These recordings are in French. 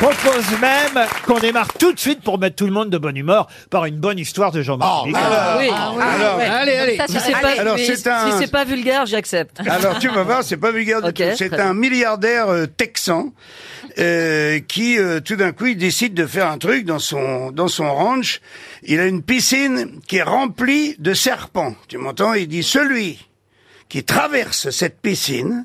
propose même qu'on démarre tout de suite pour mettre tout le monde de bonne humeur par une bonne histoire de Jean-Marc Dugas. alors, Oui. ah, oui. Alors, Ouais. allez, allez. Ça, Si ça c'est va. pas, Alors, mais c'est si un- c'est pas vulgaire, j'accepte. Alors tu vas voir, c'est pas vulgaire du Ok, tout. C'est très bien. un milliardaire euh, texan euh, qui euh, tout d'un coup il décide de faire un truc dans son dans son ranch. Il a une piscine qui est remplie de serpents. Tu m'entends Il dit celui qui traverse cette piscine,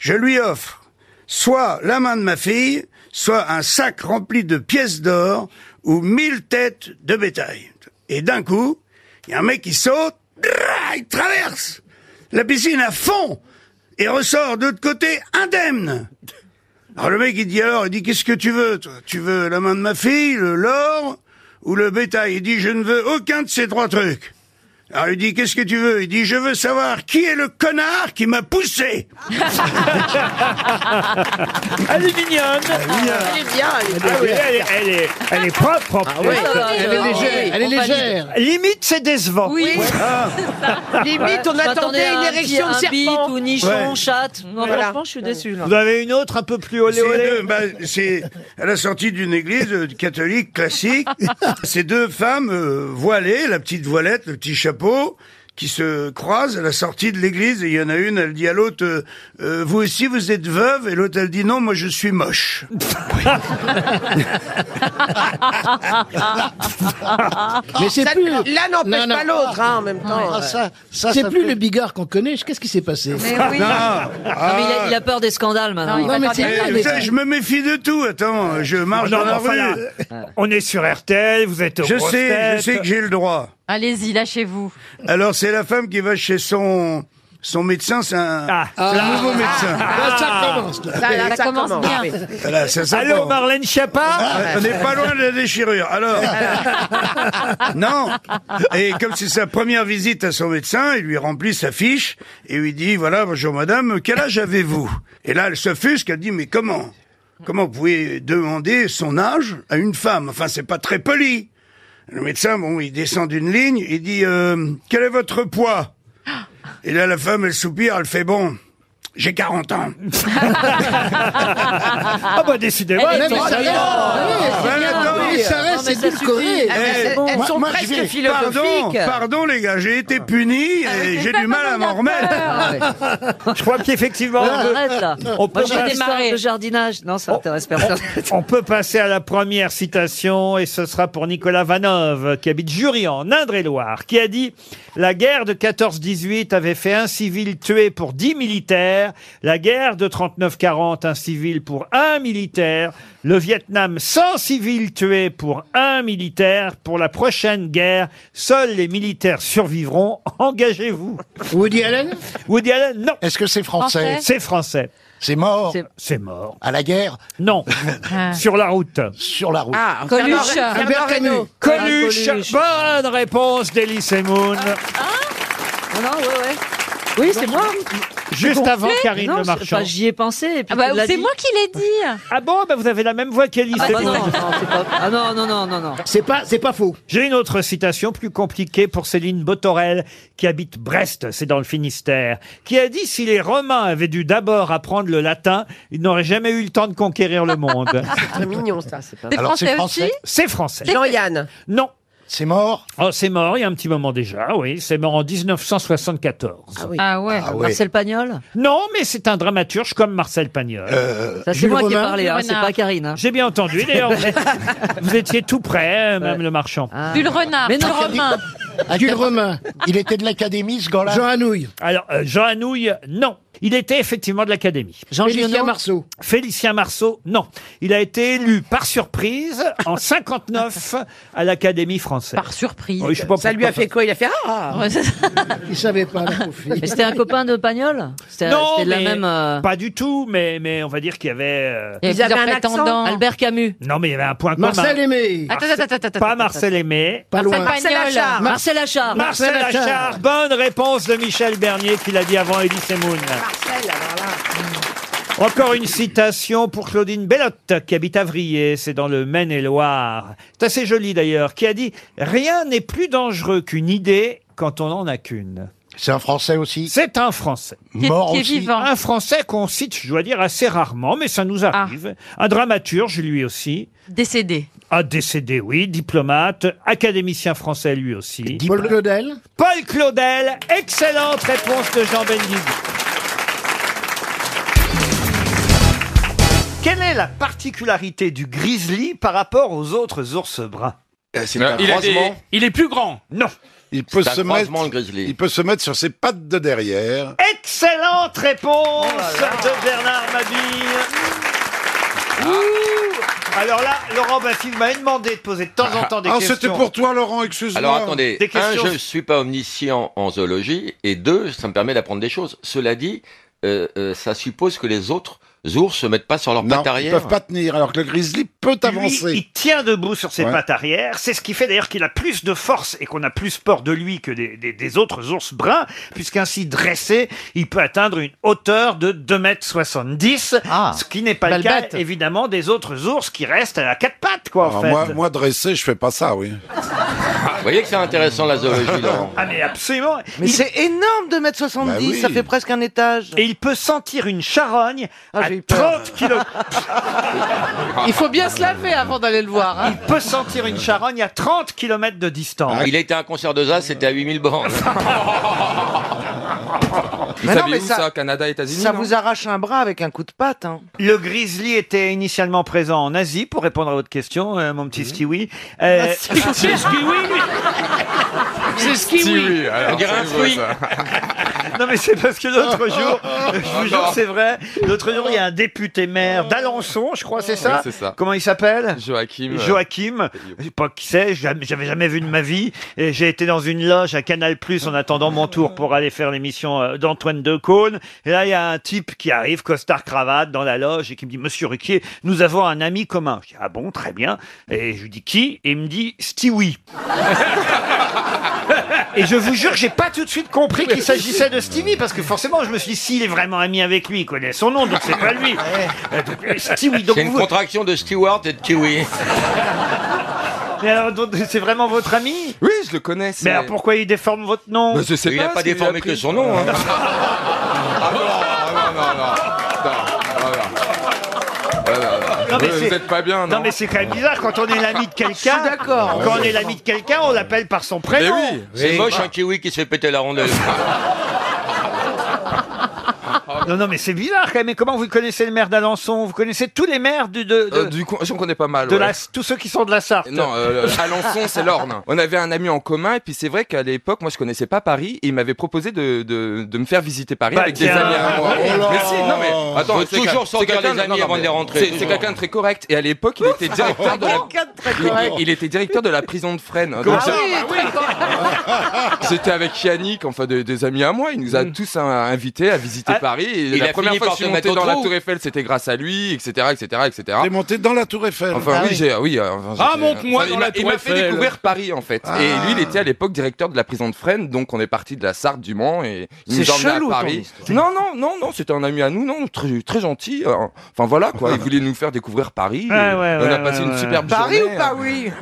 je lui offre soit la main de ma fille, soit un sac rempli de pièces d'or ou mille têtes de bétail. Et d'un coup, il y a un mec qui saute, drrrr, il traverse la piscine à fond et ressort de l'autre côté indemne. Alors Ah, le mec il dit alors, il dit qu'est-ce que tu veux toi Tu veux la main de ma fille, le l'or ou le bétail Il dit je ne veux aucun de ces trois trucs. Alors il dit qu'est-ce que tu veux Il dit je veux savoir qui est le connard qui m'a poussé. Elle est mignonne. Elle est bien, elle est bien. Ah oui, elle, est- elle est, elle est propre. en plus. Ah, Ça va, Ah, Elle ça est va. légère, Ah. On valide. Limite, c'est décevant. Oui. Limite, on Je m'attendais attendait à une un érection de petit- un bite serpent. ou nichon, Ouais. chatte. Non, franchement, je suis déçue. là. Vous avez une autre un peu plus olé C'est olé deux- bah, c'est à la sortie d'une église euh, catholique classique. Ces deux femmes euh, voilées, la petite voilette, le petit chapeau, qui se croisent à la sortie de l'église. Et il y en a une, elle dit à l'autre, euh, Euh, vous aussi vous êtes veuve. Et l'autre, elle dit, non, moi je suis moche. Mais c'est Oh, Ça- plus. L'un n'empêche Non, non. pas l'autre hein, en même temps. Ah, ça, c'est plus le bigard qu'on connaît. Qu'est-ce qui s'est passé Ah, Ah, ah. mais il, a, il a peur des scandales maintenant. Non, mais c'est Eh, vrai, vous mais- savez, je me méfie de tout. Attends, je marche Non, dans mais la enfin, rue. là, on est sur RTL, vous êtes aux Je grosses sais, je têtes. sais que j'ai le droit. Allez-y, lâchez-vous. Alors c'est la femme qui va chez son son médecin, c'est un, Ah. c'est un nouveau médecin. Là, ça commence. Là. Ça, là, Ça, commence, bien. oui. Voilà, ça, ça Allô, commence. Marlène Schiappa Ah, On n'est pas loin de la déchirure. Alors, non. Et comme c'est sa première visite à son médecin, il lui remplit sa fiche et lui dit voilà bonjour madame, quel âge avez-vous Et là, elle se fusque, elle dit mais comment Comment vous pouvez demander son âge à une femme Enfin, c'est pas très poli. Le médecin, bon, il descend d'une ligne, il dit euh, quel est votre poids Et là, la femme, elle soupire, elle fait bon. J'ai 40 ans. Ah bah décidément, Elle est Ah elles mais sont ça ravies. reste. Ouais, Ah, ben, attends. Mais ça Non, reste mais ça édulcoré. suffit. Eh, Elles- Elles sont moi, je presque vais- Pardon, philosophiques. pardon les gars, j'ai Ah. été puni et j'ai du mal à m'en remettre. Je crois qu'effectivement, on peut- Arrête là. on peut Moi, j'ai pas- des histoires de jardinage. Non, ça intéresse personne. Oh, On peut passer à la première citation et ce sera pour Nicolas Vanov qui habite Jury en Indre-et-Loire qui a dit La guerre de 14-18 avait fait un civil tué pour 10 militaires, la guerre de 39-40 un civil pour un militaire, le Vietnam 100 civils tués pour un militaire, pour la prochaine guerre, seuls les militaires survivront, engagez-vous. Woody Allen Woody Allen, non, Est-ce que c'est français Français. c'est français, C'est mort C'est- c'est mort. à la guerre Non, sur la route. sur la route. Ah, Coluche. Fernand- Fernand Albert Camus. Reynaud. Coluche. Coluche. Ah. Bonne réponse d'Elie Semoun. Non, non, ouais, ouais. Oui, c'est moi. Juste avant Karine Non, Le c'est- Marchand. enfin, J'y ai pensé. et puis Ah tu bah, l'as c'est dit. moi qui l'ai dit. Ah bon, bah vous avez la même voix qu'Elie Ah bah Semoun. non, non, c'est pas- ah non, non, non, non, non. C'est pas, c'est pas faux. J'ai une autre citation plus compliquée pour Céline Botorel, qui habite Brest, c'est dans le Finistère, qui a dit si les Romains avaient dû d'abord apprendre le latin, ils n'auraient jamais eu le temps de conquérir le monde. Ah, C'est mignon ça, c'est pas C'est Alors, c'est français, français aussi. c'est français. Jean-Yann. Non. C'est mort Oh, c'est mort il y a un petit moment déjà, oui. C'est mort en 1974. oui. Ah ouais. Ah ouais. Marcel Pagnol. Non, mais c'est un dramaturge comme Marcel Pagnol. Euh, Ça, c'est Jules moi qui ai Romain. parlé, hein, Renard. c'est pas Karine. hein. J'ai bien entendu. D'ailleurs, vous, êtes- vous étiez tout près, même le marchand. Ah. Jules Renard. Mais non, Jules Romain. Jules Romain, Il était de l'académie, ce gars-là Jean Anouilh, Alors, euh, Jean Anouilh, non. Il était effectivement de l'Académie. Jean Félicien Giono. Marceau, Félicien Marceau, non. Il a été élu par surprise en 59 à l'Académie française. Par surprise. Oui, Oh, je sais pas Ça lui a pourquoi. fait quoi Il a fait ah Ouais, c'est ça. il savait pas la pauvre fille. Mais c'était un copain de Pagnol C'était Non, c'était de la mais- même. euh, Pas du tout, mais, mais on va dire qu'il y avait... euh, Il y Ils a avaient plusieurs un accent. prétendants. Albert Camus. Non, mais il y avait un point Marcel commun. Aimé, Attends, attends, attends, attends. Pas Marcel Aimé. pas Marcel loin. Pagnol. Marcel Achard. Marcel Achard. Marcel Marcel Achard, Achard. bonne réponse de Michel Bernier qui l'a dit avant Elie Semoun. Marcel, alors Ah, là. Encore une citation pour Claudine Bellotte, qui habite Avrier, c'est dans le Maine-et-Loire. C'est assez joli d'ailleurs, qui a dit « Rien n'est plus dangereux qu'une idée quand on n'en a qu'une C'est un Français aussi C'est un Français. Qui est- Mort qui est aussi vivant. Un Français qu'on cite, je dois dire, assez rarement, mais ça nous arrive. Un dramaturge, lui aussi. Ah. Décédé. Un décédé, oui, diplomate, académicien français, lui aussi. Paul Claudel Paul Claudel, excellente réponse de Jean Benguigui. Quelle est la particularité du grizzly par rapport aux autres ours bruns Eh, Ah, C'est un croisement. Euh, Il est plus grand. Non. Il peut, C'est un se mettre, croisement, le grizzly. il peut se mettre sur ses pattes de derrière. Excellente réponse Oh de Bernard Mabille. Ah. Ouh. Alors là, Laurent Baffy m'a demandé de poser de temps en temps des Ah, questions. c'était pour toi, Laurent, excuse-moi. Alors attendez, Des un, questions- je ne suis pas omniscient en zoologie, et deux, ça me permet d'apprendre des choses. Cela dit, euh, euh, ça suppose que les autres ours se mettent pas sur leurs Non, pattes ils arrière. peuvent pas tenir, alors que le grizzly peut Lui, avancer. il tient debout sur ses Ouais. pattes arrière. C'est ce qui fait d'ailleurs qu'il a plus de force et qu'on a plus peur de lui que des, des- des autres ours bruns, puisqu'ainsi dressé, il peut atteindre une hauteur de 2,70 m, Ah. ce qui n'est pas le Belle cas, bête. évidemment, des autres ours qui restent à quatre pattes, quoi, en Alors, fait. moi, moi, dressé, je fais pas ça, oui. Vous voyez que c'est intéressant la euh, zoologie, Laurent. Ah, mais absolument. Mais Il- c'est énorme de mettre 70, Bah oui. ça fait presque un étage. Et il peut sentir une charogne Ah, à j'ai eu peur. 30 km. Il faut bien se laver avant d'aller le voir. hein. Il peut sentir une charogne à 30 km de distance. Il a été à un concert de Zaz, c'était à 8000 bornes. Mais non, mais ça, Canada, États-Unis ça vous arrache un bras avec un coup de patte. hein. Le grizzly était initialement présent en Asie, pour répondre à votre question, euh, mon petit skiwi. Ah, Euh, C'est ce qui, oui, C'est ce qui oui. On dirait un fruit. non mais c'est parce que l'autre jour, je vous jure c'est vrai, l'autre jour il y a un député maire d'Alençon, je crois, c'est ça c'est ça. Comment il s'appelle Joachim. Joachim, je sais pas qui c'est, jamais- j'avais jamais vu de ma vie. Et j'ai été dans une loge à Canal Plus en attendant mon tour pour aller faire l'émission euh, d'Antoine Decaune. Et là, il y a un type qui arrive, costard cravate, dans la loge et qui me dit Monsieur Ruquier, nous avons un ami commun. Je dis Ah bon, très bien. Et je lui dis Qui Et il me dit Stewie. Et je vous jure, j'ai pas tout de suite compris qu'il s'agissait de Stevie, parce que forcément, je me suis dit, s'il est vraiment ami avec lui, il connaît son nom, donc c'est pas lui. Euh, donc, Stewie, donc C'est une vous- contraction de Stewart et de Kiwi. mais alors, donc, c'est vraiment votre ami Oui, je le connais. Mais alors pourquoi il déforme votre nom je sais Euh, Il n'a ce pas qu'il a déformé appris. que son Euh, nom. hein. Ah non, ah non, non, ah non. Non, Ah voilà. Voilà. Non, mais Euh, Vous c'est- êtes pas bien, non Non mais c'est quand même bizarre quand on est l'ami de quelqu'un. Je suis d'accord. Quand on est l'ami de quelqu'un, on l'appelle par son Mais prénom. oui C'est moche hein. un kiwi qui se fait péter la rondelle. Non non mais c'est bizarre quand même. Mais comment vous connaissez le maire d'Alençon Vous connaissez tous les maires du de, de, Euh, Du coup, j'en connais pas mal. de ouais. la tous ceux qui sont de la Sarthe. Non, euh, Alençon, c'est l'Orne. On avait un ami en commun, et puis c'est vrai qu'à l'époque, moi, je connaissais pas Paris, et il m'avait proposé de, de, de me faire visiter Paris Bah, avec tiens. des amis à moi. Oh là. mais si, non, mais attends, Faut c'est toujours quelqu'un- sortir c'est quelqu'un- les amis non, non, avant de mais les rentrer, c'est- C'est toujours. quelqu'un de très correct, et à l'époque, il était directeur de la. Quelqu'un de très Il, correct. il était directeur de la prison de Fresnes. Donc, Ah j'ai- C'était avec Yannick, enfin des, des amis à moi. Il nous a tous euh, invités à visiter Ah, Paris. Et il la a première fini fois par que je te suis mettre monté au dans la trou. Tour Eiffel, c'était grâce à lui, etc., etc., etc. T'es monté dans la Tour Eiffel. Enfin, oui, j'ai, oui. euh, enfin, Ah, Ah, monte-moi il m'a, il m'a fait découvrir Paris, en fait. Et lui, il était à l'époque directeur de la prison de Fresnes, donc on est parti de la Sarthe du Mans et il C'est nous a emmenés chelou, à ton Paris. Non, non, non, non, c'était un ami à nous, non, très, très gentil. euh, Enfin, voilà, quoi. Il voulait nous faire découvrir Paris. Ouais, et ouais, on a ouais, passé ouais, une ouais. superbe Bah, Paris journée. hein. ou pas oui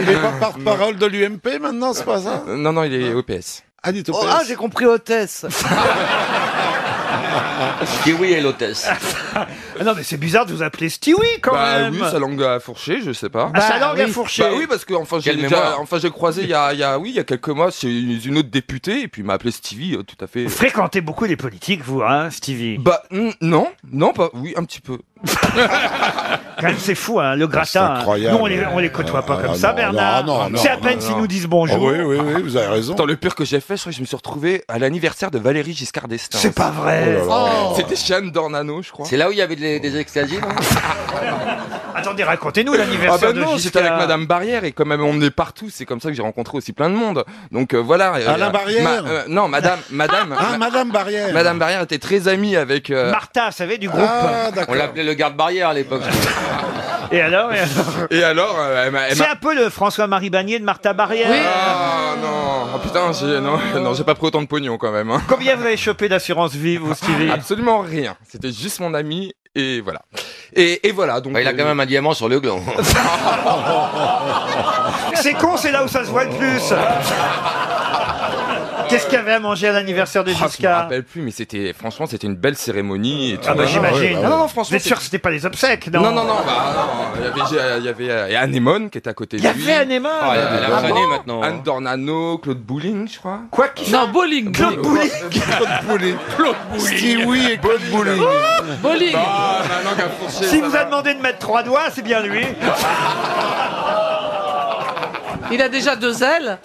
Il est pas porte-parole de l'UMP maintenant, c'est pas ça Euh, Ah. Non, non, il est au PS. Ah, dit au Oh, PS. Ah j'ai compris hôtesse. Kiwi est l'hôtesse. Ah non mais c'est bizarre de vous appeler Stewie quand Bah même. oui, sa langue à fourcher, je sais pas. Ah, sa langue oui. à fourcher. Bah oui, parce que enfin j'ai Quelle déjà- mémoire. enfin j'ai croisé il y a, il y a- oui il y a quelques mois c'est une autre députée et puis il m'a appelé Stevie euh, tout à fait. Vous fréquentez beaucoup les politiques vous hein Stevie. Bah n- non non pas oui un petit peu. Quand même, c'est fou, hein, le gratin. hein. incroyable. Nous, on les, on les côtoie pas Ah, comme non, ça, non, Bernard. non, non, c'est à non, peine non, s'ils non. nous disent Ah bonjour. oui, oui, oui, vous avez raison. Attends le pire que j'ai fait je crois que je me suis retrouvé à l'anniversaire de Valérie Giscard d'Estaing. C'est pas vrai. Oh là là. C'était Jeanne Dornano je crois. C'est là où il y avait des, des extasies, non Attendez, racontez-nous Ah l'anniversaire bah de non, j'étais Giscard. avec Madame Barrière et quand même on est partout, c'est comme ça que j'ai rencontré aussi plein de monde. Donc euh, voilà. euh, Alain euh, Barrière euh, Non, Madame, Madame, Ah, ma- Madame Barrière. Madame Barrière était très amie avec. euh, Martha, vous savez, du groupe. Ah, On d'accord. l'appelait le garde-barrière à l'époque. Et alors, et alors et alors, euh, elle m'a- elle C'est m'a un peu le François-Marie Bagné de Martha Barrière. Ah non, oh, putain, j'ai non, non, j'ai pas pris autant de pognon quand même. hein. Combien vous avez chopé d'assurance vive, vous, Stevie Absolument rien. C'était juste mon ami et voilà. Et, et voilà donc. euh, Bah, il a quand même un diamant sur le gland. Ah, bah, C'est con, c'est là où ça se voit le plus. Qu'est-ce qu'il y avait à manger à l'anniversaire de Ah, je me Giscard rappelle plus, mais c'était franchement c'était une belle cérémonie. Et tout. Ah bah j'imagine. Non, non, franchement. Vous êtes sûr que c'était pas les obsèques Non, Non, non, non, bah, non. Il y avait, euh, il y avait, euh, et Anémone qui était à côté de Il y lui. avait Anémone Ah, elle- elle a Ah traîné bon maintenant. hein. Anne Dornano, Claude Bouling, je crois. Quoi qu'il Non, Bowling. Claude Bouling. Claude Bouling. Claude Oh, Bouling. Stewie et Claude Bah, Bouling. Bowling. Ah, maintenant qu'à fourcher, Si ça vous va. a demandé de mettre trois doigts, c'est bien lui. Il a déjà deux ailes.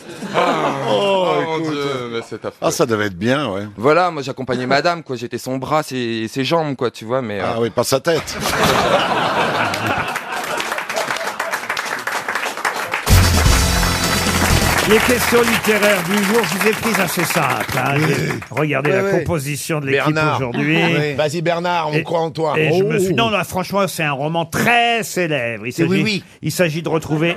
Oh, mon dieu, mais c'est affreux. Ah, ça devait être bien, ouais. Voilà, moi j'accompagnais madame, quoi. J'étais son bras, ses, ses jambes, quoi, tu vois, mais. euh. Ah oui, pas sa tête. Les questions littéraires du jour, je vous ai pris assez simple. hein. J'ai regardé Ouais, la ouais. composition de l'équipe aujourd'hui. Vas-y Bernard, Ah, on Et- croit en toi. Et je me suis... Oh. Non, là, franchement, c'est un roman très célèbre. Il s'agit, Oui, oui. Il s'agit de retrouver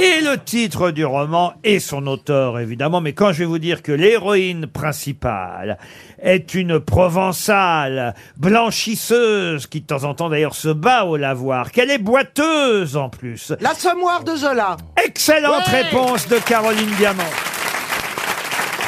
et le titre du roman et son auteur, évidemment. Mais quand je vais vous dire que l'héroïne principale est une provençale blanchisseuse qui, de temps en temps, d'ailleurs, se bat au lavoir, qu'elle est boiteuse en plus. L'assommoir de Zola. Excellente Ouais. réponse de Caroline Diamant.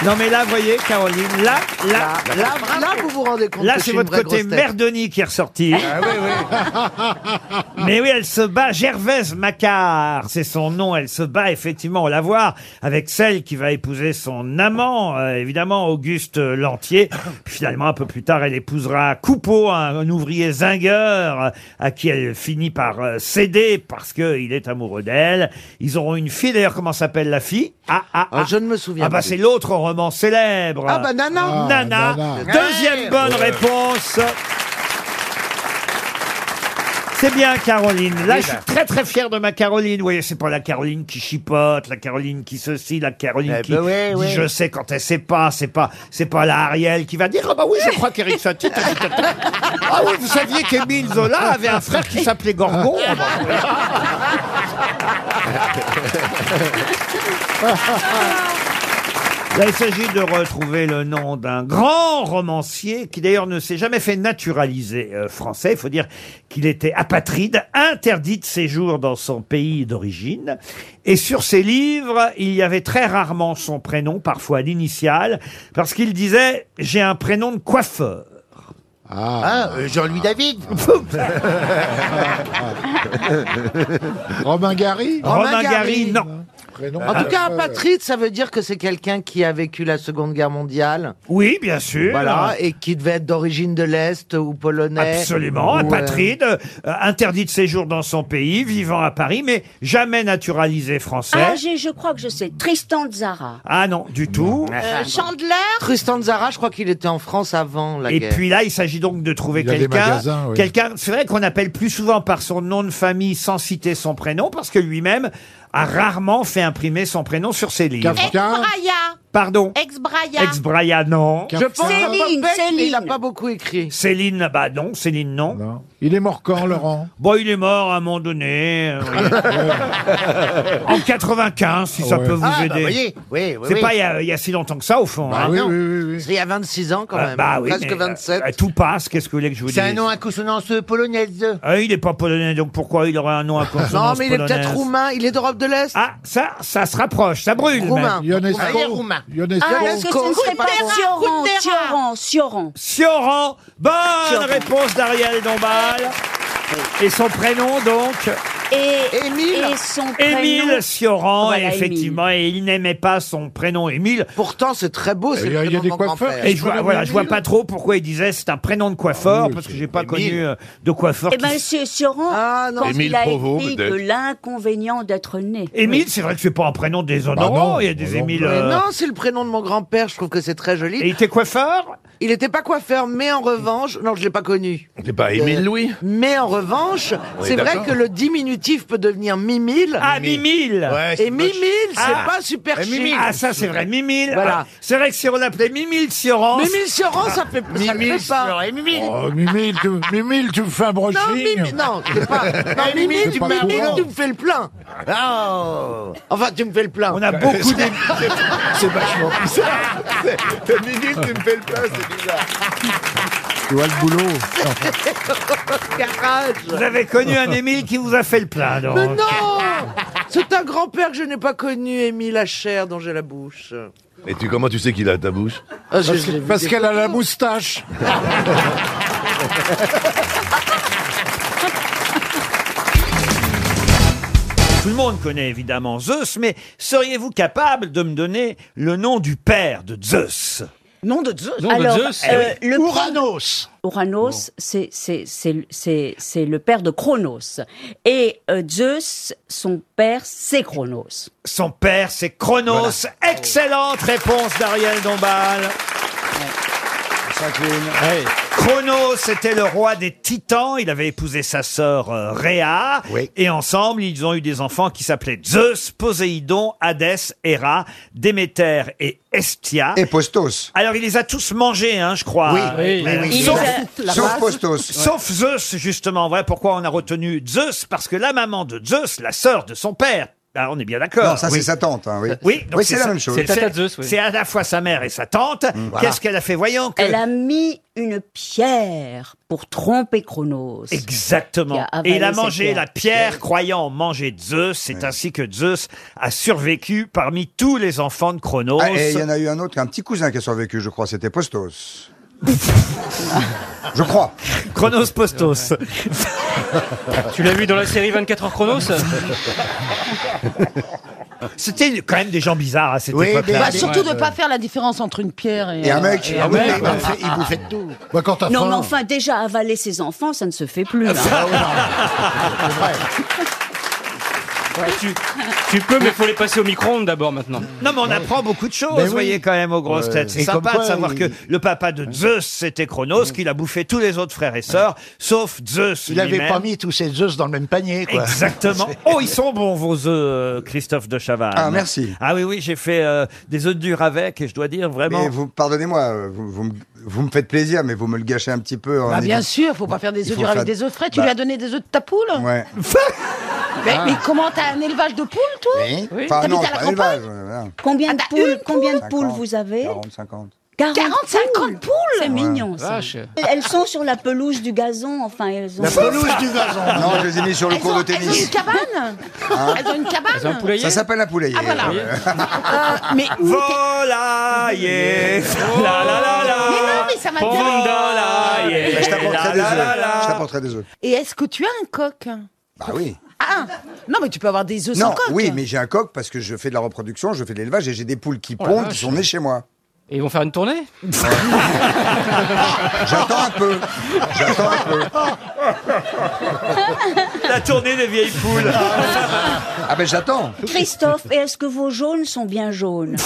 Non mais là, voyez, Caroline, là, là, là, là, Là, là, vous vous rendez compte que je c'est suis une votre vraie côté grosse tête. Ah merdoni qui est ressorti. Ah Mais oui, elle se bat. Gervaise Macquart, c'est son nom. Elle se bat effectivement au lavoir avec celle qui va épouser son amant, euh, évidemment Auguste euh, Lantier. Puis finalement, un peu plus tard, elle épousera Coupeau, un, un ouvrier zingueur euh, à qui elle finit par euh, céder parce que il est amoureux d'elle. Ils auront une fille. D'ailleurs, comment s'appelle la fille Ah ah Ah, ah. je ne me souviens Ah bah pas. c'est l'autre roman célèbre. Ah bah Nana. Nana. Nana. Deuxième bonne réponse. C'est bien, Caroline. Là, je ben. suis très très fier de ma Caroline. Vous voyez, c'est pas la Caroline qui chipote, la Caroline qui ceci, la Caroline Eh qui ben ouais, dit ouais. je sais quand elle sait pas. C'est pas c'est pas la Ariel qui va dire ah bah oui, je crois qu'Éric Satie. était- ah oui, vous saviez qu'Émile Zola avait un frère qui s'appelait Gorgon. Ah bah oui. Là, il s'agit de retrouver le nom d'un grand romancier qui d'ailleurs ne s'est jamais fait naturaliser euh, français. Il faut dire qu'il était apatride, interdit de séjour dans son pays d'origine. Et sur ses livres, il y avait très rarement son prénom, parfois l'initiale, parce qu'il disait « j'ai un prénom de coiffeur Ah, euh, Jean-Louis David. Romain Gary. ». Romain Romain Gary, Gary. non. Prénom. Ah, En tout cas, apatride, ça veut dire que c'est quelqu'un qui a vécu la Seconde Guerre mondiale. Oui, bien sûr. Voilà, et qui devait être d'origine de l'Est ou polonais. Absolument, Ou, euh, apatride, euh, interdit de séjour dans son pays, vivant à Paris, mais jamais naturalisé français. Ah, j'ai- je crois que je sais. Tristan Zara. Ah non, du tout. Ah, Euh, Chandler Tristan Zara, je crois qu'il était en France avant la Et guerre. puis là, il s'agit donc de trouver Il y a des quelqu'un. magasins, oui. Quelqu'un, c'est vrai qu'on appelle plus souvent par son nom de famille sans citer son prénom, parce que lui-même a rarement fait imprimer son prénom sur ses livres. Kafka. Ex-Braya. Pardon. Ex-Braya. Ex-Braya, non. je pense Céline, qu'il a pas fait, mais il a Céline. pas beaucoup écrit. Céline, bah non, Céline, non. Non. Il est mort quand, Laurent Bon, il est mort à un moment donné. euh, en 95, si ça Ouais. peut vous Ah, aider. bah, voyez. Oui, oui, C'est oui. pas il y a- il y, a si longtemps que ça, au fond. Bah Ah, hein. oui, oui, oui, oui. C'est il y a 26 ans quand Euh, même. bah oui, presque mais, euh, 27. euh, tout passe, qu'est-ce que vous voulez que je vous dise C'est un nom à consonance polonaise. Ah, il n'est pas polonais, donc pourquoi il aurait un nom à non, consonance mais il est peut-être polonaise roumain, il est d'Europe de l'Est. Ah, ça, ça se rapproche, ça brûle. Roumain. même. Ionesco. Ah, il est roumain. Ionesco. Ah, est-ce que ce ne Cundera, serait pas Sioran, Cundera. Sioran, Sioran. Sioran, bonne Sioran. réponse d'Ariel Dombal. Et son prénom, donc, Et, Émile. et son prénom. Émile Sioran, Voilà, Émile. effectivement, et il n'aimait pas son prénom Émile. Pourtant, c'est très beau. c'est Il y a- le il y a prénom des de mon coiffeurs. grand-père. Et je vois, voilà, je vois pas trop pourquoi il disait c'est un prénom de coiffeur, Ah oui, parce que c'est j'ai pas Émile. connu euh, de coiffeur. Eh qui bien, Sioran, Ah, non. quand il Émile a Provost, écrit de peut-être. l'inconvénient d'être né. Émile, c'est vrai que c'est pas un prénom déshonorant. Bah non, il y a bah des non. Émiles. Mais euh, non, c'est le prénom de mon grand-père, je trouve que c'est très joli. Et il était coiffeur Il n'était pas coiffeur, mais en revanche, non, je l'ai pas connu. Euh, C'est pas Émile Louis Mais en revanche, c'est vrai que le diminutif peut devenir mimile. Ah, Mimile et mimile, c'est Ah. pas super chic. Ah, ça, c'est vrai, Mimile. Voilà. Ah, c'est vrai que si on l'appelait Mimile Sioran. Mimile sur rang, ça fait, ça le fait pas. Oh, Mimile, tu, Mimile, tu me fais un brushing. Non, Mimi, non, c'est pas. Non, Mimi, C'est tu, pas Mimi, courant. tu me fais Ah, le plein. Enfin, tu me fais le plein. On a beaucoup d'Émiles. C'est vachement bizarre. T'as minute, tu me fais le plein, c'est bizarre. Tu vois le boulot. Garage. Vous avez connu un Émile qui vous a fait le plein, donc. Mais non C'est un grand-père que je n'ai pas connu, Émile Achère, dont j'ai la bouche. Et tu, comment tu sais qu'il a ta bouche Parce que je l'ai vu des photos. moustache. Tout le monde connaît évidemment Zeus, mais seriez-vous capable de me donner le nom du père de Zeus Nom de Zeus Alors, euh, le Uranos. Uranos, c'est- c'est- c'est c'est- c'est le père de Chronos. Et euh, Zeus, son père, c'est Chronos. Son père, c'est Chronos. Excellente réponse d'Ariel Dombal. Chronos était le roi des Titans. Il avait épousé sa sœur euh, Rhea. Et ensemble, ils ont eu des enfants qui s'appelaient Zeus, Poséidon, Hadès, Héra, Déméter et Estia. Et Postos. Alors, il les a tous mangés, hein, je crois. Oui, oui, oui, oui. Il Sauf, les a- Sauf la base. Postos. Sauf Zeus, justement. Voilà pourquoi on a retenu Zeus, parce que la maman de Zeus, la sœur de son père, ah, on est bien d'accord. Non, ça, c'est Oui. Euh, sa tante, hein, oui. Oui, donc Oui, c'est la ça- même chose. C'est C'est le tata de c'est- Zeus, oui. c'est à la fois sa mère et sa tante. voilà. Qu'est-ce qu'elle a fait Voyons que... Elle a mis une pierre pour tromper Chronos. Qui Exactement. avalé Et il a cette mangé pierre. la pierre, croyant manger Zeus. C'est ainsi que Zeus a survécu parmi tous les enfants de Chronos. Ah, et il y en a eu un autre, un petit cousin qui a survécu, je crois, c'était Postos. je crois. Chronos Postos. Tu l'as vu dans la série 24 heures chronos C'était une- quand même des gens bizarres à cette époque-là. Bah, surtout de ne pas faire la différence entre une pierre et, euh, et un mec. Ah, tout. Bah, Non, mais enfin, déjà, avaler ses enfants, ça ne se fait plus. Ah, hein. oh tu, tu peux, mais faut les passer au micro-ondes d'abord maintenant. Non, mais on apprend beaucoup de choses, Ben oui. vous voyez, quand même, aux grosses Ouais. têtes. C'est Et comme sympa quoi, de savoir il- que le papa de Zeus, c'était Chronos, qu'il a bouffé tous les autres frères et sœurs, sauf Zeus. Il n'avait lui-même. pas mis tous ses œufs dans le même panier, quoi. Exactement. Oh, ils sont bons, vos œufs, euh, Christophe de Chavannes. Ah, merci. Ah oui, oui, j'ai fait euh, des œufs durs avec, et je dois dire vraiment. Mais vous, pardonnez-moi, euh, vous, vous me- vous me faites plaisir, mais vous me le gâchez un petit peu. hein, en Bah, bien étant- sûr, faut pas faire Ah, Il des faut œufs durs avec faire- des œufs frais. Tu Bah. lui as donné des œufs de ta poule Ouais. mais, Ah. mais comment t'as un élevage de poules, toi Oui. Enfin, non, T'habites à la pas campagne élevage. voilà. Combien Ah, de poules, combien de poules 50, vous avez 40, 50. 40, 50 poules C'est Ouais. mignon, ça. Vache. Elles sont sur la pelouse du gazon, enfin, elles ont... Non, je les ai mis sur le cours de Elles ont une tennis. cabane Hein Elles ont une cabane Ça s'appelle un poulailler. Ah, voilà. ouais. Euh, mais Volailler. Ah, Oh. La la la la. Mais non, mais ça m'a bien- Volailler. Bah, je La t'apporterai des la œufs. la la. Je t'apporterai des œufs. Et est-ce que tu as un coq Bah oui. Ah Non, mais tu peux avoir des œufs sans Non, coq. oui, mais j'ai un coq parce que je fais de la reproduction, je fais de l'élevage et j'ai des poules qui Oh la pondent, qui vache. sont nées chez moi. Et ils vont faire une tournée J'attends un peu. J'attends un peu. La tournée des vieilles poules. Ah ben j'attends. Christophe, et est-ce que vos jaunes sont bien jaunes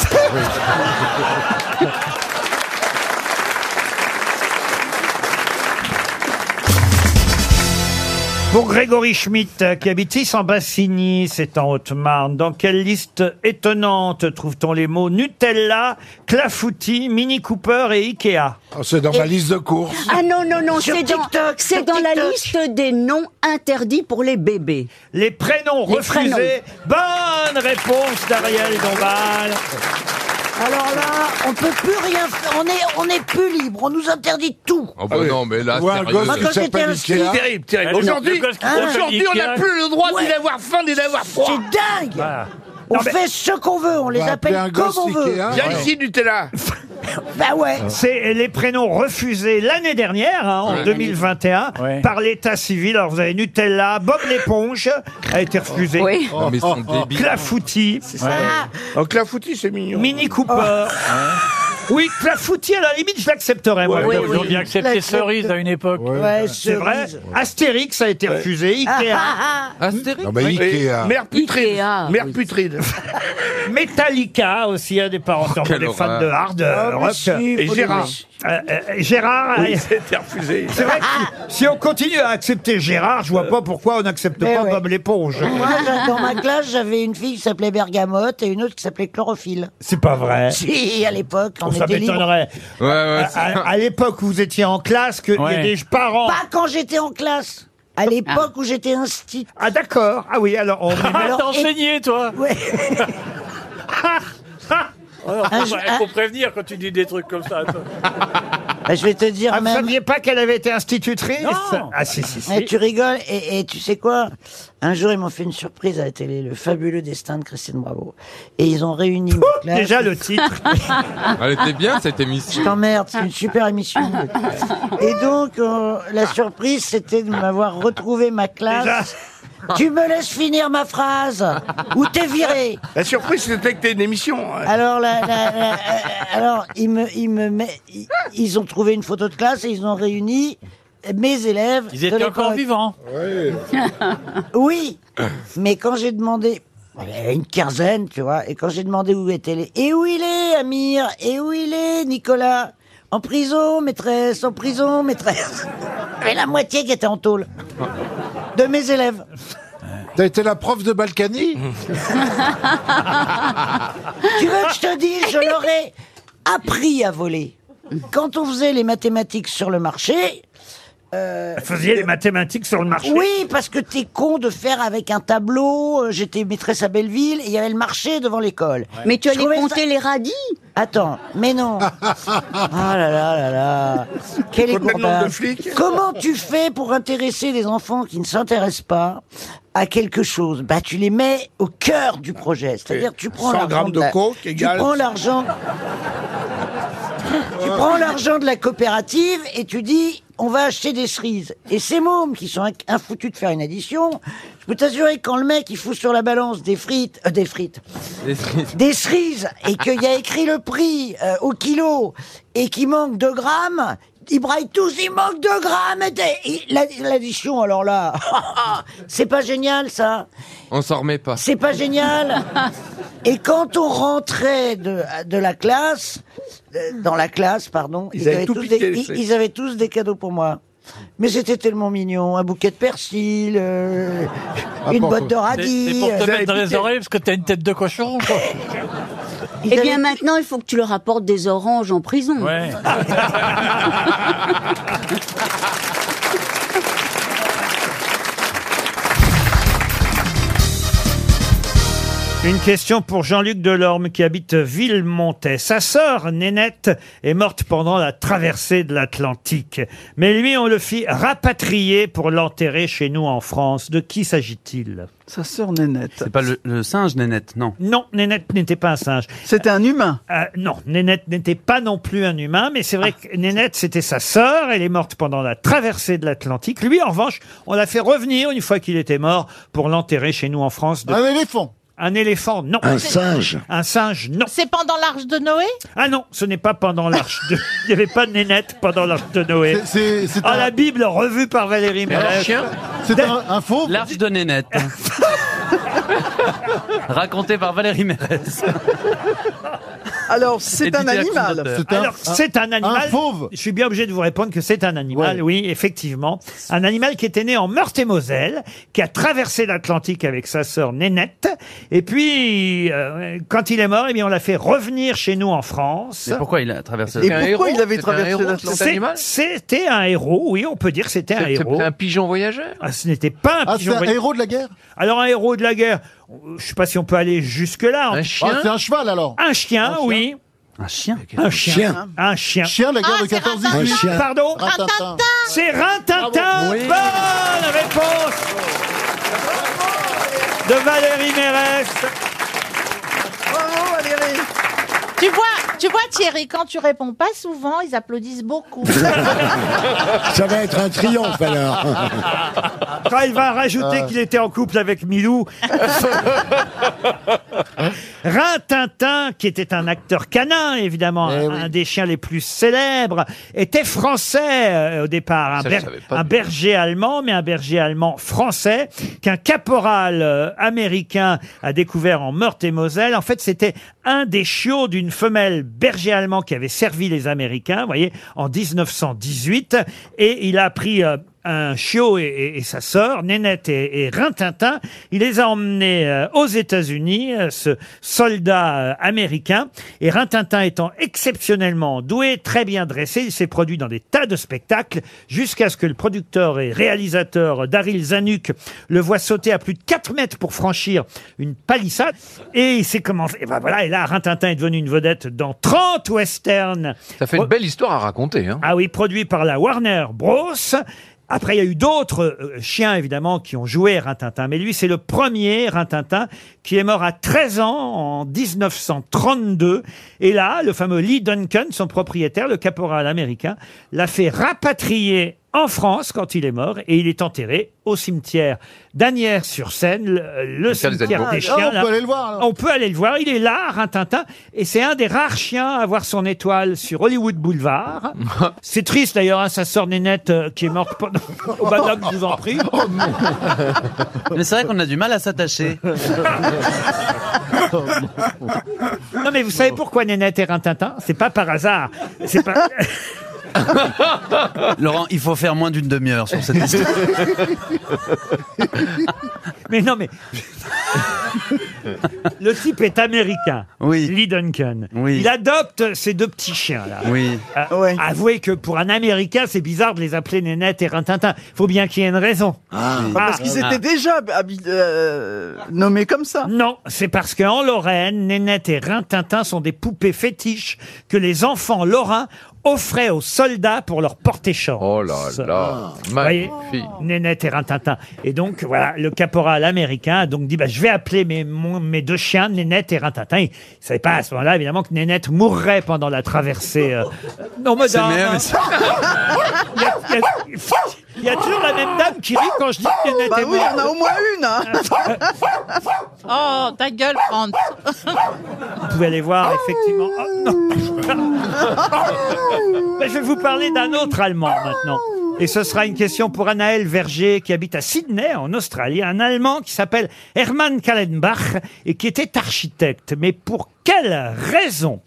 Pour Grégory Schmitt, euh, qui habite Issambassini, c'est en Haute-Marne, dans quelle liste étonnante trouve-t-on les mots Nutella, clafoutis, Mini Cooper et Ikea Ah, C'est dans ma Et- liste de courses. Ah non, non, non, Sur c'est dans, TikTok, c'est sur dans la TikTok. liste des noms interdits pour les bébés. Les prénoms Les refusés. prénoms. Bonne réponse d'Ariel Dombal. Alors là, on peut plus rien faire. On est, on est plus libre. On nous interdit tout. Ah Oh bah non, mais là, Ah Ou un sérieux. gosse Moi, qui quand j'étais s'appelle inscrit- Ikea. Terrible, terrible. Le- Aujourd'hui, hein. le gosse qui s'appelle aujourd'hui, on n'a Ikea. plus le droit ni Ouais. d'avoir faim ni d'avoir froid. Bah. C'est dingue. On Non, mais- fait ce qu'on veut. On les Bah, appelle comme on veut. hein. Viens ici, Nutella. Bah ouais. Ah. C'est les prénoms refusés l'année dernière, hein, en Ouais. 2021, par l'état civil. Alors vous avez Nutella, Bob l'éponge a été refusé. Oui. Non, mais ils sont débiles. Clafoutis. Oh, Clafoutis, c'est mignon. Mini Cooper. Oui, Clafoutis, à la limite, je l'accepterais. moi. Ouais, ils ont bien accepté Cerise à une époque. C'est vrai. Astérix a été refusé. Ikea. Ah, ah, Astérix Non, mais Oui. Ikea. Mère putride. Ikea, Mère putride. Metallica aussi, hein, des parents Oh, quelle des fans horreur. de hard Ah, mais rock. si, Et faut Gérard. Euh, euh, Gérard. Oui, euh, c'était refusé. C'est vrai que si on continue à accepter Gérard, je vois pas pourquoi on Eh n'accepte pas Bob l'éponge. Moi, je- dans ma classe, j'avais une fille qui s'appelait Bergamote et une autre qui s'appelait Chlorophylle. C'est pas vrai. Si, à l'époque, on ça était libre. m'étonnerait. à, à- à l'époque où vous étiez en classe, qu'il y ait des parents. Pas quand j'étais en classe. À l'époque où j'étais instit. Ah d'accord. Ah oui, alors on. Ah, t'as enseigné, toi Ouais. Ah, Un faut, jour- faut prévenir quand tu dis des trucs comme ça. attends. Bah, je vais te dire Ah, vous même- saviez pas qu'elle avait été institutrice Ah si, si, si. Eh, tu rigoles, et, et tu sais quoi Un jour, ils m'ont fait une surprise à la télé, le fabuleux destin de Christine Bravo. Et ils ont réuni ma classe. déjà le titre. Elle était bien cette Je émission. t'emmerde, c'est une super émission. Et donc, euh, la surprise, c'était de m'avoir retrouvé ma classe. Tu me laisses finir ma phrase ou t'es viré. La surprise, c'était que t'es une émission. hein. Alors, la- la- la- euh, alors ils, me, ils, me met- ils, ils ont trouvé une photo de classe et ils ont réuni mes élèves. Ils de étaient l'époque. encore vivants. Oui, mais quand j'ai demandé, il y avait une quinzaine, tu vois, et quand j'ai demandé où était les... Et où il est, Amir Et où il est, Nicolas En prison, maîtresse, en prison, maîtresse. Mais la moitié qui était en tôle. De mes élèves. T'as été la prof de Balkany Tu veux que je te dise, je leur ai appris à voler. Quand on faisait les mathématiques sur le marché, euh, Vous faisiez les mathématiques sur le marché. Oui, parce que t'es con de faire avec un tableau. euh, J'étais maîtresse à Belleville et il y avait le marché devant l'école. Mais tu Je allais trouvais compter les radis Attends, mais non. Ah là là là là. Combien Quel de nombre de égourdage. flics Comment tu fais pour intéresser des enfants qui ne s'intéressent pas à quelque chose Bah, tu les mets au cœur du projet. C'est-à-dire, tu 100 prends l'argent grammes de la- coke Tu égale- prends l'argent. tu prends l'argent de la coopérative et tu dis. On va acheter des cerises. Et ces mômes qui sont inc- infoutus de faire une addition, je peux t'assurer que quand le mec il fout sur la balance des frites, euh, des frites, des cerises et qu'il y a écrit le prix euh, au kilo et qu'il manque 2 grammes, ils braillent tous, il manque 2 grammes. et t'es- et la- L'addition, alors là, c'est pas génial ça. On s'en remet pas. C'est pas génial. Et quand on rentrait de, de la classe, euh, dans la classe, pardon, Ils avaient avaient tout tous piqué, des, les ils- cerises. ils avaient tous des cadeaux pour moi. Mais c'était tellement mignon, un bouquet de persil, euh, Ah, Ah, une botte de radis. C'est pour euh, te mettre dans les oreilles parce que t'as une tête de cochon. Eh bien maintenant, il faut que tu leur apportes des oranges en prison. Ouais. Une question pour Jean-Luc Delorme qui habite Villemontais. Sa sœur Nénette est morte pendant la traversée de l'Atlantique. Mais lui, on le fit rapatrier pour l'enterrer chez nous en France. De qui s'agit-il Sa sœur Nénette. C'est pas le, le singe Nénette, non. Non, Nénette n'était pas un singe. C'était un humain Euh, non, Nénette n'était pas non plus un humain, mais c'est vrai Ah. que Nénette, c'était sa sœur. Elle est morte pendant la traversée de l'Atlantique. Lui, en revanche, on l'a fait revenir une fois qu'il était mort pour l'enterrer chez nous en France. Un éléphant Un éléphant, non. Un singe Un singe, non. C'est pendant l'arche de Noé Ah non, ce n'est pas pendant l'arche de... Il n'y avait pas de nénette pendant l'arche de Noé. Ah, la Bible revue par Valérie Mais un Mérès. chien Dès- un faux L'arche de Nénette. hein, Raconté par Valérie Mérès. Alors, c'est un Édité animal. Accusateur. Alors, c'est un animal. Je suis bien obligé de vous répondre que c'est un animal, oui, effectivement. Un animal qui était né en Meurthe-et-Moselle, qui a traversé l'Atlantique avec sa sœur Nénette. Et puis, euh, quand il est mort, eh bien, on l'a fait revenir chez nous en France. Mais pourquoi il a traversé Et C'était un pourquoi héros il avait C'était traversé un héros l'Atlantique C'est- C'était un héros, oui, on peut dire que c'était un C'est- héros. c'était un pigeon voyageur Ce n'était pas un Ah, pigeon c'est un voyageur. héros de la guerre Alors, un héros de la guerre, je ne sais pas si on peut aller jusque-là. Un chien Ah, c'est un cheval alors Un chien, oui. Un chien Un chien. Un chien. Chien, la guerre Ah, de c'est 14-18. Rintintin. Un chien. Pardon Rintintin. C'est Rintintin. Oui. Bonne réponse de Valérie Mérès. Oh, Bravo, Valérie. Tu vois, tu vois, Thierry, quand tu réponds pas souvent, ils applaudissent beaucoup. Ça va être un triomphe alors. Quand il va Ah. rajouter qu'il était en couple avec Milou. Rintintin, qui était un acteur canin, évidemment, Eh un, un des chiens les plus célèbres, était français euh, au départ. Un, Ça, je ber- savais pas un berger allemand, mais un berger allemand français, qu'un caporal euh, américain a découvert en Meurthe-et-Moselle. En fait, c'était un des chiots d'une femelle berger allemand qui avait servi les Américains, vous voyez, en 1918. Et il a appris... euh, un chiot et, et- et sa sœur, Nénette et, et Rintintin. Il les a emmenés euh, aux États-Unis, euh, ce soldat euh, américain. Et Rintintin étant exceptionnellement doué, très bien dressé, il s'est produit dans des tas de spectacles jusqu'à ce que le producteur et réalisateur euh, Daryl Zanuck le voit sauter à plus de 4 mètres pour franchir une palissade. Et il s'est commencé. Et ben voilà, et là, Rintintin est devenu une vedette dans 30 westerns. Ça fait une belle histoire à raconter. Hein. Ah oui, produit par la Warner Bros. Après, il y a eu d'autres euh, chiens, évidemment, qui ont joué Rintintin. Mais lui, c'est le premier Rintintin qui est mort à 13 ans en 1932. Et là, le fameux Lee Duncan, son propriétaire, le caporal américain, l'a fait rapatrier en France quand il est mort. Et il est enterré au cimetière d'Anières-sur-Seine, le, le Cimetière des animaux. cimetière des Ah, on chiens. peut là. aller le voir, On peut aller le voir. Il est là, Rintintin. Et c'est un des rares chiens à avoir son étoile sur Hollywood Boulevard. C'est triste d'ailleurs, hein, sa sœur Nénette euh, qui est morte pendant. Oh, madame, je vous en prie. oh, Mais c'est vrai qu'on a du mal à s'attacher. Non mais vous savez pourquoi Nénette et Rintintin C'est pas par hasard. C'est pas. Laurent, il faut faire moins d'une demi-heure sur cette histoire. mais non mais. Le type est américain. Oui. Lee Duncan. Il adopte ces deux petits chiens là. Oui. Ah, Avouez que pour un Américain, c'est bizarre de les appeler Nénette et Rintintin. Faut bien qu'il y ait une raison. parce qu'ils étaient déjà habi- euh, nommés comme ça. Non, c'est parce qu'en Lorraine, Nénette et Rintintin sont des poupées fétiches que les enfants lorrains offraient aux soldats pour leur porter chance. Oh là là, magnifique. Nénette et Rintintin. Et donc, voilà, le caporal américain a donc dit, bah, je vais appeler mes, mon- mes deux chiens, Nénette et Rintintin. Il savait pas à ce moment-là, évidemment, que Nénette mourrait pendant la traversée. euh, euh, Non, C'est madame. même- hein. Il y a- il y a- Il y a toujours la même dame qui rit quand je dis que Nénette Bah est oui, morte. on a au moins une. hein. Oh, ta gueule, Franz. Vous pouvez aller voir, effectivement. Oh, non. Mais je vais vous parler d'un autre Allemand maintenant. Et ce sera une question pour Anaël Verger, qui habite à Sydney, en Australie. Un Allemand qui s'appelle Hermann Kallenbach et qui était architecte. Mais pour quelle raison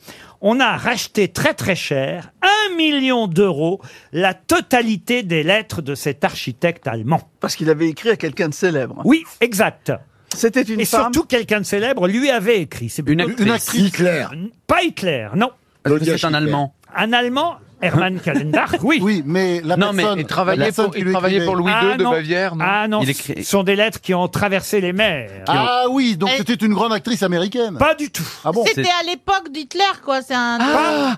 on a racheté très très cher, un million d'euros, la totalité des lettres de cet architecte allemand Parce qu'il avait écrit à quelqu'un de célèbre. Oui, exact. C'était une et femme. surtout quelqu'un de célèbre lui avait écrit. C'est Une plutôt- actrice. Une actrice. Hitler. Pas Hitler, non. Est-ce que c'est un Allemand Un Allemand, Hermann Hein Kallenbach, oui. Oui, mais la Non, mais personne- il travaillait la personne pour- qui il lui travaillait écrivait. pour Louis II de Bavière, non Ah non, Il écrit- ce sont des lettres qui ont traversé les mers. Ah oui, donc c'était une grande actrice américaine. Pas du tout. Ah Ah bon C'était à l'époque d'Hitler, quoi. C'est Ah. un.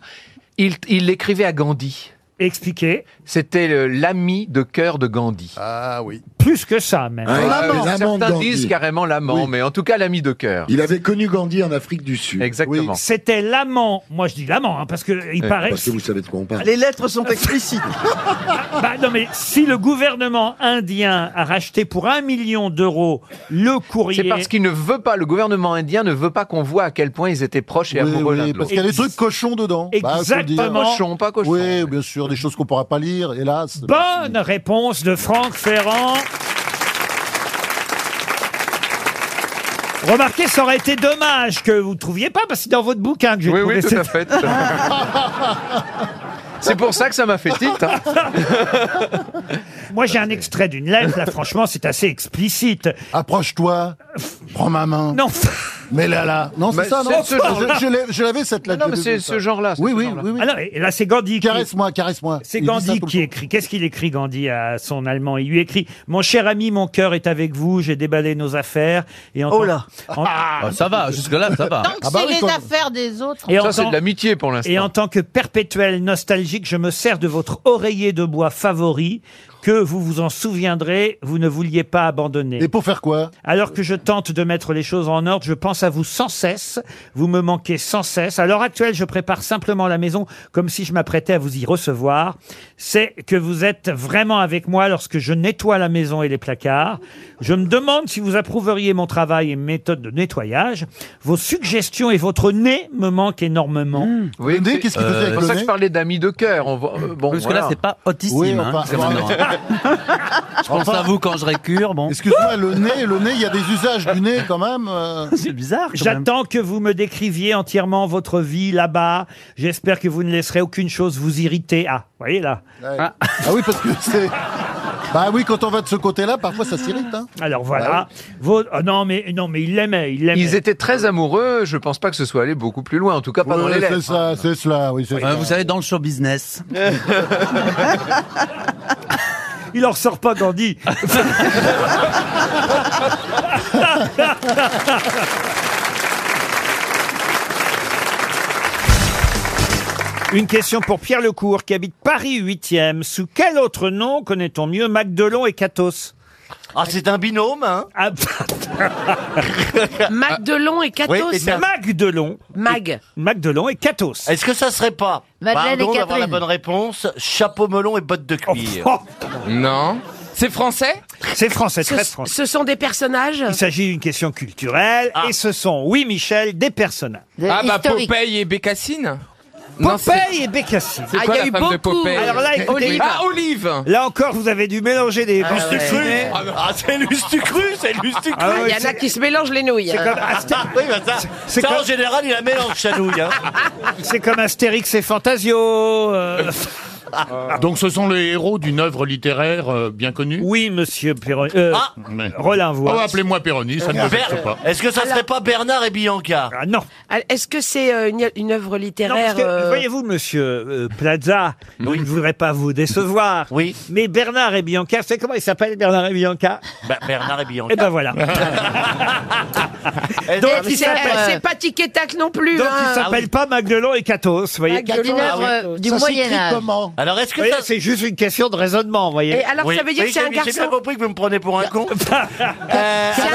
Il il l'écrivait à Gandhi. Expliquez. C'était le- l'ami de cœur de Gandhi. Ah oui. Plus que ça, même. Un amant. Ah, L'amant de certains Gandhi. disent carrément l'amant, Oui. mais en tout cas l'ami de cœur. Il avait connu Gandhi en Afrique du Sud. Exactement. C'était l'amant, moi je dis l'amant, hein, parce que il Eh, paraît. Parce que vous savez de quoi on parle. Les lettres sont explicites. Bah, non mais si le gouvernement indien a racheté pour un million d'euros le courrier. C'est parce qu'il ne veut pas, le gouvernement indien ne veut pas qu'on voit à quel point ils étaient proches et Oui, amoureux l'un oui, de parce l'autre. qu'il y a des trucs cochons dedans. Bah, faut le dire. Exactement. Cochons, pas cochons. Oui, bien sûr, des choses qu'on pourra pas lire, hélas. Bonne réponse de Franck Ferrand. Remarquez, ça aurait été dommage que vous ne trouviez pas, parce que c'est dans votre bouquin que j'ai Oui, trouvé oui, tout cette- à fait. Ah, C'est pour ça que ça m'a fait titre. hein. Moi, j'ai un extrait d'une lettre, là, franchement, c'est assez explicite. Approche-toi, prends ma main. Non. Mais là, là. Non, Mais c'est ça, non c'est ce genre- Je- je l'ai- Je l'avais cette lettre. non, mais je c'est l'ai, ce ça. genre-là, c'est Oui, ce oui, genre-là. oui. oui. Ah non, et là, c'est Gandhi qui... Caresse-moi, caresse-moi. C'est Il dit ça Gandhi tout le qui écrit. Qu'est-ce qu'il écrit, Gandhi, à son allemand Il lui écrit « Mon cher ami, mon cœur est avec vous, j'ai déballé nos affaires. » et en Oh tant- là. en- Ah, ça va, jusque-là, ça va. Tant que Ah, bah Ah bah c'est les affaires des autres. Et en ça, c'est tant- de l'amitié pour l'instant. Et en tant que perpétuel nostalgique, je me sers de votre oreiller de bois favori que vous vous en souviendrez, vous ne vouliez pas abandonner. Et pour faire quoi Alors que je tente de mettre les choses en ordre, je pense à vous sans cesse, vous me manquez sans cesse. À l'heure actuelle, je prépare simplement la maison comme si je m'apprêtais à vous y recevoir. C'est que vous êtes vraiment avec moi lorsque je nettoie la maison et les placards. Je me demande si vous approuveriez mon travail et mes méthodes de nettoyage. Vos suggestions et votre nez me manquent énormément. Oui, nez, c'est- qu'est-ce qu'il faisait Hmm. Euh, C'est avec pour le ça que nez je parlais d'amis de cœur. On voit- euh, bon, Parce que là, voilà. c'est pas autissime. Oui, hein, enfin, c'est vraiment- Je pense à vous quand je récure, bon. Excuse-moi, le nez, le nez, il y a des usages du nez quand même. euh. C'est bizarre. quand même. J'attends que vous me décriviez entièrement votre vie là-bas. J'espère que vous ne laisserez aucune chose vous irriter. Ah, vous voyez là Ah. oui, parce que c'est. Bah oui, quand on va de ce côté-là, parfois ça s'irrite. Hein. Alors voilà. Vos- oh, non, mais, non, mais il l'aimait, il l'aimait. Ils étaient très amoureux, je pense pas que ce soit allé beaucoup plus loin, en tout cas pas dans Oui, les lettres. c'est ça, c'est cela, oui, c'est Euh, ça. vous savez, dans le show business. Il en ressort pas, Gandhi. Une question pour Pierre Lecourt, qui habite Paris 8e. Sous quel autre nom connaît-on mieux Magdelon et Catos ah, c'est un binôme, hein Magdelon et Catos. Oui, c'est Magdelon. Mag. Magdelon et Catos. Est-ce que ça serait pas Madeleine Pardon et d'avoir la Catherine. bonne réponse. Chapeau melon et bottes de cuir. Non. C'est français C'est Oh, français, Ce, très français. ce sont des personnages. Il s'agit d'une question culturelle, et ce sont, oui Michel, des personnages. Ah bah Popeye et Bécassine Popeye et Bécassine. Ah, C'est quoi la femme de Popeye Alors là, écoutez, Ah, Olive Là encore, vous avez dû mélanger des Ah ouais. Lustucru. Ah, bah, c'est lustucru, c'est lustucru. Ah ouais, Il y en a c'est- qui se mélangent les nouilles. Euh, C'est comme- ah, c'est- oui, bah, ça, c'est ça, en comme- général, il la mélange, Chanouille. hein. C'est comme Astérix et Fantasio. euh. Euh. Donc ce sont les héros d'une œuvre littéraire euh, bien connue Oui, monsieur Perroni. euh, Ah Mais- Rollin voix. Oh, appelez-moi Perroni, ça ne me vexe Ber- pas. Est-ce que ça Alors- serait pas Bernard et Bianca Ah non. Ah, Est-ce que c'est euh, une, une œuvre Non, parce littéraire que, euh, voyez-vous, monsieur euh, Plaza, je ne voudrais pas vous décevoir. Oui. Mais Bernard et Bianca, vous savez comment il s'appelle Bernard et Bianca Bah, Bernard et Bianca. Eh ben voilà. Est-ce- donc, c'est- il s'appelle- C'est pas Tic et Tac non plus. Donc hein. il s'appelle pas Magdelon et Catos, vous voyez. Magdelon, Une œuvre, Ah oui. euh, du Ça s'écrit Moyen-Âge. comment Alors est-ce que c'est juste une question de raisonnement, vous voyez Et alors, ça veut dire Oui, que c'est un j'ai- J'ai bien garçon. compris que vous me prenez pour un con. Euh, C'est un-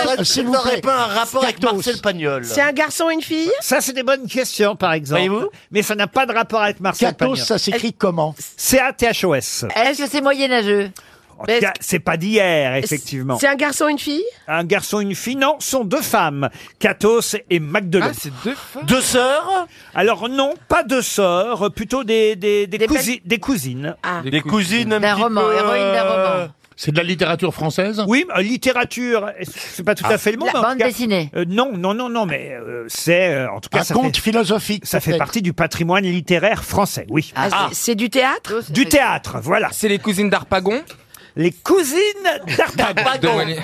alors, est-ce s'il que vous n'aurait plaît. pas un rapport avec Marcel Pagnol C'est un garçon et une fille Ça, c'est des bonnes questions, par exemple. Voyez-vous Mais ça n'a pas de rapport avec Marcel Cathos, Pagnol. ça s'écrit comment C-A-T-H-O-S. Est-ce que c'est moyenâgeux En tout cas, C'est pas d'hier, effectivement. C'est un garçon et une fille Un garçon et une fille, non, sont deux femmes, Catos et Magdelon. Ah, c'est deux femmes Deux sœurs Alors non, pas deux sœurs, plutôt des, des, des, Des cousi- des cousines. Des, cousines un D'un petit roman, peu, héroïne d'un euh, roman. C'est de la littérature française Oui, mais, euh, littérature, est-ce que c'est pas Ah. tout à fait le mot. La mais en tout bande cas- dessinée. Euh, non, non, non, non, mais euh, c'est euh, en tout cas Un ça conte fait, philosophique. ça fait peut-être. partie du patrimoine littéraire français, oui. Ah, c'est- C'est du théâtre Du théâtre, voilà. C'est les cousines d'Arpagon Les cousines d'Arpagon. De Molière.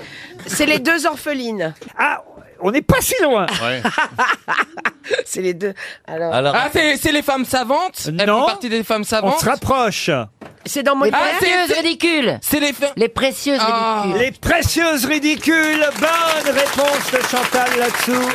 C'est les deux orphelines. Ah, on n'est pas si loin. C'est les deux. Alors, Ah, c'est c'est les femmes savantes Elles Non. font partie des femmes On savantes se rapproche. c'est dans mon Ah, c'est- c'est- ridicules. C'est les fa- Les précieuses Ah. Les précieuses ridicules. Bonne réponse de Chantal là-dessous.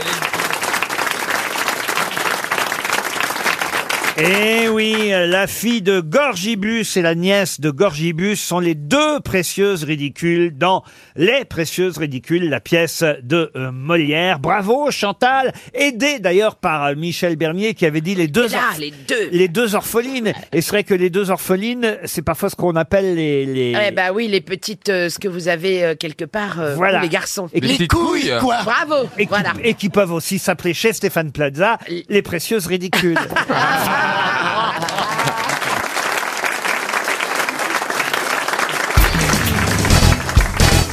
Eh oui, la fille de Gorgibus et la nièce de Gorgibus sont les deux précieuses ridicules dans Les précieuses ridicules, la pièce de euh, Molière. Bravo Chantal, aidée d'ailleurs par euh, Michel Bernier qui avait dit les deux là, orph- les deux. les deux orphelines. Et c'est vrai que les deux orphelines, c'est parfois ce qu'on appelle les les Eh bah oui, les petites, euh, ce que vous avez euh, quelque part, euh, Voilà. vous, les garçons. Et Les petites couilles, couilles. quoi. Bravo, et qui, voilà. et qui peuvent aussi s'appeler chez Stéphane Plaza les précieuses ridicules.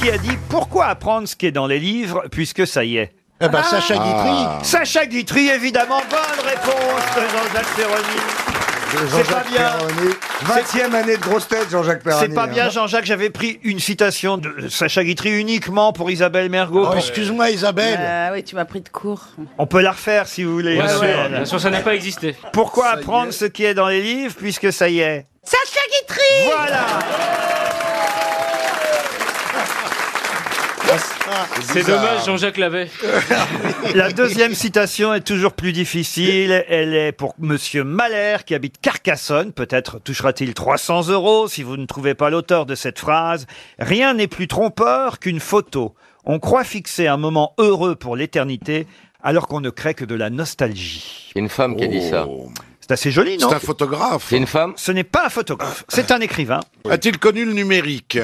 qui a dit pourquoi apprendre ce qui est dans les livres puisque ça y est. Ah. Eh ben, Sacha Guitry. Sacha Guitry, évidemment, bonne réponse de Jean-Jacques Perroni. C'est pas bien. 20 e année de grosse tête, Jean-Jacques Perroni. C'est hein. pas hein. bien, Jean-Jacques, j'avais pris une citation de Sacha Guitry uniquement pour Isabelle Mergot. Euh, Oh, excuse-moi, Isabelle. Ah oui, tu m'as pris de cours. On peut la refaire si vous voulez. Bien sûr, Isabelle. bien sûr, ça n'a pas existé. Pourquoi apprendre ce qui est dans les livres puisque ça y est Sacha Guitry Voilà C'est dommage, Jean-Jacques l'avait. La deuxième citation est toujours plus difficile. Elle est pour Monsieur Malher qui habite Carcassonne. Peut-être touchera-t-il 300 euros si vous ne trouvez pas l'auteur de cette phrase. Rien n'est plus trompeur qu'une photo. On croit fixer un moment heureux pour l'éternité alors qu'on ne crée que de la nostalgie. Oh. Une femme qui a dit ça. C'est assez joli, non C'est un photographe. C'est une femme Ce n'est pas un photographe, c'est un écrivain. A-t-il connu le numérique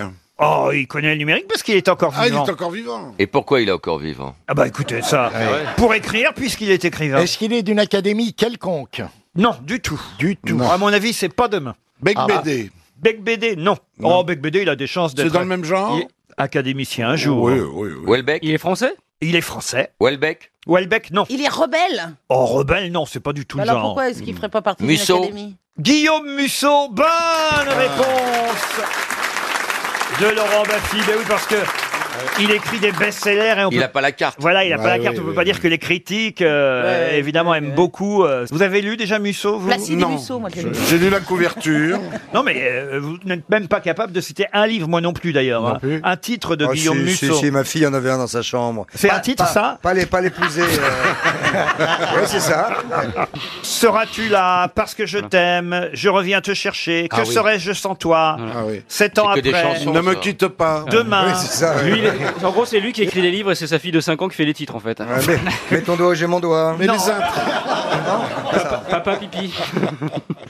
Oh, il connaît le numérique parce qu'il est encore Ah, il est vivant. encore vivant. Et pourquoi il est encore vivant Ah bah écoutez ça, pour écrire puisqu'il est écrivain. Est-ce qu'il est d'une académie quelconque Non, du tout. Du tout. À mon avis, c'est pas demain. Bec Ah. BD. Beck BD, non. Oh, Beck BD, il a des chances d'être. C'est dans le même genre Il est académicien un jour. Oui, oui, oui. Welbeck Il est français Il est français. Welbeck Welbeck, non. Il est rebelle. Oh, rebelle, Bah non, c'est pas du tout le Alors genre. pourquoi est-ce qu'il ferait pas partie Musso. d'une académie Ah. Guillaume Musso, bonne réponse de Laurent Baffy. Ben oui, parce que euh, il écrit des best-sellers et on Il peut- a pas la carte. Voilà, il n'a Ouais, pas la oui, carte. on ne peut oui, pas dire que les critiques, euh, Ouais, évidemment, aiment beaucoup. euh. Vous avez lu déjà Musso, vous Placide et Musso, moi, j'ai lu. J'ai lu la couverture. non, mais euh, vous n'êtes même pas capable de citer un livre, moi non plus d'ailleurs. hein. Un titre de Oh, Guillaume si, Musso. Si, si, ma fille en avait un dans sa chambre. C'est Pas- un titre, pas- ça Pas les, pas l'épouser. euh. ouais, c'est ça. Seras-tu là parce que je t'aime Je reviens te chercher. Que Ah oui. serais-je sans toi Ah Sept C'est ans après. Ah, que des chansons, Ne me ça. quitte pas. Demain. Oui, c'est ça, ouais. Ah, Lui, il est- en gros, c'est lui qui écrit des livres et c'est sa fille de 5 ans qui fait les titres en fait. Mets ton doigt, j'ai mon doigt. Mais Non. les Papa pipi.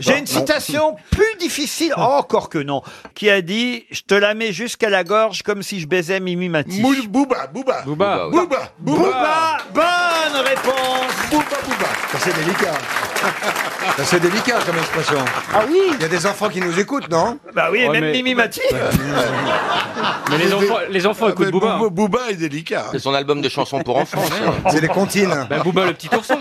J'ai une citation plus difficile, encore que non, qui a dit Je te la mets jusqu'à la gorge comme si je baisais Mimi Mati. Bouba, Bouba. Bouba. Bouba. Bonne réponse. Bouba, bouba. Ça, c'est délicat. Ça, c'est délicat comme expression. Ah oui Il y a des enfants qui nous écoutent, non Bah oui, et Ouais, même mais- Mimi Mati. Mais les enfants, les Ah, enfants écoutent Booba. Booba est délicat. C'est son album de chansons pour enfants. C'est les comptines. Bah, Booba le petit ourson.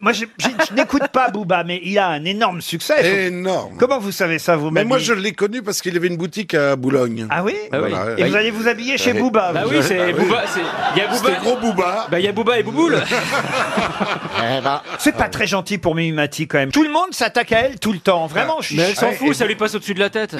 Moi, j'ai- j'ai- je n'écoute pas Booba, mais il a un énorme succès. Énorme. Comment vous savez ça vous-même Mais moi, je l'ai connu parce qu'il avait une boutique à Boulogne. Ah oui Voilà, Et ouais. vous allez vous habiller chez Ouais. Booba. Bah vous. oui, c'est Booba, c'est- il y a Booba- C'était gros Booba. Bah, il y a Booba et Bouboule. Eh ben, C'est Ah pas très gentil pour Mimi Mati quand même. Tout le monde s'attaque à elle tout le temps. Vraiment, je suis Mais elle s'en Ouais, fout, et- ça lui passe au-dessus de la tête.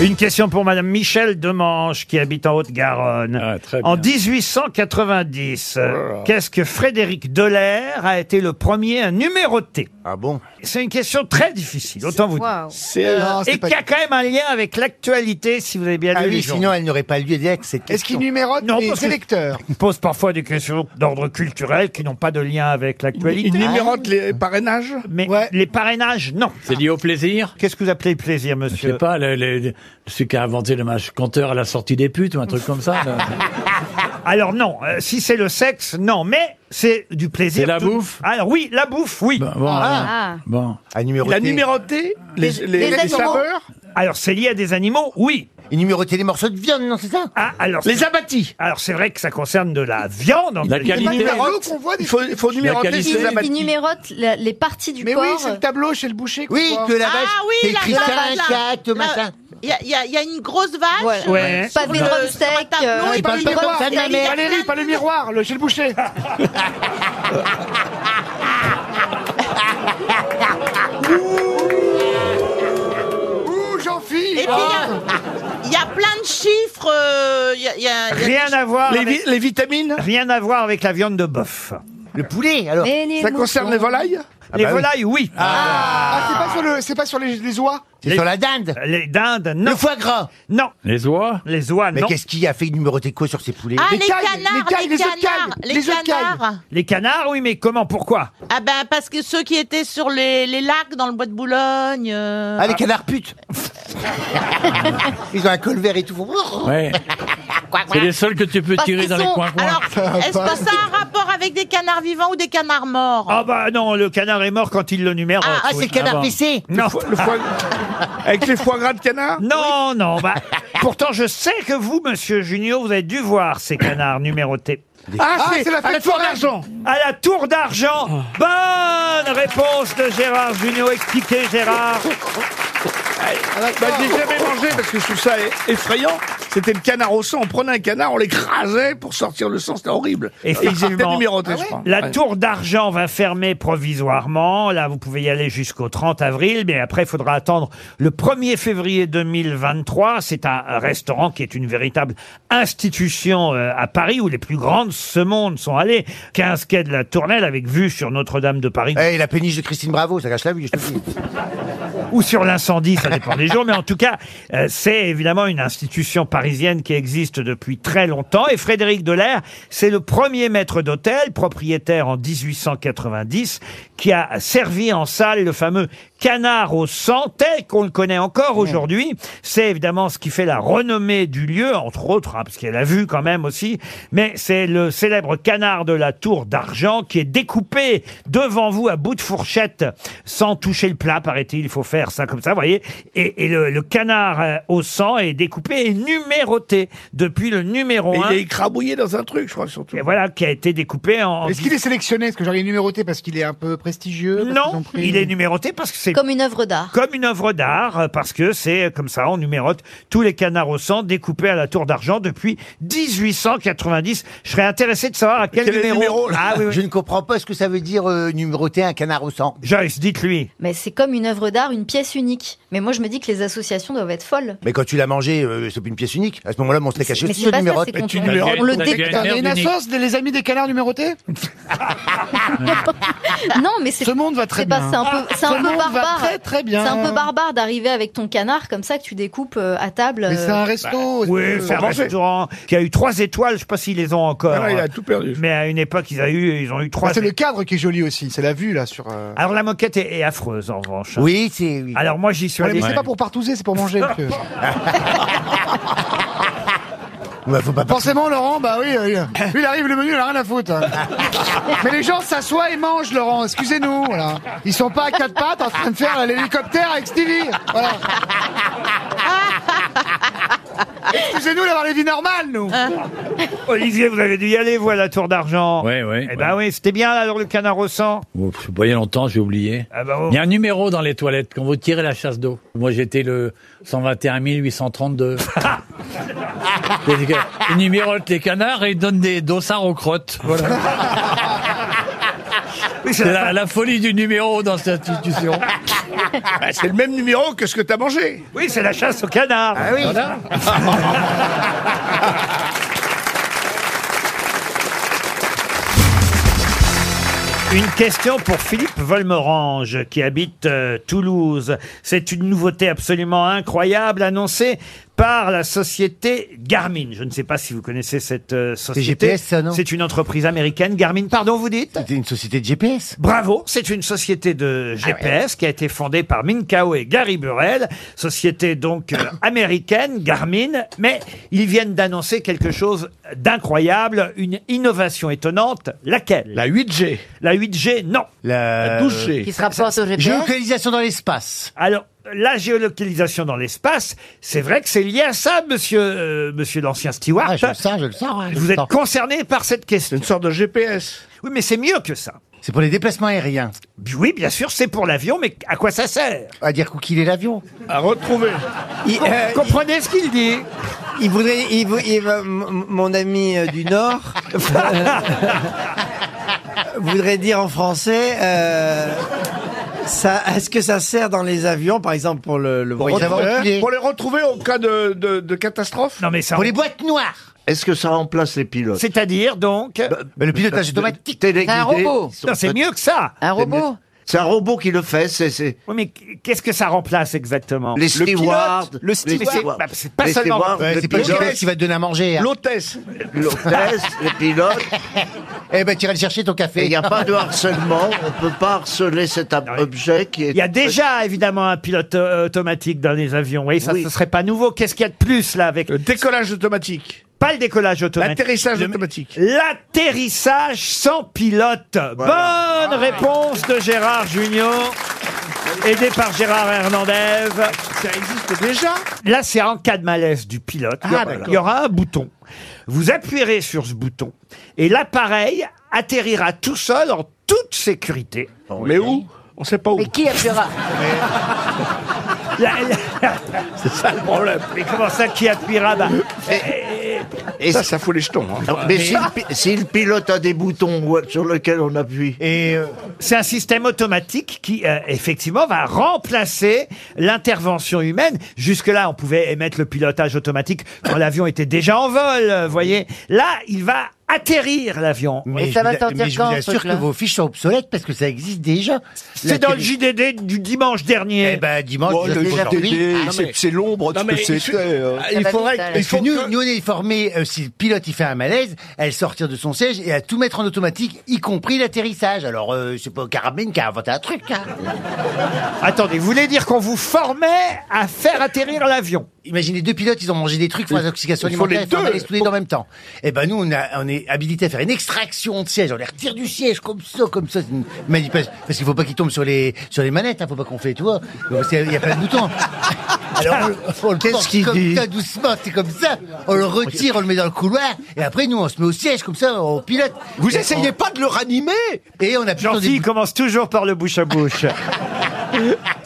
Une question pour Madame Michel Demange qui habite en Haute-Garonne. en 1890, euh, qu'est-ce que Frédéric Delair a été le premier à numéroter Ah bon C'est une question très difficile, autant vous dire. C'est- euh, non, c'est Et pas- qui a quand même un lien avec l'actualité si vous avez bien Ah lu oui, les journaux. sinon elle n'aurait pas lieu d'être cette Est-ce question. qu'il numérote non, les parce que- électeurs Il pose parfois des questions d'ordre culturel qui n'ont pas de lien avec l'actualité. Il- il numérote les parrainages Ah. Mais les parrainages, non. C'est lié au plaisir Qu'est-ce que vous appelez plaisir, monsieur Je sais pas, le, le- le- celui qui a inventé le match compteur à la sortie des putes ou un truc comme ça. là. Alors non, euh, si c'est le sexe, non, mais c'est du plaisir. C'est la tout- bouffe Alors oui, la bouffe, oui. bon, Ah. bon. Il a numéroté les- Des- les- des les animaux saveurs Alors c'est lié à des animaux, oui. Il numérotait les morceaux de viande, non, c'est ça Ah, alors Les abattis. Alors c'est vrai que ça concerne de la viande. en La fait. qualité. Il numérote- qu'on voit des- il faut, il faut La numéroter qualité. les Il- il abattis. Il numérote la- les parties du Mais oui, corps. c'est le tableau chez le boucher. Oui, que la vache, Ah oui, c'est la- écrit la cinq, vache, là. quatre, machin. Il y a, il y a- il y a une grosse vache. Voilà. Ouais. Pas de drum sur un steak, tableau, euh, et Il parle puis pas une comme grosse ça de la vache. mère. Valérie, pas le miroir, le, chez le boucher. Ouh, jean philippe Et puis, il y a plein de chiffres. euh, il y a- il y a- il y a Rien des- à voir. Les avec- vi- les vitamines Rien à voir avec la viande de bœuf. Le poulet, alors. Mais les Ça concerne moutons. les volailles Ah Les bah oui. volailles, oui. Ah, c'est pas sur, le, c'est pas sur les, les oies C'est Les- Euh, sur la dinde Les dindes, non. Le foie gras Non. Les oies Les oies, Mais non. qu'est-ce qu'il a fait numéroter quoi sur ses poulets Ah, les, canards, les, canards, les, canards. Les canards, oui, mais comment, pourquoi Ah ben, parce que ceux qui étaient sur les, les lacs dans le bois de Boulogne. euh, Ah, les canards putes Ils ont un col vert et tout. Ouais. C'est les seuls que tu peux Parce tirer qu'ils dans les sont- coins coins. Alors, est-ce que ça a un rapport avec des canards vivants ou des canards morts Ah bah non, le canard est mort quand il le numérote. Oh. Ah, ah, c'est le canard bon. PC. Non. Le foie- le foie- Avec les foie gras de canard Non, non. Bah, pourtant, je sais que vous, monsieur Junior, vous avez dû voir ces canards numérotés. Ah, Ah, c'est- c'est la à la fête Tour foraine. d'Argent. À la tour d'argent Bonne réponse de Gérard Junior. Expliquez, Gérard Bah, je l'ai jamais mangé parce que je trouve ça e- effrayant. C'était le canard au sang. On prenait un canard, on l'écrasait pour sortir le sang. C'était horrible. Et ils étaient Effectivement. Ah numérotés, je crois. La Ah Ouais. tour d'argent va fermer provisoirement. Là, vous pouvez y aller jusqu'au 30 avril, mais après, il faudra attendre le 1er février 2023. C'est un un restaurant qui est une véritable institution euh, à Paris où les plus grandes ce monde sont allées. 15 quai de la Tournelle avec vue sur Notre-Dame de Paris. Eh, la péniche de Christine Bravo, ça gâche la vue, je te le dis. ou sur l'incendie, ça dépend des jours, mais en tout cas, euh, c'est évidemment une institution parisienne qui existe depuis très longtemps. Et Frédéric Delair, c'est le premier maître d'hôtel, propriétaire en 1890, qui a servi en salle le fameux canard au sang, tel qu'on le connaît encore aujourd'hui. C'est évidemment ce qui fait la renommée du lieu, entre autres, hein, parce qu'elle a vu quand même aussi, mais c'est le célèbre canard de la tour d'argent qui est découpé devant vous à bout de fourchette, sans toucher le plat, paraît-il, il faut faire ça comme ça, vous voyez, et, et le, le canard euh, au sang est découpé et numéré numéroté depuis le numéro Mais 1. il est écrabouillé dans un truc, je crois, surtout. Et voilà, qui a été découpé en. Est-ce qu'il est sélectionné Est-ce que j'aurais numéroté parce qu'il est un peu prestigieux parce qu'ils ont Non, pris- il est numéroté parce que c'est Comme une œuvre d'art. comme une œuvre d'art, euh, parce que c'est euh, comme ça, on numérote tous les canards au sang découpés à la Tour d'Argent depuis 1890. Je serais intéressé de savoir à quel, Ah oui, Je oui. ne comprends pas ce que ça veut dire euh, numéroter un canard au sang. Joyce, dites-lui. Mais c'est comme une œuvre d'art, une pièce unique. Mais moi, je me dis que les associations doivent être folles. Mais quand tu l'as mangé, euh, c'est une pièce unique. À ce moment-là, mon steak haché, mais tu c'est le pas ça, numérotes. c'est qu'on tu numérotes. On le T'as dé- gagné. Attends, il y a une Merde, unique. assoce des les amis des canards numérotés non, mais c'est. Ce monde va très c'est pas- bien. Ah, C'est un peu, c'est un Ce peu monde va barbare. très, très bien. C'est un peu barbare d'arriver avec ton canard comme ça que tu découpes euh, à table. Mais euh, c'est un resto. bah, Oui, c'est un restaurant qui a eu trois étoiles. Je sais pas s'ils les ont encore. Ah, il a tout perdu. Mais à une époque, ils, a eu, ils ont eu trois. Bah, c'est le cadre qui est joli aussi. C'est la vue là sur. euh, Alors la moquette est, est affreuse en revanche. hein. Oui, c'est. oui. Alors moi, j'y suis Ouais, allé. mais c'est pas pour partouzer, c'est pour manger. Ah. monsieur. Bah, faut pas- Forcément, Laurent, bah oui, oui. Lui, il arrive le menu, il a rien à foutre. Mais les gens s'assoient et mangent, Laurent. Excusez-nous, voilà. Ils sont pas à quatre pattes en train de faire là, l'hélicoptère avec Stevie. Voilà. Excusez-nous d'avoir les vies normales, nous. Olivier, vous avez dû y aller, vous, à la Tour d'Argent. Ouais, ouais. Eh ben oui, c'était bien, là, alors, le canard au sang. Vous Oh, voyez longtemps, j'ai oublié. Ah bah, oh. Il y a un numéro dans les toilettes quand vous tirez la chasse d'eau. Moi, j'étais le 121 832. Parce que ils numérotent les canards et ils donnent des dossards aux crottes. Voilà. C'est la, la folie du numéro dans cette institution. Ah, Ah Bah, c'est le même numéro que ce que t'as mangé. Oui, c'est la chasse au canard. Ah oui. Voilà. Une question pour Philippe Volmorange qui habite euh, Toulouse. C'est une nouveauté absolument incroyable annoncée par la société Garmin. Je ne sais pas si vous connaissez cette euh, société. GPS, ça, non C'est une entreprise américaine. Garmin, pardon, vous dites C'était une société de GPS. Bravo, c'est une société de Ah GPS qui a été fondée par Minkao et Gary Burrell, société donc euh, américaine, Garmin, mais ils viennent d'annoncer quelque chose d'incroyable, une innovation étonnante, laquelle La 8G. La 8G, non. Euh, La, Qui se rapporte au GPS Géolocalisation dans l'espace. Alors, la géolocalisation dans l'espace, c'est vrai que c'est lié à ça, monsieur, euh, monsieur l'ancien steward. Ah, je le sens, je le sens. ouais, je Vous le êtes sens. concerné par cette question. Une sorte de GPS. Oui, mais c'est mieux que ça. C'est pour les déplacements aériens. Oui, bien sûr, c'est pour l'avion, mais à quoi ça sert À dire qu'il est l'avion. À retrouver. Com- comprenez ce qu'il dit euh, il voudrait, il vou- il va- m- m- mon ami euh, du Nord euh, voudrait dire en français, euh, ça, est-ce que ça sert dans les avions, par exemple pour le, le voyage Retrouver- Pour les retrouver en cas de, de- de catastrophe Non mais ça... Pour les boîtes noires. Est-ce que ça remplace les pilotes C'est-à-dire donc Le Bah, pilotage automatique. C'est un robot. Non, c'est mieux que ça. Un robot C'est un robot qui le fait, c'est- c'est... Oui, mais qu'est-ce que ça remplace exactement Les Le pilote, stewards. Le Les steward. stewards. Bah, C'est pas Les seulement... stewards, Ouais, les c'est pas le pilotes. GPS. Qui va te donner à manger. hein. L'hôtesse. L'hôtesse, les pilotes. Eh ben, tu iras le chercher ton Et café. il n'y a pas de harcèlement, on ne peut pas harceler cet ab- objet qui est... Il y a déjà évidemment un pilote euh, automatique dans les avions. Oui, ça Oui. ce serait pas nouveau. Qu'est-ce qu'il y a de plus là avec le décollage automatique Pas le décollage automatique. L'atterrissage Le- automatique. L'atterrissage sans pilote. Ah. Bonne réponse de Gérard Junior. Aidé par Gérard Hernandez. Ça existe déjà Là, c'est en cas de malaise du pilote. Il y aura- Ah, d'accord. il y aura un bouton. Vous appuierez sur ce bouton et l'appareil atterrira tout seul en toute sécurité. Mais où On sait pas où. Mais qui appuiera C'est ça le problème. Mais comment ça, qui appuiera bah, Et ça, ça fout les jetons. hein. Ah, Alors, mais si le, pi- si le pilote a des boutons ouais, sur lesquels on appuie... Et euh, c'est un système automatique qui, euh, effectivement, va remplacer l'intervention humaine. Jusque-là, on pouvait émettre le pilotage automatique quand l'avion était déjà en vol, euh, voyez. Là, il va atterrir l'avion. Mais je vous a- mais je vous assure que vos fiches sont obsolètes parce que ça existe déjà. C'est dans le JDD du dimanche dernier. Eh ben, dimanche, Bon, je le l'ai déjà Ah, JDD, remis. c'est- Non, mais- c'est l'ombre de ce Non, que mais il c'était, su- hein. il Ça va faudrait- vite, il parce faut que nous, que- nous, on est formés, euh, si le pilote, il fait un malaise, à le sortir de son siège et à tout mettre en automatique, y compris l'atterrissage. Alors, euh, c'est pas Carabine qui a inventé un truc, hein. Attendez, vous voulez dire qu'on vous formait à faire atterrir l'avion Imaginez deux pilotes, ils ont mangé des trucs pour intoxication Il faut alimentaire, les il faut deux. aller se souder en même temps. Et ben nous, on, a- on est habilité à faire une extraction de siège, on les retire du siège comme ça, comme ça, c'est une manipulation. Parce qu'il faut pas qu'ils tombent sur les sur les manettes, hein, faut pas qu'on fait, tu vois. Donc, c'est- Il y a plein de boutons. Alors, on- on le Qu'est-ce porte qu'il comme dit ça, doucement, c'est comme ça. On le retire, on le met dans le couloir, et après, nous, on se met au siège, comme ça, on pilote. Vous essayez pas de le ranimer Et on appuie sur des Jean-Philippe commence toujours par le bouche à bouche.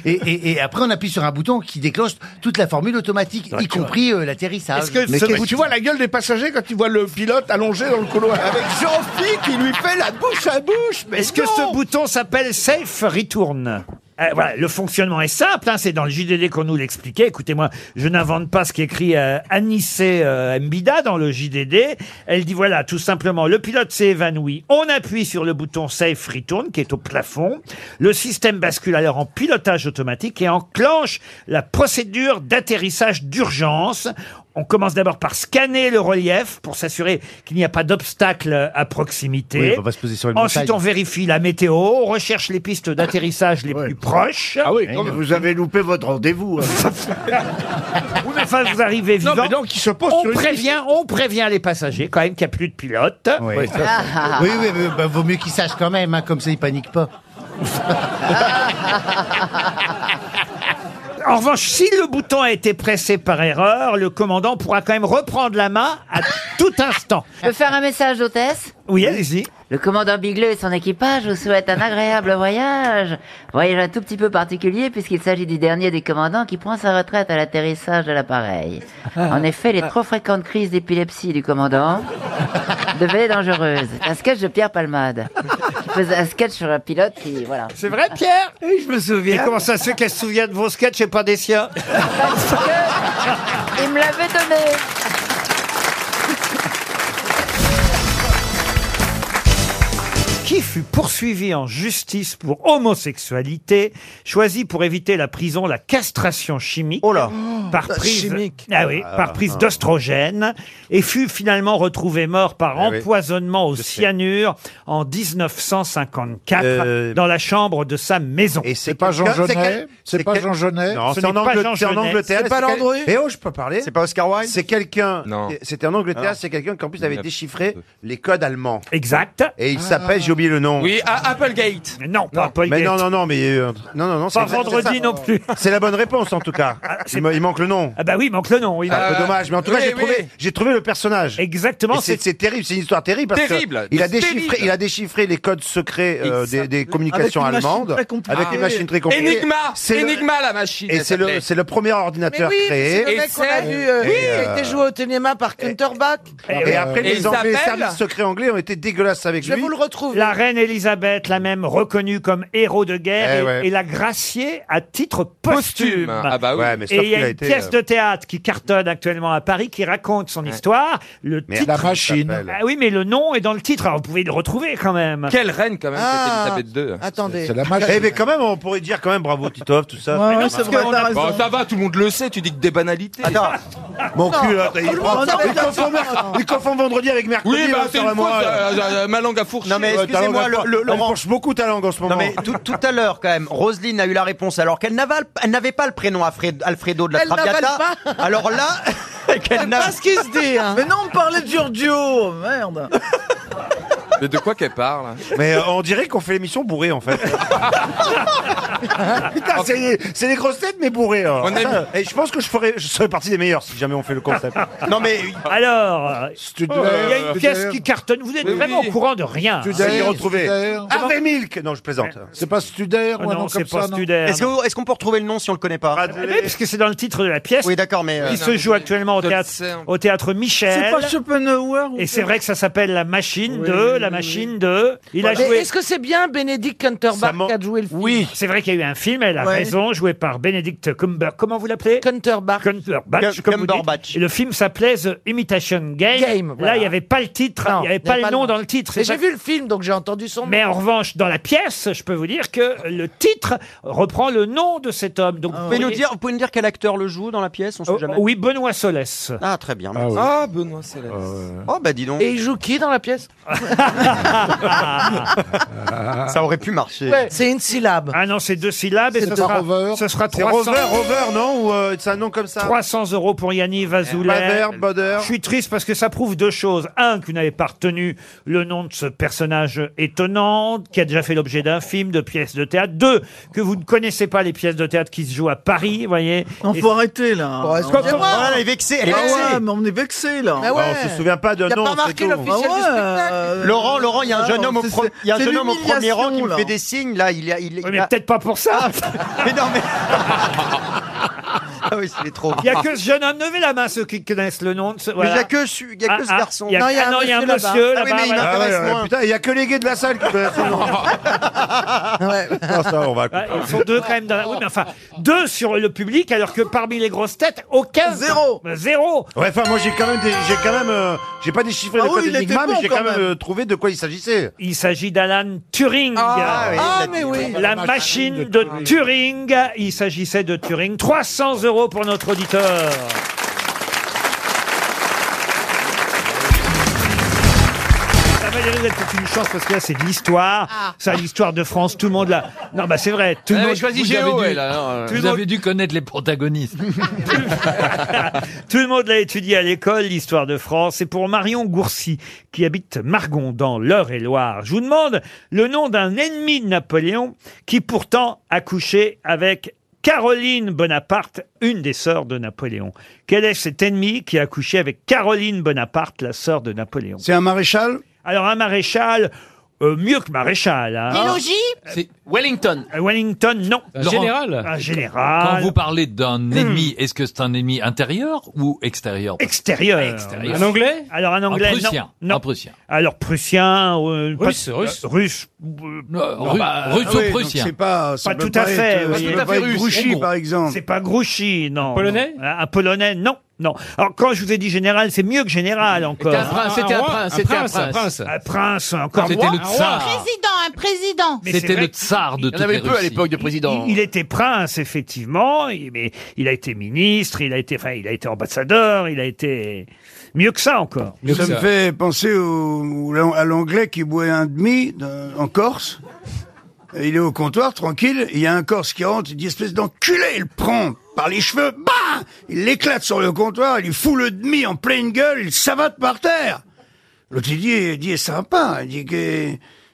et, et- et après, on appuie sur un bouton qui déclenche toute la formule automatique, y compris euh, l'atterrissage. Est-ce que ce- tu vois la gueule des passagers quand tu vois le pilote allongé dans le couloir Avec Jean-Philippe qui lui fait la bouche à bouche. Mais Est-ce que ce bouton s'appelle Safe Return Euh, voilà, le fonctionnement est simple, hein, c'est dans le JDD qu'on nous l'expliquait. Écoutez-moi, je n'invente pas ce qu'écrit euh, Anissé euh, Mbida dans le JDD. Elle dit voilà, tout simplement, le pilote s'est évanoui. On appuie sur le bouton Safe Return qui est au plafond. Le système bascule alors en pilotage automatique et enclenche la procédure d'atterrissage d'urgence. On commence d'abord par scanner le relief pour s'assurer qu'il n'y a pas d'obstacle à proximité. Oui, on va pas se poser sur une Ensuite, montagne. on vérifie la météo, on recherche les pistes d'atterrissage les plus proches. Ah oui, Vous avez loupé votre rendez-vous. hein. mais enfin, vous arrivez vivant. mais donc, il se pose on sur une prévient, on prévient les passagers quand même qu'il n'y a plus de pilote. Oui, ça, c'est- oui, oui, oui, bah, vaut mieux qu'ils sachent quand même, hein, comme ça, ils paniquent pas. En revanche, si le bouton a été pressé par erreur, le commandant pourra quand même reprendre la main Ah, à tout instant. Je peux faire un message d'hôtesse Oui, allez-y. Le commandant Bigleux et son équipage vous souhaitent un agréable voyage. Voyage un tout petit peu particulier puisqu'il s'agit du dernier des commandants qui prend sa retraite à l'atterrissage de l'appareil. En effet, les trop fréquentes crises d'épilepsie du commandant devenaient dangereuses. Un sketch de Pierre Palmade. Qui faisait un sketch sur un pilote qui, voilà. C'est vrai, Pierre Oui, je me Et comment ça se fait qu'elle se souvient de vos sketchs et pas des siens Il me l'avait donné. qui fut poursuivi en justice pour homosexualité, choisi pour éviter la prison, la castration chimique, par Oh, prise, chimique. Ah oui, Ah, par prise ah. d'oestrogène, et fut finalement retrouvé mort par Ah oui. empoisonnement au Je sais. cyanure en 1954 dans la chambre de sa maison. Et c'est pas Jean Genet C'est pas Jean Genet Non, c'est en Angleterre. c'est en Angleterre. C'est pas quel- Landru Eh oh, je peux parler. C'est pas Oscar Wilde C'est quelqu'un. Non. C'était en Ah Angleterre, non. c'est quelqu'un qui en plus Il avait a- déchiffré les codes allemands. Exact. Et il s'appelle, j'ai oublié le nom. Oui, à Applegate. Non, pas Applegate. Mais non, non, non, mais. euh, non, non, non. Pas c'est- vendredi c'est ça. non plus. C'est la bonne réponse en tout cas. Il, me- il manque le nom. Ah bah oui, il manque le nom. Oui. Un peu Euh, dommage, mais en tout cas, oui, j'ai trouvé, oui. j'ai trouvé le personnage. Exactement. Et C'est c'est terrible, c'est une histoire terrible. Parce que Terrible, il a terrible. déchiffré, il a déchiffré les codes secrets euh, Exact. des, des communications Avec une machine allemandes très compliquée. avec une machine très compliquée. Enigma, C'est le- Enigma, la machine, Et elle c'est le, s'appelait. c'est le premier Mais ordinateur oui, créé. c'est le mec qu'on a vu, euh, Et, oui, euh, il était et joué Jouer au téléma par Counterback. après, les, euh, Anglais, les services secrets anglais ont été dégueulasses avec lui. La reine Elisabeth, la même reconnue comme héros de guerre, Eh et, ouais. et la graciée à titre posthume. Posthume. Ah bah oui. Ouais, mais sauf et il y qu'il a a une été, pièce euh, de théâtre qui cartonne actuellement à Paris, qui raconte son histoire. Le Merde, titre, la machine. ça s'appelle. Ah oui, mais le nom est dans le titre. Alors, vous pouvez le retrouver quand même. Quelle reine, quand même, Ah, c'était hein. Elisabeth II. Attendez. C'est la machine. Eh bien, quand même, on pourrait dire quand même bravo Titov, tout ça. Ouais, ouais, c'est vrai, t'as raison. Bon, Ça va, tout le monde le sait, tu dis que des banalités. Attends, mon Non, cul, là, tout le il monde prend- savait il bien confond- il confond vendredi avec mercredi. hein, Oui, bah, là, c'est une sur la faute, moelle. euh, euh, ma langue à fourcher. Non, mais Ouais, ta langue à excusez-moi, fourcher. le- le- Laurent- penche beaucoup ta langue en ce moment. Non, mais tout, tout à l'heure, quand même, Roselyne a eu la réponse, alors qu'elle n'avait elle n'avait pas le prénom Alfred- Alfredo de la Elle n'avale Traviata. pas. Alors là, qu'elle n'a- hein. Mais non, on parlait de Giorgio Merde Mais de quoi qu'elle parle Mais euh, on dirait qu'on fait l'émission bourrée en fait. Ah, Putain, c'est, c'est les grosses têtes mais bourrées. hein. On aime- Et je pense que je ferais, je serais partie des meilleurs si jamais on fait le concept. Non, mais- Alors, euh, il y a euh, une pièce Studer. qui cartonne. Vous êtes Oui, vraiment oui. au courant de rien. Tu dois y retrouver. Harvey Ah, Milk Non, je Euh, plaisante. C'est pas Studer ou un Non, nom c'est comme pas ça, non Studer, Est-ce que- est-ce qu'on peut retrouver le nom si on le connaît pas Mais parce que c'est dans le titre de la pièce. Oui, d'accord, mais. euh, qui se joue actuellement au théâtre, au théâtre Michel. C'est pas Schopenhauer Et c'est vrai que ça s'appelle La Machine 2, La Machine 2. Il a Mais joué. est-ce que c'est bien Benedict Cumberbatch qui a joué le film Oui, c'est vrai qu'il y a eu un film, elle a Ouais. raison, joué par Benedict Cumber. Comment vous l'appelez Cumberbatch. Cumberbatch. comme vous dites. Et le film s'appelait The Imitation Game. Game, voilà. Là, il n'y avait pas le titre, hein. il n'y avait pas le nom dans le titre. c'est Mais J'ai pas- vu le film, donc j'ai entendu son nom. Mais en revanche, dans la pièce, je peux vous dire que le titre reprend le nom de cet homme. Donc, Ah Vous pouvez, nous dire, vous pouvez nous dire quel acteur le joue dans la pièce On sait jamais. Oh, Oui, Benoît Solès. Ah, très bien. Ah oui. merci. Ah, Benoît Céleste. Oh, bah dis donc. Et il joue qui dans la pièce Ah. Ça aurait pu marcher. C'est une syllabe. Ah non, c'est deux syllabes et C'est ce pas sera, Rover. ce sera C'est 300. Rover, Rover, non Ou euh, c'est un nom comme ça 300 euros pour Yanniv Azoulay. Bader, Bader. Je suis triste parce que ça prouve deux choses. Un, que vous n'avez pas retenu le nom de ce personnage étonnant qui a déjà fait l'objet d'un film, de pièces de théâtre. Deux, que vous ne connaissez pas les pièces de théâtre qui se jouent à Paris, vous voyez. On faut arrêter là. Bon, est-ce qu'on- Comment Voilà, elle est vexée, elle est Ah vexée. ouais, mais on est vexé là. Bah, Ah ouais. Ah, on se souvient pas d'un Il a nom, pas c'est marqué tout. l'officiel du Ah ouais, spectacle. Laurent, Laurent, il y a un jeune non, homme au, c'est- pro- il y a un c'est jeune homme au premier rang qui me l'humiliation, fait là. des signes là. Il, a- il, mais peut-être pas pour ça. mais non mais. ah oui, c'est trop. Il n'y a que ce jeune homme. Levez la main ceux qui connaissent le nom. De ce, Mais il y a voilà. que ce- il y a que Ah, ce ah, garçon. il y a- Non, il y a ah un non, il y a un monsieur là-bas. monsieur Ah oui, là-bas. mais il voilà. m'intéresse moins. Putain, il y a que les gays de la salle qui connaissent le nom. Ah, Non, ça, on va. Ouais, ils sont deux quand même dans la... Oui, mais enfin, deux sur le public, alors que parmi les grosses têtes, aucun. Zéro. Zéro. Ouais, enfin, moi j'ai quand même, des- j'ai quand même, euh, j'ai pas déchiffré Ah le oui, code il était Enigma, bon mais j'ai quand quand même même. euh, trouvé de quoi il s'agissait. Il s'agit d'Alan Turing. Ah, oui, Ah, mais oui. La machine de Turing. Il s'agissait de Turing. 300 euros pour notre auditeur. Ah, Valérie, vous êtes toute une chance parce que là c'est de l'histoire, ça l'histoire de France, tout le monde là. Non bah c'est vrai, tout le Ah, monde. choisis vous Géo, avez dû- elle, alors, euh, tout le Vous monde- avez dû connaître les protagonistes. Tout le monde l'a étudié à l'école, l'histoire de France. C'est pour Marion Gourcy, qui habite Margon, dans l'Eure-et-Loire. Je vous demande le nom d'un ennemi de Napoléon qui pourtant a couché avec Caroline Bonaparte, une des sœurs de Napoléon. Quel est cet ennemi qui a couché avec Caroline Bonaparte, la sœur de Napoléon C'est un maréchal Alors un maréchal, euh, mieux que maréchal. hein. Euh, C'est Wellington. Wellington, non. Un général. Un général. Hmm. Quand vous parlez d'un ennemi, est-ce que c'est un ennemi intérieur ou extérieur Extérieur. Extérieur. Un Anglais Alors un anglais. Un non. Prussien. Non. Un Prussien. Alors prussien. euh, pas- Russe, russe. euh, russe. Ru- Russo-prussien. C'est Ah, pas. ça peut tout pas à être, fait. euh, vous ça voyez. peut pas être Grouchy, Hongrois. par exemple. C'est pas Grouchy, non. Polonais non. Un polonais, non. Non. Alors quand je vous ai dit général, c'est mieux que général encore. C'était un prince, c'était un Un roi, prince, un c'était un prince, un prince. prince. Un prince, encore. C'était moins. le tsar. Président, un président. Mais c'est vrai que- Il y en avait peu à l'époque de président. Il, il était prince, effectivement, il- mais il a été ministre, il a été, enfin, il a été ambassadeur, il a été mieux que ça encore. ça me fait penser au- au- à l'anglais qui boit un demi dans- en Corse. Il est au comptoir, tranquille. Il y a un Corse qui rentre, il dit espèce d'enculé, il le prend par les cheveux, bah Il l'éclate sur le comptoir, il lui fout le demi en pleine gueule, il savate par terre. L'autre, il dit, il dit, sympa. hein. Il dit que,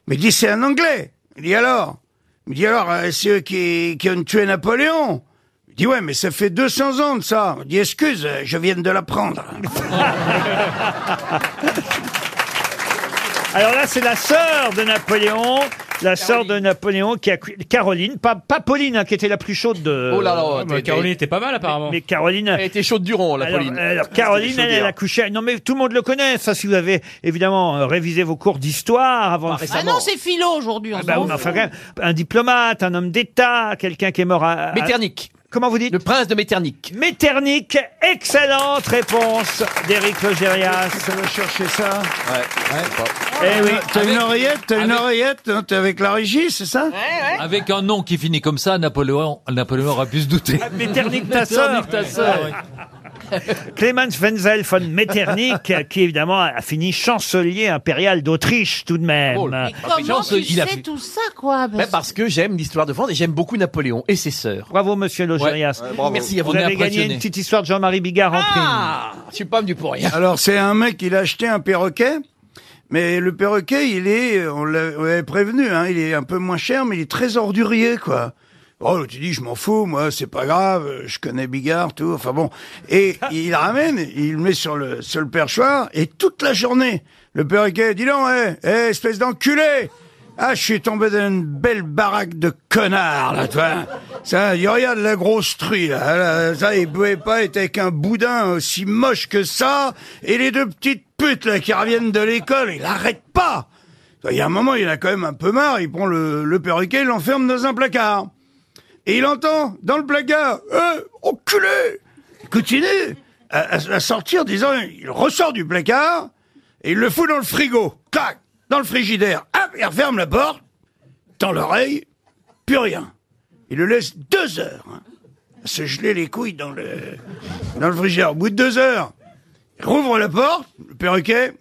mais il dit, c'est un anglais. Il dit alors. Il dit alors, euh, c'est eux qui, qui ont tué Napoléon. Il dit, ouais, mais ça fait 200 ans de ça. Il dit, excuse, euh, je viens de l'apprendre. Alors là, c'est la sœur de Napoléon, la sœur de Napoléon qui a cu- Caroline, pas, pas Pauline, hein, qui était la plus chaude de. Oh là là, Mais t'es- Caroline était pas mal, apparemment. Mais, mais Caroline. Elle était chaude du rond, la alors, euh, Pauline. alors, C'était hein. Caroline, des elle, elle a chaudières. couché. Non, mais tout le monde le connaît. Ça, si vous avez évidemment euh, révisé vos cours d'histoire avant. bah de- Ah non, c'est philo aujourd'hui. on Ah bah s'en oui, mais enfin, fout. quand même, un diplomate, un homme d'État, quelqu'un qui est mort à... à- Metternich. Comment vous dites Le prince de Metternich. Metternich, excellente réponse d'Éric Logérias. Ça va chercher ça Ouais. Eh oui, t'as une Avec- oreillette, t'as une oreillette, hein, t'es avec la régie, c'est ça Avec un nom qui finit comme ça, Napoléon, Napoléon aura pu se douter. Metternich, ta sœur. Ah Metternich, ta sœur, oui. Clemens Wenzel von Metternich, qui évidemment a fini chancelier impérial d'Autriche tout de même. Oh, Comment tu sais tout ça, quoi Ben, parce que j'aime l'histoire de France et j'aime beaucoup Napoléon et ses sœurs. Bravo, monsieur Logérias. Ouais. Ouais, bravo. Merci à vous. Vous On est avez gagné impressionné. Ah, une petite histoire de Jean-Marie Bigard en prime. Je suis pas venu pour rien. Alors, c'est un mec, il a acheté un perroquet, mais le perroquet, il est, on l'a- on l'avait prévenu, hein, il est un peu moins cher, mais il est très ordurier, quoi. Oh, tu dis, je m'en fous, moi, c'est pas grave, euh, je connais Bigard, tout, enfin bon. Et il ramène, il le met sur le, sur le perchoir, et toute la journée, le perroquet, dis donc, hé, hé, eh, espèce d'enculé ah, je suis tombé dans une belle baraque de connards, là, tu vois. Ça, il regarde la grosse truie, là. là, hein. Ça, il pouvait pas être avec un boudin aussi moche que ça. Et les deux petites putes, là, qui reviennent de l'école, il arrête pas. Il y a un moment, il a quand même un peu marre. Il prend le, le perroquet, il l'enferme dans un placard. Et il entend, dans le placard, euh, enculé! Il continue à, à- à sortir, disant, il ressort du placard, et il le fout dans le frigo. Clac! Dans le frigidaire. Hop! Il referme la porte, tend l'oreille, plus rien. Il le laisse deux heures, hein, à se geler les couilles dans le, dans le frigidaire. Au bout de deux heures, il rouvre la porte, le perroquet,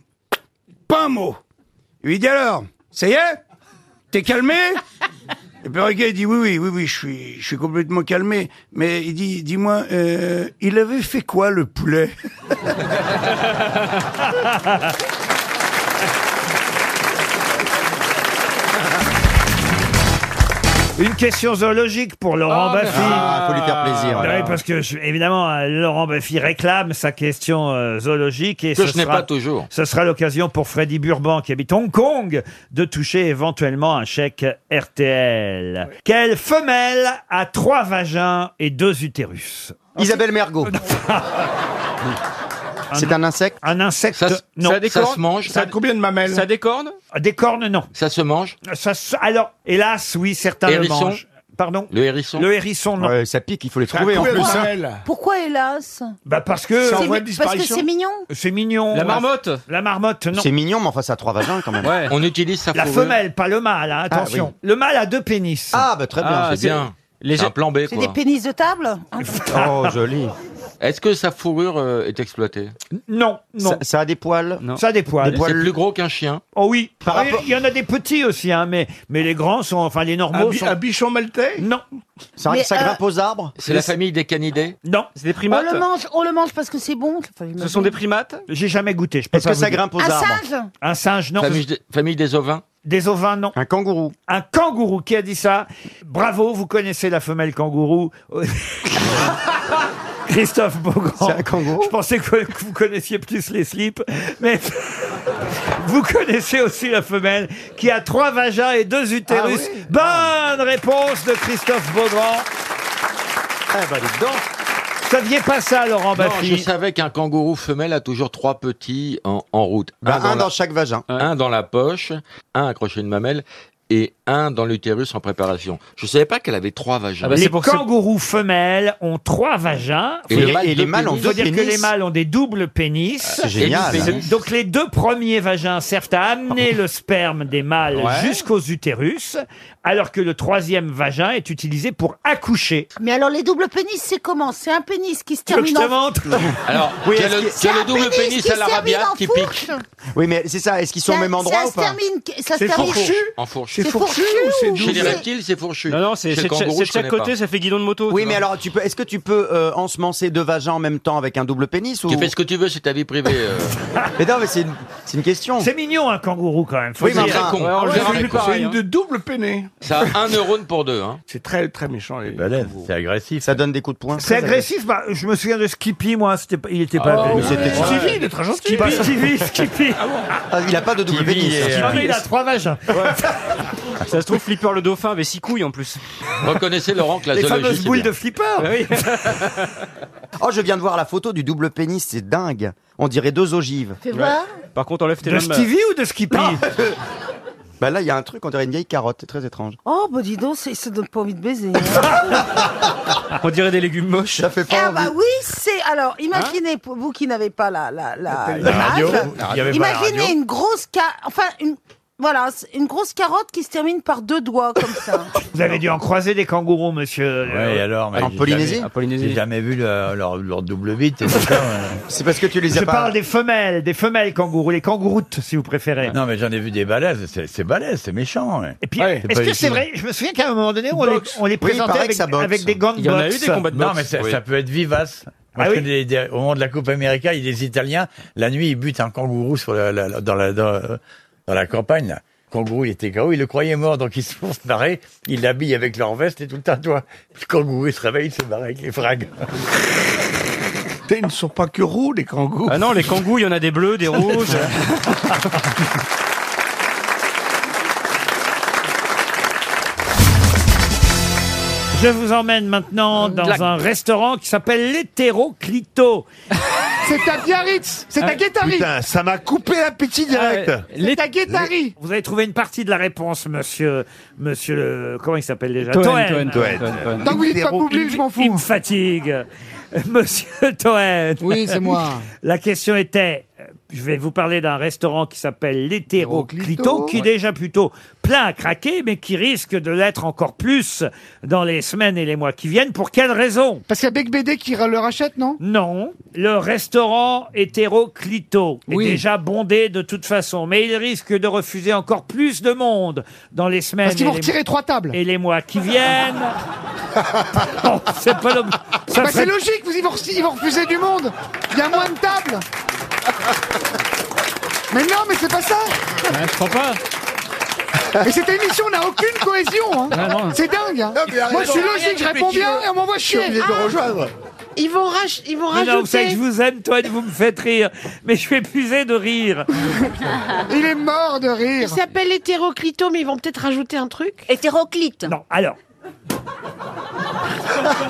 pas un mot. Il lui dit alors, ça y est T'es calmé Le perroquet il dit oui, oui, oui, oui, je suis, je suis complètement calmé. Mais il dit, dis-moi, euh, il avait fait quoi le poulet Une question zoologique pour Laurent Ah, Baffy. merci. Ah, faut lui faire plaisir, bah Oui, alors. parce que je- évidemment euh, Laurent Baffy réclame sa question euh, zoologique et Que ce je n'ai sera- pas toujours. Ce sera l'occasion pour Freddy Burban qui habite Hong Kong de toucher éventuellement un chèque RTL. Quelle femelle a trois vagins et deux utérus Isabelle Mergot. C'est un insecte Un insecte, Ça se- non. ça décorne Ça se mange Ça a combien de mamelles Ça décorne Des cornes, non. Ça se mange Ça se- Alors, hélas, oui, certains Hérisson le mangent. Pardon Le hérisson Le hérisson, non. ça pique, il faut les trouver, en plus, hein. Pourquoi hélas Bah parce que... C'est mi- Parce que c'est mignon. C'est mignon. La marmotte La marmotte, non. C'est mignon, mais enfin, ça a trois vagins quand même. On utilise sa La femelle, pas le mâle, hein, Ah, attention. Le mâle a deux pénis. Ah, bah très bien. Ah, c'est bien. C'est un plan B, C'est quoi. des pénis de table hein. Oh, joli. Est-ce que sa fourrure euh, est exploitée Non, non. Ça, ça a des poils Ça a des poils. Des C'est poils- plus gros qu'un chien. Oh oui. Par Ah, il- rapport- Il y en a des petits aussi, hein, mais, mais les grands sont, enfin les normaux Un bi- sont... un bichon maltais Non. Mais, euh, aux arbres C'est la famille des canidés Non. Oh, C'est des on le, mange, on le mange parce que c'est bon. Enfin, j'imagine. primates J'ai jamais goûté. je peux pas vous dire. Ah, Un singe Un singe, non. Famille, des- famille des ovins Des ovins, non. Un kangourou. Un kangourou, qui a dit ça Bravo, vous connaissez la femelle kangourou. Christophe Beaugrand. C'est un kangourou Je pensais que que vous connaissiez plus les slips, mais vous connaissez aussi la femelle qui a trois vagins et deux utérus. Bonne réponse de Christophe Beaugrand. Ah bah dedans Saviez pas ça, Laurent non, je Baffy savais qu'un kangourou femelle a toujours trois petits en, en route. Bah, un dans chaque vagin. Un dans la poche, un accroché à une mamelle et un dans l'utérus en préparation. Je savais pas qu'elle avait trois Ah vagins. bah, les kangourous femelles ont trois vagins. Et Faut le dire- mâle, Et les deux mâles ont Faut deux dire que pénis. les mâles ont des doubles pénis. Ah, c'est génial, Et- hein. Donc les deux premiers vagins servent à amener le sperme des mâles jusqu'aux utérus, alors que le troisième vagin est utilisé pour accoucher. Mais alors, les doubles pénis, c'est comment C'est un pénis qui se Tu veux que je termine te en... montre Alors, Oui, c'est est-ce le, que- c'est le double pénis à l'arabia qui pique. Oui, mais c'est ça, est-ce qu'ils sont au même endroit ou pas Ça se termine... En fourchu. C'est fourchu ou c'est doux Chez les C'est- reptiles, c'est fourchu. Non, non, Chez c'est le c'est de kangourou, c'est de je chaque connais côté, pas. ça fait guidon de moto. Oui, mais alors, tu peux, est-ce que tu peux euh, ensemencer deux vagins en même temps avec un double pénis ou... Tu fais ce que tu veux, c'est ta vie privée. euh. Mais non, mais c'est une, c'est une question. C'est mignon un kangourou quand même. faut Oui, mais dire. enfin, Très con. ouais, on le verra plus pareil, hein. double pénée. Ça a un neurone pour deux. Hein. C'est très très méchant. Les... C'est agressif. Ça donne des coups de poing. C'est agressif, bah, je me souviens de Skippy, moi, c'était pas- il était pas... Ah, agressif. mais c'était- Ouais. Stevie, il est très gentil. Pas Stevie, Skippy. Ah, il a pas de double Stevie pénis. est- hein. Non, mais il a trois vagins. euh, Ça se trouve, Flipper le dauphin avait six couilles en plus. Ah Reconnaissez, Laurent, que la Les zoologie. fameuses c'est boules bien. de flipper Oh, je viens de voir la photo du double pénis, c'est dingue. On dirait deux ogives. Fais voir. Par contre, enlève tes De Stevie ou de Skippy Bah là, il y a un truc, on dirait une vieille carotte, c'est très étrange. Oh, bah dis donc, c'est- ça donne pas envie de baiser. hein. On dirait des légumes moches. Ça fait pas ah bah envie. oui, c'est... Alors, imaginez, pour vous qui n'avez pas la... Ah, la, la, Hein La radio, l'image, il y avait pas la Imaginez radio. une grosse... ca- Enfin, une... Voilà, c'est une grosse carotte qui se termine par deux doigts, comme ça. Vous avez dû en croiser des kangourous, monsieur. Ouais, et alors, mais En j'ai Polynésie jamais- En Ah, Polynésie. J'ai jamais vu le- leur, leur double bite. et tout ça, ouais. C'est parce que tu Je parle des femelles, des femelles kangourous, les kangourootes, si vous préférez. Non, mais j'en ai vu des balaises. C'est c'est balèze, c'est méchant. ouais. Et puis, Ouais. est-ce pas que du c'est tout- vrai Je me souviens qu'à un moment donné, on les, on Oui, les il présentait paraît que avec, ça boxe. avec des gants de Il y en a boxe. eu des combats de Non, boxe. mais ça- ça peut être vivace. Parce Ah que oui les- des- au moment de la Coupe América, il y a des Italiens, la nuit, ils butent un kangourou sur la, la- la- dans, la, dans, euh, dans la campagne. là. Le kangourou, il était KO, il le croyait mort, donc ils se font se barrer, ils l'habillent avec leur veste et tout le tatouage. Le kangourou, il se réveille, il se barre avec les frags. Putain, Ils ne sont pas que roux, les kangourous. Ah non, les kangourous, il y en a des bleus, des rouges. Je vous emmène maintenant dans la- un restaurant qui s'appelle l'Hétéroclito. C'est à Biarritz, c'est Ah, à Guétari. Ah, ça m'a coupé l'appétit direct. C'est à Guétari. Vous avez trouvé une partie de la réponse, monsieur. Monsieur. le- Comment il s'appelle déjà Toen, Toen. Toen, Toen. Toen, Toen. Tant que vous dites pas Boublil, je m'en fous. Il me fatigue. Monsieur Toen. Oui, c'est moi. La question était je vais vous parler d'un restaurant qui s'appelle l'Hétéroclito, qui est déjà plutôt plein à craquer, mais qui risque de l'être encore plus dans les semaines et les mois qui viennent. Pour quelle raison Parce qu'il y a Bec BD qui ra- le rachète, non Non. Le restaurant hétéroclito est Oui. déjà bondé de toute façon, mais il risque de refuser encore plus de monde dans les semaines Parce qu'ils et vont les- retirer trois tables. et les mois qui viennent. Non, c'est pas l'homme. ça Bah, serait- C'est logique, vous, ils, vont, re- ils vont refuser du monde. Il y a moins de tables. Mais non, mais c'est pas ça. je crois pas. Et cette émission n'a aucune cohésion. hein. Ah, non. C'est dingue. hein. Non, mais arrête, Moi, je suis Ariel, logique, tu je réponds fais qui bien veut. et on m'envoie Je suis chier. obligé de Ah. rejoindre. Ils vont, rach- ils vont Mais rajouter. non, vous savez que je vous aime, toi, vous me faites rire. Mais je vais puiser de rire. Il est mort de rire. Il s'appelle hétéroclito, mais ils vont peut-être rajouter un truc. Hétéroclite. Non, alors.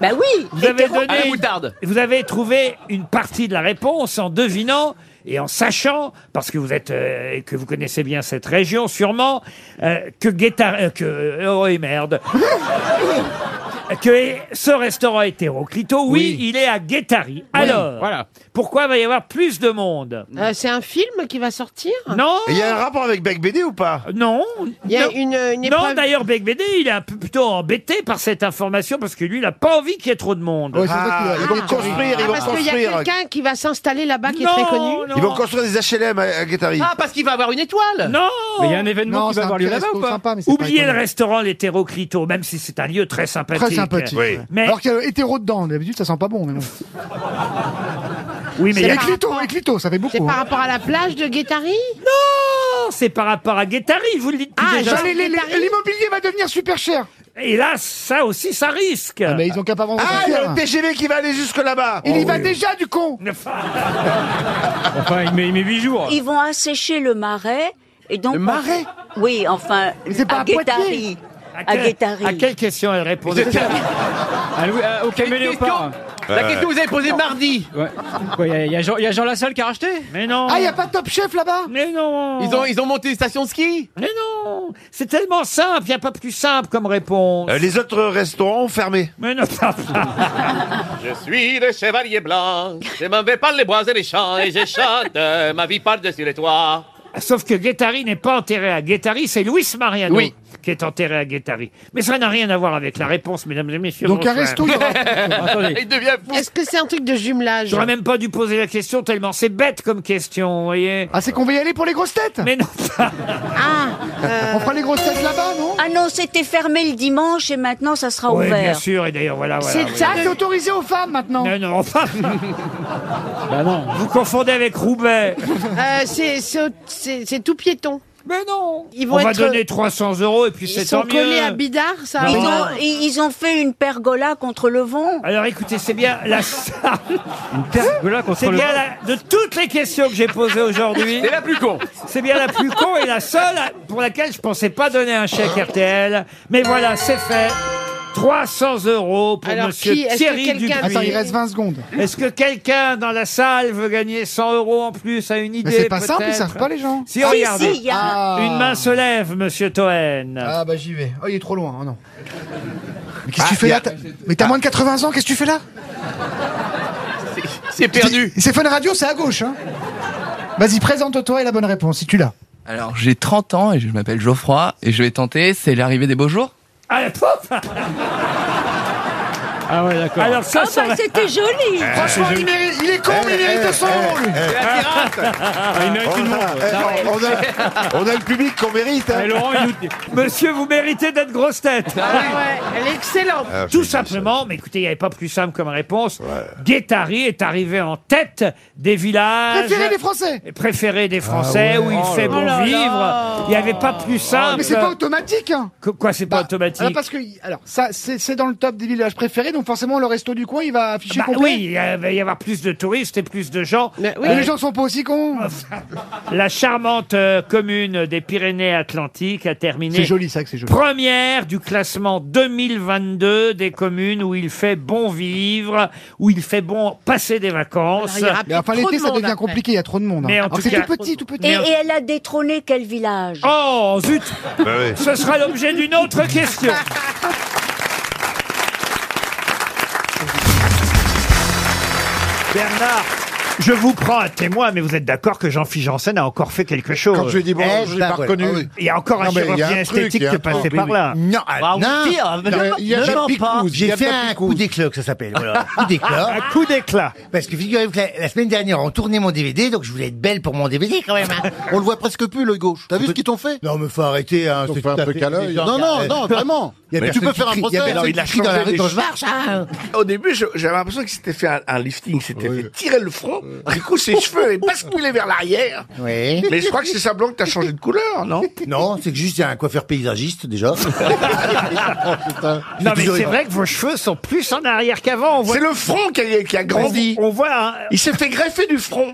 Bah oui Vous avez hétéro- donné une- Vous avez trouvé une partie de la réponse en devinant et en sachant, parce que vous êtes euh, et que vous connaissez bien cette région sûrement, euh, que Guetta, euh, que oh et merde. Que ce restaurant hétéroclito, oui, il est à Guétari. Alors, pourquoi va y avoir plus de monde Euh, c'est un film qui va sortir Ah. Ah. Non Il y a un rapport avec Beck BD ou pas Non Il y a Non. une, une épreuve. Non, d'ailleurs, Beck BD, il est un peu plutôt embêté par cette information parce que lui, il n'a pas envie qu'il y ait trop de monde. Ouais, c'est ça qu'il a- ils vont Ah. construire, Ah, parce qu'il y a quelqu'un qui va s'installer là-bas qui est Non, très connu. non. Ils vont construire des HLM à, à Guétari. Ah, parce qu'il va avoir une étoile Non Mais il y a un événement qui va avoir lieu là-bas ou pas Oubliez le restaurant l'hétéroclito, même si c'est un lieu très sympathique. Très sympathique. ouais. Mais Ah. Alors qu'il y a hétéro dedans, d'habitude ça sent pas bon. Mais bon. oui, mais il y C'est a- les clitos, les clitos, ça fait C'est beaucoup. par hein. rapport à la plage de Guétari non, c'est par rapport à Guétari, vous le dites Ah, plus déjà. Genre, les- les- les- L'immobilier va devenir super cher. Et là, ça aussi, ça risque. Mais ils ont qu'à pas vendre Ah, son il y a cœur. le TGV qui va aller jusque là-bas. Il Oh, y va déjà du con. Enfin, il met, il met 8 jours. Ils vont assécher le marais. Et donc Le marais Oui, enfin, c'est pas à à Poitiers. Guétari. À Guétari. À quelle question elle répond Ah, Louis- ah, au caméléon question. pas. La Euh. question que vous avez posée Non. mardi Ouais. Ouais, Il y a- il y, a Jean- il y a Jean Lassalle qui a racheté Mais non Ah, il y a pas Top Chef là-bas Mais non ils ont, ils ont monté une station de ski Mais non C'est tellement simple, il n'y a pas plus simple comme réponse. Euh, les autres restaurants ont fermé. Mais non, Je suis le chevalier blanc, je m'en vais par les bois et les champs, et je chante euh, ma vie par-dessus les toits. Sauf que Guettari n'est pas enterré à Guettari, c'est Luis Mariano Oui. qui est enterré à Guettari. Mais ça n'a rien à voir avec la réponse, mesdames et messieurs. Donc un bonsoir. resto, il y aura- Attendez. Il devient fou Est-ce que c'est un truc de jumelage J'aurais même pas dû poser la question tellement c'est bête comme question, vous voyez. Ah, c'est qu'on va y aller pour les grosses têtes Mais non, Ah On fera les grosses têtes là-bas, non euh, Ah non, c'était fermé le dimanche et maintenant ça sera Oui, bien ouvert. sûr, et d'ailleurs, voilà, voilà. C'est oui. ça Ah, c'est autorisé aux femmes maintenant. Non, non, enfin, Bah non. vous confondez avec Roubaix. Euh, c'est- c'est c'est- c'est tout piéton. Mais non Ils vont On va être- donner 300 euros et puis Ils c'est sont tant collés mieux. à Bidard, ça Ils va ont, ils ils ont fait une pergola contre le vent. Alors écoutez, c'est bien la Une pergola contre c'est le bien la- de toutes les questions que j'ai posées aujourd'hui, C'est la plus con c'est bien la plus con et la seule pour laquelle je pensais pas donner un chèque RTL. Mais voilà, c'est fait. 300 euros pour Alors, Monsieur qui- est-ce que Thierry quelqu'un- Dupuis. Attends, il reste 20 secondes. Est-ce que quelqu'un dans la salle veut gagner 100 euros en plus à une idée Mais c'est pas simple, ils peut-être savent pas les gens. Si, regardez. si, il y a... Ah. Une main se lève, Monsieur Toen. Ah bah j'y vais. Oh, il est trop loin, oh non. Mais qu'est-ce que tu fais là T'as- Mais t'as moins de 80 ans, qu'est-ce que tu fais là C'est perdu C'est Fun Radio, c'est à gauche. Hein Vas-y, présente-toi et la bonne réponse, si tu l'as. Alors, j'ai 30 ans et je m'appelle Geoffroy et je vais tenter, c'est l'arrivée des beaux jours. Ah, pouf Ah ouais, d'accord. Alors ça, Ah ça Eh, bah c'était joli Oh, Franchement, il, mérite- il est con, mais il mérite son nom, lui. C'est la pirate Ah, il mérite tout le monde. Eh, on, a, on a le public qu'on mérite. hein. Mais Laurent, il nous... Monsieur, vous méritez d'être grosse tête. Ah ouais, elle est excellente. Ah, je Tout dis ça. simplement, mais écoutez, il n'y avait pas plus simple comme réponse. Guettari est arrivé en tête des villages Préféré des Français. préférés des Français où il fait bon là là. vivre. Il n'y avait pas plus simple. Mais c'est pas automatique. Hein. Qu- Quoi, c'est Bah, pas alors automatique parce que alors ça c'est c'est dans le top des villages préférés donc forcément le resto du coin il va afficher Bah complet. oui, il y a- va y avoir plus de touristes et plus de gens. Euh, Mais oui. Mais les gens sont pas aussi cons. La charmante euh, commune des Pyrénées-Atlantiques a terminé C'est joli ça que c'est joli. première du classement 2022 des communes où il fait bon vivre, où il fait bon passer des vacances. Alors, il y aura Mais enfin Trop de l'été ça monde devient après. compliqué, il y a trop de monde. hein. Mais en Alors, tout c'est cas- tout petit, tout petit. et, et elle a détrôné quel village Oh zut Bah oui. Ce sera l'objet d'une autre question. Bernard, Je vous prends à témoin, mais vous êtes d'accord que Jean-Philippe Janssen a encore fait quelque chose. Quand je lui ai dit bonjour, Eh je l'ai ben pas voilà. reconnu. Ah oui. Il y a encore un Non, mais il y a chirurgien un truc, esthétique il y a qui un est passé truc. par là. Non, ah, Bah, non. vous dire, non, Non, il y a ne Jacques mens pas. Picou, J'ai Jacques fait un Picou. coup d'éclat que ça s'appelle. Voilà. coup d'éclat. Un coup d'éclat. Parce que figurez-vous que la, la semaine dernière, on tournait mon DVD, donc je voulais être belle pour mon DVD quand même. on le voit presque plus, l'œil gauche. T'as vu ce qu'ils t'ont fait Non, mais faut arrêter. Hein, Ils t'ont fait un truc à l'œil. Non, non, non, vraiment. Il y a Mais personne tu peux qui faire un crie- il procès. y a Non, personne il a qui crie dans la changé rue des quand je choses. marche. hein. Au début, je- j'avais l'impression que c'était fait un, un lifting, c'était fait tirer le front. Du coup, ses cheveux est basculé vers l'arrière. Eh Oui. Mais je crois que c'est simplement que t'as changé de couleur, non Non, c'est que juste il y a un coiffeur paysagiste déjà. Non, mais c'est vrai que vos cheveux sont plus en arrière qu'avant. C'est le front qui a, qui a grandi. On voit. euh, Il s'est fait greffer du front.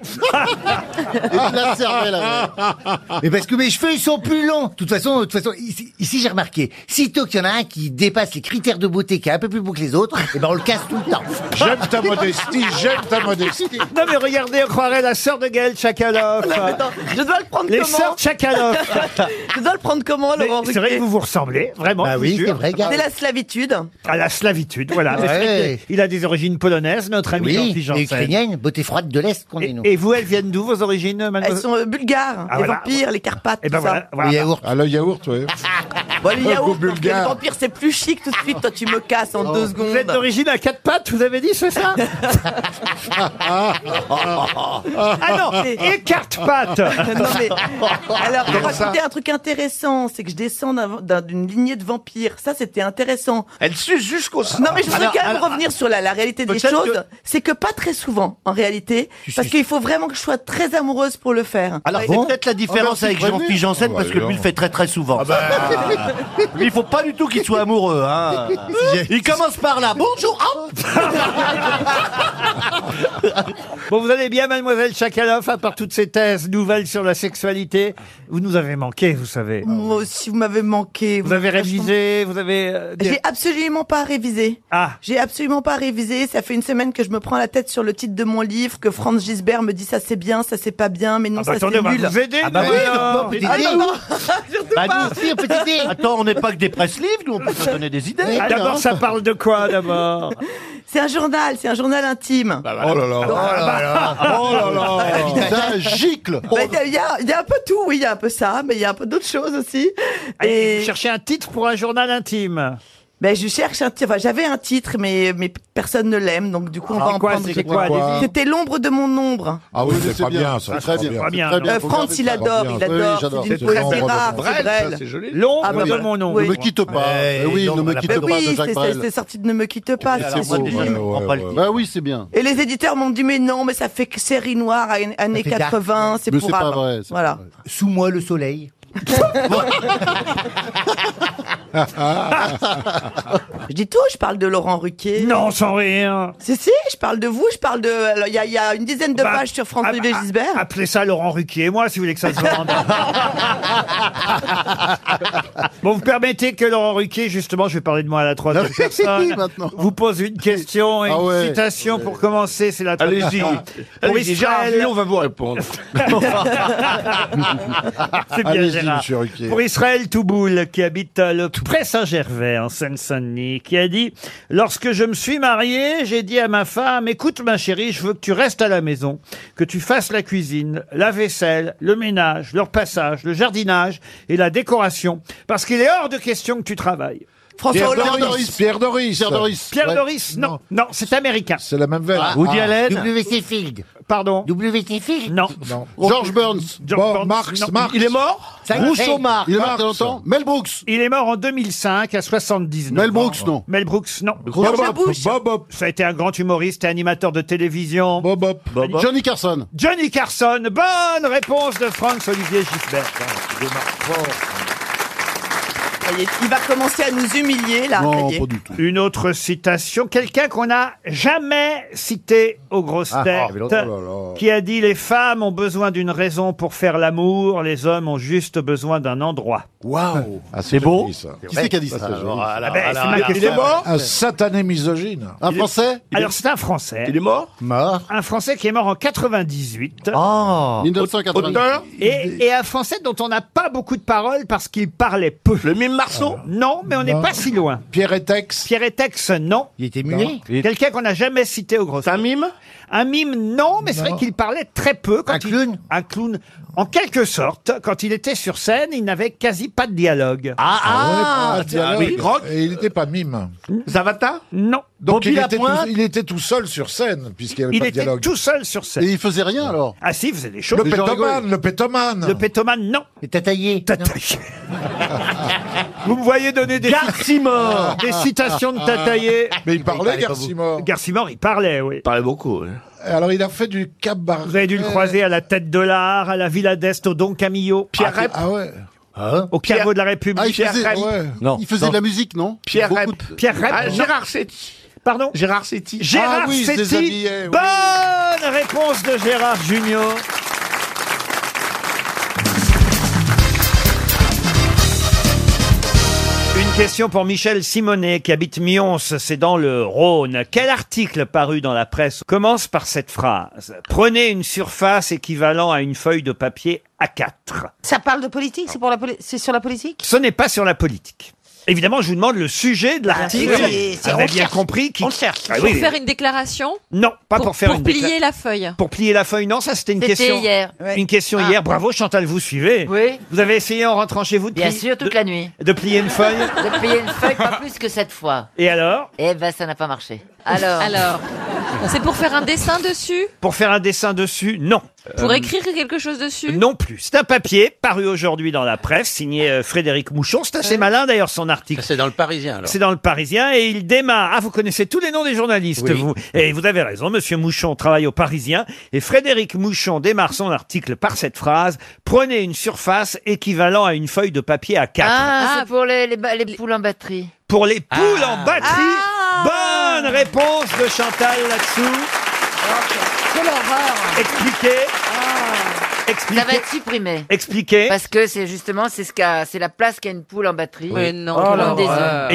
Mais parce que mes cheveux, ils sont plus longs. De toute façon, de toute façon, ici, ici, j'ai remarqué, sitôt qu'il y en a un qui dépasse les critères de beauté, qui est un peu plus beau que les autres, et ben on le casse tout le temps. J'aime ta modestie, j'aime ta modestie. Non mais regardez, on croirait la sœur de Gaël Tchakaloff. Non, mais attends, je dois le prendre Les comment sœurs Tchakaloff. Je dois le prendre comment, Mais Laurent C'est vrai Ruquier que vous vous ressemblez, vraiment. Bah je oui, vous jure. c'est vrai, Gaël. C'est la slavitude. À la slavitude, voilà. Ouais. Mais c'est vrai qu'il- Il a des origines polonaises, notre ami Oui, Jean-Philippe les Janssen. ukrainiennes, beauté froide de l'Est qu'on est, nous. Et vous, elles viennent d'où vos origines, mademoiselle Elles sont euh, bulgares, Ah, les voilà. vampires, les Carpates, Eh ben tout ça. voilà, voilà. Le yaourt. Ah, le yaourt, ouais. Bon, les Au yaourts, bulgare. parce que les vampires, c'est plus chic tout de suite. Toi, tu me casses Oh. en deux secondes. Vous êtes d'origine à quatre pattes, vous avez dit, c'est ça Ah non, et quatre pattes Ah Non, mais- Alors, pour Comme ça. raconter un truc intéressant, c'est que je descends d'un- d'un- d'une lignée de vampires. Ça, c'était intéressant. Elle suce jusqu'au sang. Non, mais je voudrais Alors, quand même alors, revenir sur la, la réalité des peut-être choses. que- C'est que pas très souvent, en réalité. Parce qu'il faut vraiment que je sois très amoureuse pour le faire. Ah Alors, Ah c'est peut-être Ah ben, la différence avec Jean-Philippe Oh, Janssen, bah, parce que bah, lui le fait très très souvent. Mais il faut pas du tout qu'il soit amoureux. Hein. Il commence par là. Bonjour. hein. Bon, vous allez bien, mademoiselle Chakaloff, à part toutes ces thèses nouvelles sur la sexualité Vous nous avez manqué, vous savez. Moi aussi, vous m'avez manqué. Vous avez révisé, vous avez... euh, des- J'ai absolument pas révisé. Ah. J'ai absolument pas révisé. Ça fait une semaine que je me prends la tête sur le titre de mon livre, que Franz Gisbert me dit ça c'est bien, ça c'est pas bien, mais non, bah, ça c'est attendez, on va nul. vous aider, Ah bah nous, oui, alors. on peut Ah t'aider. non, non, surtout Bah, pas. nous aussi, on peut t'aider. Attends, on n'est pas que des presse-livres, nous on peut se donner des idées. Ah, D'abord, ça parle de quoi, d'abord C'est un journal, c'est un journal intime. Oh là là. Oh là là. C'est un gicle. Bah, Il y a- il y, a- il y a un peu tout, oui, il y a un peu ça, mais il y a un peu d'autres choses aussi. Ah, Et vous cherchez un titre pour un journal intime ben, je cherche un titre. Enfin, j'avais un titre, mais, mais personne ne l'aime, donc du coup, on Ah, va en quoi, prendre. c'était quoi, allez-y. C'était l'ombre de mon ombre. Ah oui, c'est pas bien, ça, très bien. Pas bien. Très bien, Euh, faut Franz, garder il ça. adore, Bien. il Oui, adore. j'adore. C'est C'est une poésie vraiment rare, Brel, c'est ça, Brel. c'est joli. L'ombre Ah, bah, de voilà. mon ombre. Ne me quitte pas. Eh oui, ne me quitte Ben pas de oui, Jacques c'est- Brel. c'est sorti de Ne me quitte pas. Ouais, c'est alors, moi, beau. déjà, je comprends pas le titre. Bah oui, c'est bien. Et les éditeurs m'ont dit, mais non, mais ça fait que série noire, à- années 80, c'est pour âme. Voilà. Sous moi le soleil. Je dis tout, je parle de Laurent Ruquier. Non, sans rire. Si, si, je parle de vous, je parle de. alors, Il y, a- il y a une dizaine de Bah, pages sur ah, François-Olivier ah, Gisbert. Appelez ça Laurent Ruquier et moi, si vous voulez que ça se vende. bon, vous permettez que Laurent Ruquier, justement, je vais parler de moi à la troisième personne, vous pose une question et Ah ouais. une citation pour commencer. C'est la Allez-y. tradition. Pour Allez-y, Gérard Israël- Villon va vous répondre. C'est bien, Allez-y, Gérard. monsieur Ruquier. Pour Israël Touboul, qui habite à le Pré Saint-Gervais, en Seine-Saint-Denis, qui a dit « Lorsque je me suis marié, j'ai dit à ma femme, écoute ma chérie, je veux que tu restes à la maison, que tu fasses la cuisine, la vaisselle, le ménage, le repassage, le jardinage et la décoration, parce qu'il est hors de question que tu travailles. » François Pierre Hollande. Doris, Pierre Doris. Pierre Doris. Ouais. non. Non, c'est américain. C'est la même veine. W.C. Field. Pardon W.C. Field. Non. George Burns. Bon, Marx. Marx. Il est mort Ça, Rousseau Marx. Il est mort il y a longtemps Mel Brooks. Il est mort en 2005 à 79 Mel Brooks, non. Mel Brooks, non. Bob George Hop. Bush. Bob Ça a été un grand humoriste et animateur de télévision. Bob Hop. Johnny Carson. Johnny Carson. Bonne réponse de Franz Olivier Gisbert. Ça y est, Il va commencer à nous humilier, là. ça y est. Une autre citation, quelqu'un qu'on n'a jamais cité aux grosses Ah, têtes, ah, mais l'autre, oh là là. qui a dit les femmes ont besoin d'une raison pour faire l'amour, les hommes ont juste besoin d'un endroit. Waouh, c'est beau. Qui c'est qui a dit ça Ah ben, c'est ma question. Un satané misogyne. Il est- Alors c'est un Français. Il est mort Mort. Ah. Un Français qui est mort en 98. Oh. 1998. Auteur Et, et un Français dont on n'a pas beaucoup de paroles parce qu'il parlait peu. Le mime Marceau Non, mais on n'est pas si loin. Pierre Etex Pierre Etex, non. Il était muet Quelqu'un qu'on n'a jamais cité au gros. Un mime Un mime, non, mais c'est vrai qu'il parlait très peu. Quand un clown Un clown, en quelque sorte. Quand il était sur scène, il n'avait quasi pas de dialogue. Ah, ouais, pas de dialogue. Et il n'était pas mime. Zavata Non. Donc il était, tout, il était tout seul sur scène, puisqu'il n'y avait Il pas de était dialogue. tout seul sur scène. Et il faisait rien alors Ah si, il faisait des choses. Le pétomane, le pétomane. Le pétomane, non. Le tataillé. Vous me voyez donner des, Garcimore. des citations de Tataillé. Mais il parlait, Garcimore. Garcimore, il parlait, oui. Il parlait beaucoup, Alors il a fait du cabaret. Vous avez dû le croiser à la Tête de l'Art, à la Villa d'Est, au Don Camillo. Pierre Ah, Rep. ah ouais. Au caveau de la République. Ah, il faisait- Rep. ouais. Non. Il faisait de la musique, non Pierre Rep. Pierre Rep. Ah, non. Gérard Pardon Gérard Setti. Gérard Setti. Bonne réponse de Gérard Junior. Une question pour Michel Simonet qui habite Mions, c'est dans le Rhône. Quel article paru dans la presse commence par cette phrase Prenez une surface équivalent à une feuille de papier A4. Ça parle de politique C'est pour la poli- c'est sur la politique Ce n'est pas sur la politique. Évidemment, je vous demande le sujet de l'article. sûr. Ah, Oui, Vous on avez bien cherche. compris qui... On cherche. Ah pour oui. faire une déclaration Non, pas pour, faire une plier décla- la feuille. Pour plier la feuille, non, ça c'était une C'était question. hier. Ouais. Une question Ah. hier. Bravo Chantal, vous suivez. Oui. Vous avez essayé en rentrant chez vous de, Bien pli- sûr, toute de- la nuit. de plier une feuille. De payer une feuille, pas plus que cette fois. Et alors Eh ben, ça n'a pas marché. Alors. Alors, c'est pour faire un dessin dessus Pour faire un dessin dessus, non. Pour Euh, écrire quelque chose dessus Non plus. C'est un papier paru aujourd'hui dans la presse, signé euh, Frédéric Mouchon. C'est assez malin d'ailleurs son article. C'est dans le Parisien, alors. C'est dans le Parisien et il démarre. Ah, vous connaissez tous les noms des journalistes, vous. Et vous avez raison, Monsieur Mouchon travaille au Parisien et Frédéric Mouchon démarre son article par cette phrase Prenez une surface équivalent à une feuille de papier à 4 Ah, c'est pour les, les ba- les poules en batterie. pour les Ah. poules en batterie. Ah. Bonne réponse de Chantal là-dessous. Quelle horreur Ah. Expliquez. Ça va être supprimé. Expliquez. Parce que c'est justement c'est ce qu'a c'est la place qu'a une poule en batterie. Pour le monde des hommes. Oh,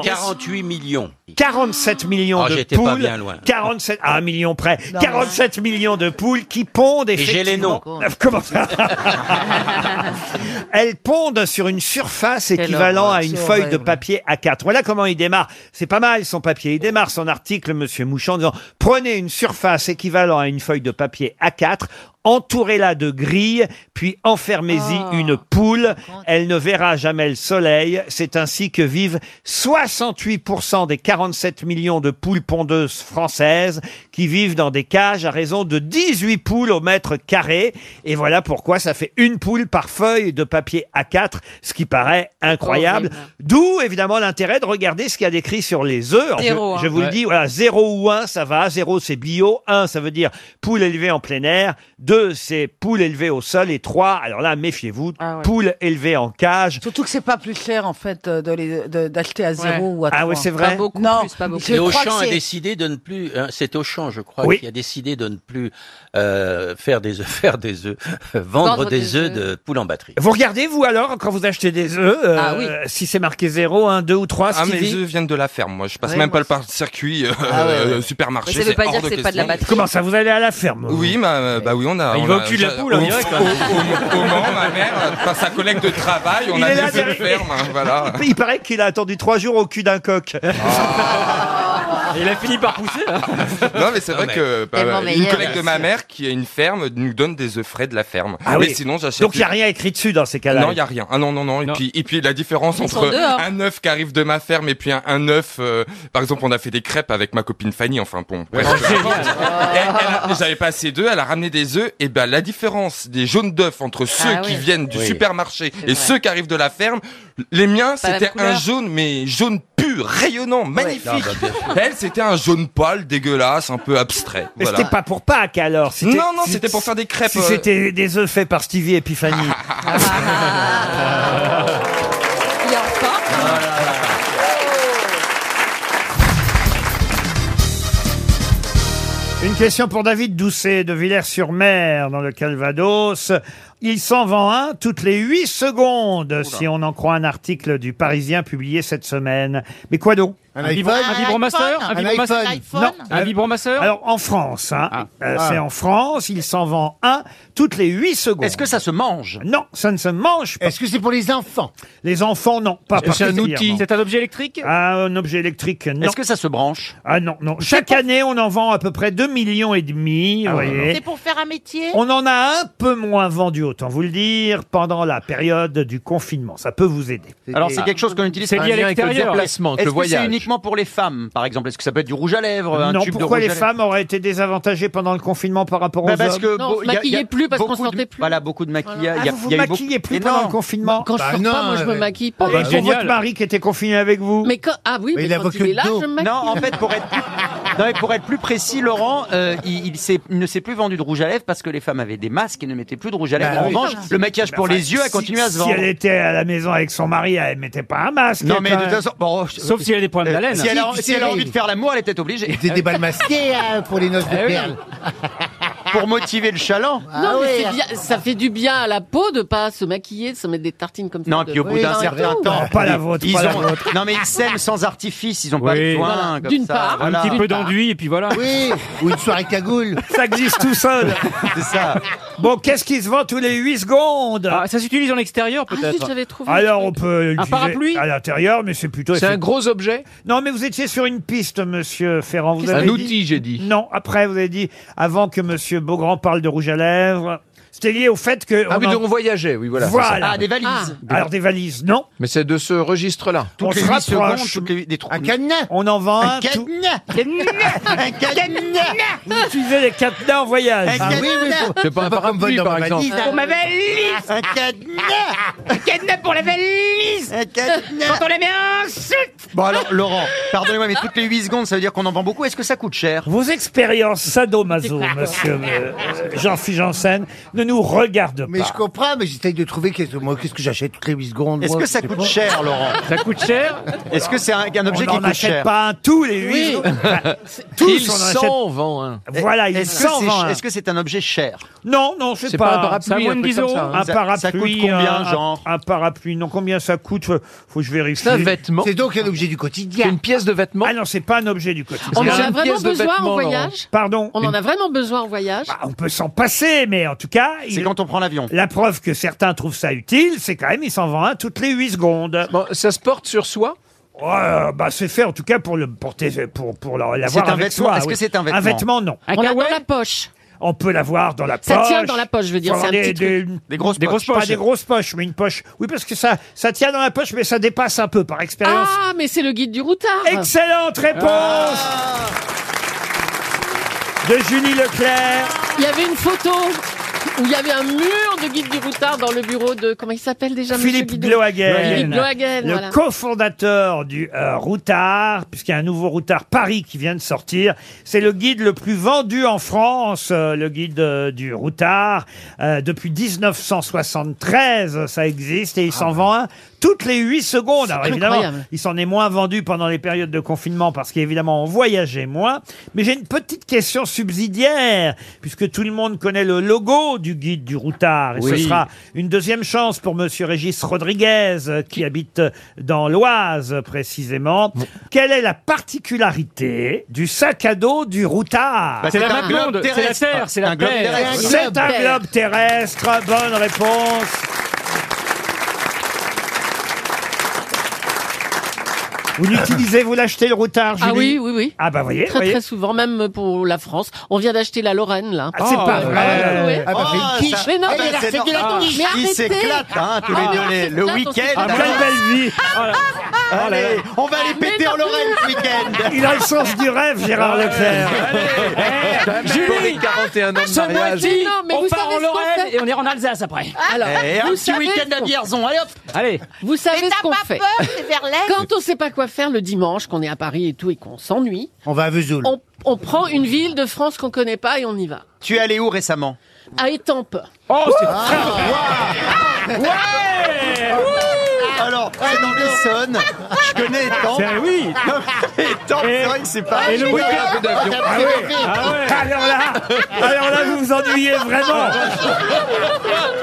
Elles sont 48 millions. 47 millions Oh, de j'étais pas poules. bien loin. 47 à un million près. Non. 47 millions de poules qui pondent Et j'ai les noms. effectivement- Comment ça Elles pondent sur une surface équivalent horreur, à une c'est feuille de horrible. papier A4. Voilà comment il démarre. C'est pas mal son papier. Il démarre son article, Monsieur Mouchon, en disant prenez une surface équivalent à une feuille de papier A4. Entourez-la de grilles, puis enfermez-y une poule. Elle ne verra jamais le soleil. C'est ainsi que vivent 68% des 47 millions de poules pondeuses françaises qui vivent dans des cages à raison de 18 poules au mètre carré. Et voilà pourquoi ça fait une poule par feuille de papier A4, ce qui paraît incroyable. Horrible. Ah D'où évidemment l'intérêt de regarder ce qu'il y a décrit sur les œufs. Alors, je- Zéro, hein. je, vous le Ouais. dis, voilà, 0 ou 1, ça va. 0, c'est bio. 1, ça veut dire poule élevée en plein air. 2, c'est poule élevée au sol. Et 3, alors là, méfiez-vous, poule élevée en cage. Surtout que c'est pas plus cher en fait euh, de les- de- d'acheter à zéro ou à Ah trois. ouais, c'est vrai Pas beaucoup non, plus, pas beaucoup. je Et crois Auchan que a c'est- décidé de ne plus. hein, c'est Auchan, je crois, Oui. qui a décidé de ne plus euh, faire des œufs, faire des œufs, euh, vendre, Vendre des, des œufs de poule en batterie. Vous regardez, vous alors, quand vous achetez des œufs, euh, Ah oui. si c'est marqué 0, 1, 2 ou 3, Ah, mais les Stevie œufs viennent de la ferme, moi. Je passe Ouais, même moi pas le par circuit euh, Ah ouais, ouais. euh, supermarché. Mais ça veut pas hors dire que c'est pas de la question. batterie. Comment ça, vous Ah, allez à la ferme Oui, bah, bah oui, on a. Il on va au a- cul de la ça- poule, on hein, au- dirait, quoi. Au, au- au Mans, ma mère, par sa collègue de travail, on Il a est des là œufs de derrière. ferme. hein, Voilà. Il paraît qu'il a attendu trois jours au cul d'un coq. Ah, Il a fini par pousser. non, mais c'est vrai mais- que bah, Tellement une meilleur, collègue de bien ma sûr. mère qui a une ferme nous donne des œufs frais de la ferme. Ah mais oui. sinon, j'achète. Donc il n'y a rien écrit dessus dans ces cas-là. Non, il n'y a rien. Ah non, non, non. Et, Puis, et puis la différence Ils sont entre dehors. un œuf qui arrive de ma ferme et puis un, un œuf... euh, par exemple, on a fait des crêpes avec ma copine Fanny, enfin bon. bref, peu importe. Et elle- elle a- J'avais passé deux, elle a ramené des œufs. Et ben la différence des jaunes d'œufs entre ceux Ah qui oui. viennent du Oui. supermarché C'est et vrai. ceux qui arrivent de la ferme, les miens, Pas la même c'était un couleur. jaune, mais jaune pur, rayonnant, magnifique. Ah, bah, bien elle, c'était un jaune pâle, dégueulasse, un peu abstrait. Mais Voilà. c'était pas pour Pâques alors. c'était- Non, non, si- c'était pour faire des crêpes, Si euh. c'était des œufs faits par Stevie et Epiphanie. Une question pour David Doucet de Villers-sur-Mer, dans le Calvados. Il s'en vend un toutes les 8 secondes, si on en croit un article du Parisien publié cette semaine. Mais quoi donc Un iPhone Un vibromasseur Un vibromasseur Un iPhone Non. Un vibromasseur Alors en France, hein. Euh, Ah. c'est en France, il s'en vend un toutes les 8 secondes. Est-ce que ça se mange Non, ça ne se mange pas. Est-ce que c'est pour les enfants Les enfants, non. Pas particulièrement. C'est un objet électrique Ah, un objet électrique, non. Est-ce que ça se branche Ah non, non. Chaque année, on en vend à peu près 2 millions et Ah, demi, vous voyez. C'est pour faire un métier On en a un peu moins vendu, autant vous le dire, pendant la période du confinement. Ça peut vous aider. Alors c'est quelque chose qu'on utilise C'est par lié à lien avec le l'extérieur. déplacement, avec Est-ce le que c'est voyage. uniquement pour les femmes, par exemple Est-ce que ça peut être du rouge à lèvres, non, pourquoi les femmes auraient été désavantagées pendant le confinement par rapport aux Bah, parce hommes que bon, il y a- il y a beaucoup de- Voilà, beaucoup de maquillage. Ah, il y a- vous vous il y a eu maquillez beaucoup- plus Mais pendant non. le confinement Quand je Bah sors pas, non, moi, je me euh, maquille pas. Oh, bah, C'est pour génial. votre mari qui était confiné avec vous. Mais quand- ah oui, Mais mais il a quand il est là, je me maquille. Non, en fait, pour être, non, mais pour être plus précis, Laurent, euh, il, il s'est- il ne s'est plus vendu de rouge à lèvres parce que les femmes avaient des masques et ne mettaient plus de rouge à lèvres. Bah en oui. revanche, le maquillage Mais pour enfin, les yeux a si- continué à se vendre. Si elle était à la maison avec son mari, elle mettait pas un masque. Non, mais quand de toute même. façon, bon, je- Sauf si elle a des problèmes Euh, d'haleine. si elle a- si elle a envie de faire l'amour, elle est peut-être obligée. C'était des balles masquées hein, pour les noces de Eh oui. perles. Pour motiver le chaland. Ah non, mais c'est bien- ça fait du bien à la peau de pas se maquiller, de se mettre des tartines comme ça. Non, de- puis au bout Oui, d'un non, et certain tout. temps. Pas la vôtre, ils pas la ont- vôtre. Non, mais ils s'aiment sans artifice, ils ont pas Oui. besoin. Voilà. comme D'une ça, part. Un voilà. petit peu D'une part. d'enduit, et puis voilà. Oui, ou une soirée cagoule. Ça existe tout seul. C'est ça. Bon, qu'est-ce qui se vend tous les 8 secondes Ah, Ça s'utilise en extérieur Ah, zut, j'avais trouvé Alors le on truc. peut Un l'utiliser parapluie à l'intérieur, mais c'est plutôt. C'est un gros objet. Non, mais vous étiez sur une piste, Monsieur Ferrand. Vous Un avez outil, j'ai dit. Non, après vous avez dit avant que Monsieur Beaugrand parle de rouge à lèvres. C'était lié au fait que. Ah oui, donc on voyageait, oui voilà, c'est ça. Voilà. Ah, des valises. Ah. Alors des valises, non. Mais c'est de ce registre-là. On Toutes les se 8 secondes, rapproche. toutes les, des trous. Un cadenas. On en vend un. Un tout- Un cadenas. Vous utilisez les cadenas en voyage. Un Ah oui, oui, cadenas. faut- C'est pas un parapluie, par exemple. Pour ma valise. Un cadenas. Un cadenas pour la valise Quand on la met ensuite Bon alors, Laurent, pardonnez-moi, mais Ah. toutes les 8 secondes, ça veut dire qu'on en vend beaucoup. Est-ce que ça coûte cher Vos expériences sadomaso, monsieur euh, Jean-Philippe Janssen, ne nous regardent Mais pas. je comprends, mais j'essaye de trouver qu'est-ce moi, qu'est-ce que j'achète toutes les 8 secondes. Est-ce moi, que je ça sais coûte pas. cher, Laurent Ça coûte cher Est-ce que c'est un, un objet qui On n'en coûte achète cher pas un tous les huit Oui. secondes. Enfin, tous, Il on en s'en achète- vend un. Voilà, il Est-ce que s'en c'est- vend un. Est-ce que c'est un objet cher Non, non, c'est C'est pas, pas un parapluie, C'est à moins de un truc 10 comme euros. ça, hein. Un Ça- parapluie. ça coûte combien, un- genre Un parapluie. Non, combien ça coûte Faut faut que je vérifie. C'est un vêtement. C'est donc un objet du quotidien. Une pièce de vêtement Ah non, c'est pas un objet du quotidien. On en a vraiment besoin en voyage Pardon On en a vraiment besoin en voyage On peut s'en passer, mais en tout cas. C'est quand on prend l'avion. La preuve que certains trouvent ça utile, c'est quand même, il s'en vend un toutes les 8 secondes. ça se porte sur soi bah, c'est fait en tout cas pour le porter, pour, pour la- C'est l'avoir un avec vêtement. soi. Est-ce que oui. c'est un vêtement Un vêtement, non. On l'a dans la poche. On peut l'avoir dans la Ça poche. tient dans la poche, je veux dire, Faut c'est un avoir petit des, truc. Des grosses, poches. Pas des grosses poches, mais une poche. Oui, parce que ça, ça tient dans la poche, mais ça dépasse un peu par expérience. Ah, mais c'est le guide du routard. Ah. Excellente réponse de Julie Leclerc. Il y avait une photo où il y avait un mur de guide du routard dans le bureau de comment il s'appelle déjà monsieur Philippe Guidon Glohagen, Philippe Glohagen, le voilà. cofondateur du euh, Routard, puisqu'il y a un nouveau Routard Paris qui vient de sortir. C'est le guide le plus vendu en France, euh, le guide euh, du Routard. Euh, depuis 1973, ça existe et il s'en vend un toutes les 8 secondes. Alors évidemment, Ah incroyable. il s'en est moins vendu pendant les périodes de confinement parce qu'évidemment on voyageait moins. Mais j'ai une petite question subsidiaire, puisque tout le monde connaît le logo du guide du Routard. Et ce Oui. sera une deuxième chance pour Monsieur Régis Rodriguez, euh, qui habite dans l'Oise euh, précisément. Quelle est la particularité du sac à dos du Routard Bah, C'est c'est la un Maconde, globe c'est la terrestre. Terre, c'est la Un globe Terre. terrestre. C'est un Terre. globe terrestre. Bonne réponse. Vous l'utilisez, vous l'achetez le routard, Julie Ah oui, oui, oui. Ah bah voyez, Très, voyez. très souvent, même pour la France. On vient d'acheter la Lorraine, là. Ah, c'est pas vrai. ouais. Ah, bah, fait une Oh, quiche. ça- Mais non, Ah, bah, mais la c'est recette de la normal. quiche. Mais Ils arrêtez. s'éclatent, hein, tous les Ah, deux, on les- le s'éclate, on week-end. s'éclate. Ah, quelle belle vie Allez, on va les péter en Lorraine ce week-end. Il a le sens du rêve, Gérard Leclerc. Julie, 41 ans de mariage. Mais non, mais vous savez ce qu'on fait. et on est en Alsace après. Alors, Eh, un vous petit savez week-end ce à qu'on- Vierzon, allez hop Allez Vous savez Mais ce t'as qu'on pas fait. peur, c'est vers l'est. Quand on sait pas quoi faire le dimanche, qu'on est à Paris et tout et qu'on s'ennuie, On va à Vesoul. on, on prend une ville de France qu'on connaît pas et on y va. Tu es allé où récemment À Étampes. Oh, c'est Ah. Ouais Alors, c'est dans l'Essonne. Je connais Étampes. C'est- oui. Non, mais Étampes, Et- Et le week-end Ah ouais, ah ouais. Alors là, alors là, vous vous ennuyez vraiment.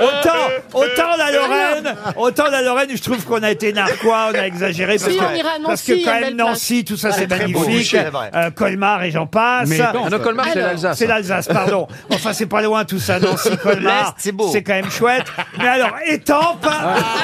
Autant, autant la Lorraine, autant la Lorraine, je trouve qu'on a été narquois, on a exagéré Si, parce, on que, ira à Nancy, parce que il y a quand une même belle Nancy, place. tout ça Ah, c'est très beau, magnifique. c'est vrai. Euh, Colmar et j'en passe. Mais non, Ah non, Colmar, c'est Alors, l'Alsace. C'est l'Alsace, pardon. Enfin, c'est pas loin tout ça, Nancy, Colmar. L'Est, c'est beau. Ah. C'est quand même chouette. Mais alors, étampes.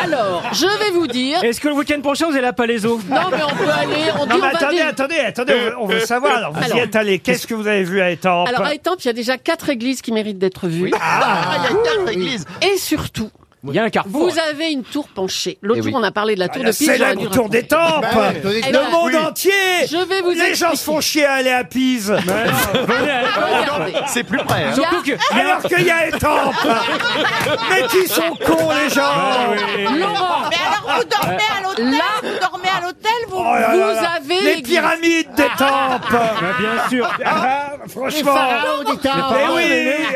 Alors, je vais vous dire. Est-ce que le week-end prochain vous allez à Palaiso Non, mais on peut aller, on non, dit, mais on va attendez, dire- attendez, attendez, on veut- on veut savoir. Alors, vous Alors. y êtes allé. Qu'est-ce que vous avez vu à Étampes Alors à Étampes, il y a déjà quatre églises qui méritent d'être vues. Ah, il y a quatre églises. Et surtout, Il y a un vous avez une tour penchée. L'autre Eh jour, oui. on a parlé de la Ah, tour la de Pise. j'aurais célèbre dû tour des tempes. raconter. Tour des Eh tempes. ben, Le monde entier. Je vais vous Les gens se font chier à aller à Pise. Ah, C'est plus hein. près. Surtout que- alors qu'il y a Étampes. Oh, Mais qui sont cons, les gens Ah Ah. Laurent, mais alors vous dormez à l'hôtel Vous dormez à l'hôtel Vous, Oh là vous là là. avez les pyramides des tempes. bien sûr. Ah franchement. Ah. pharaons des temples. Mais oui, mais oui.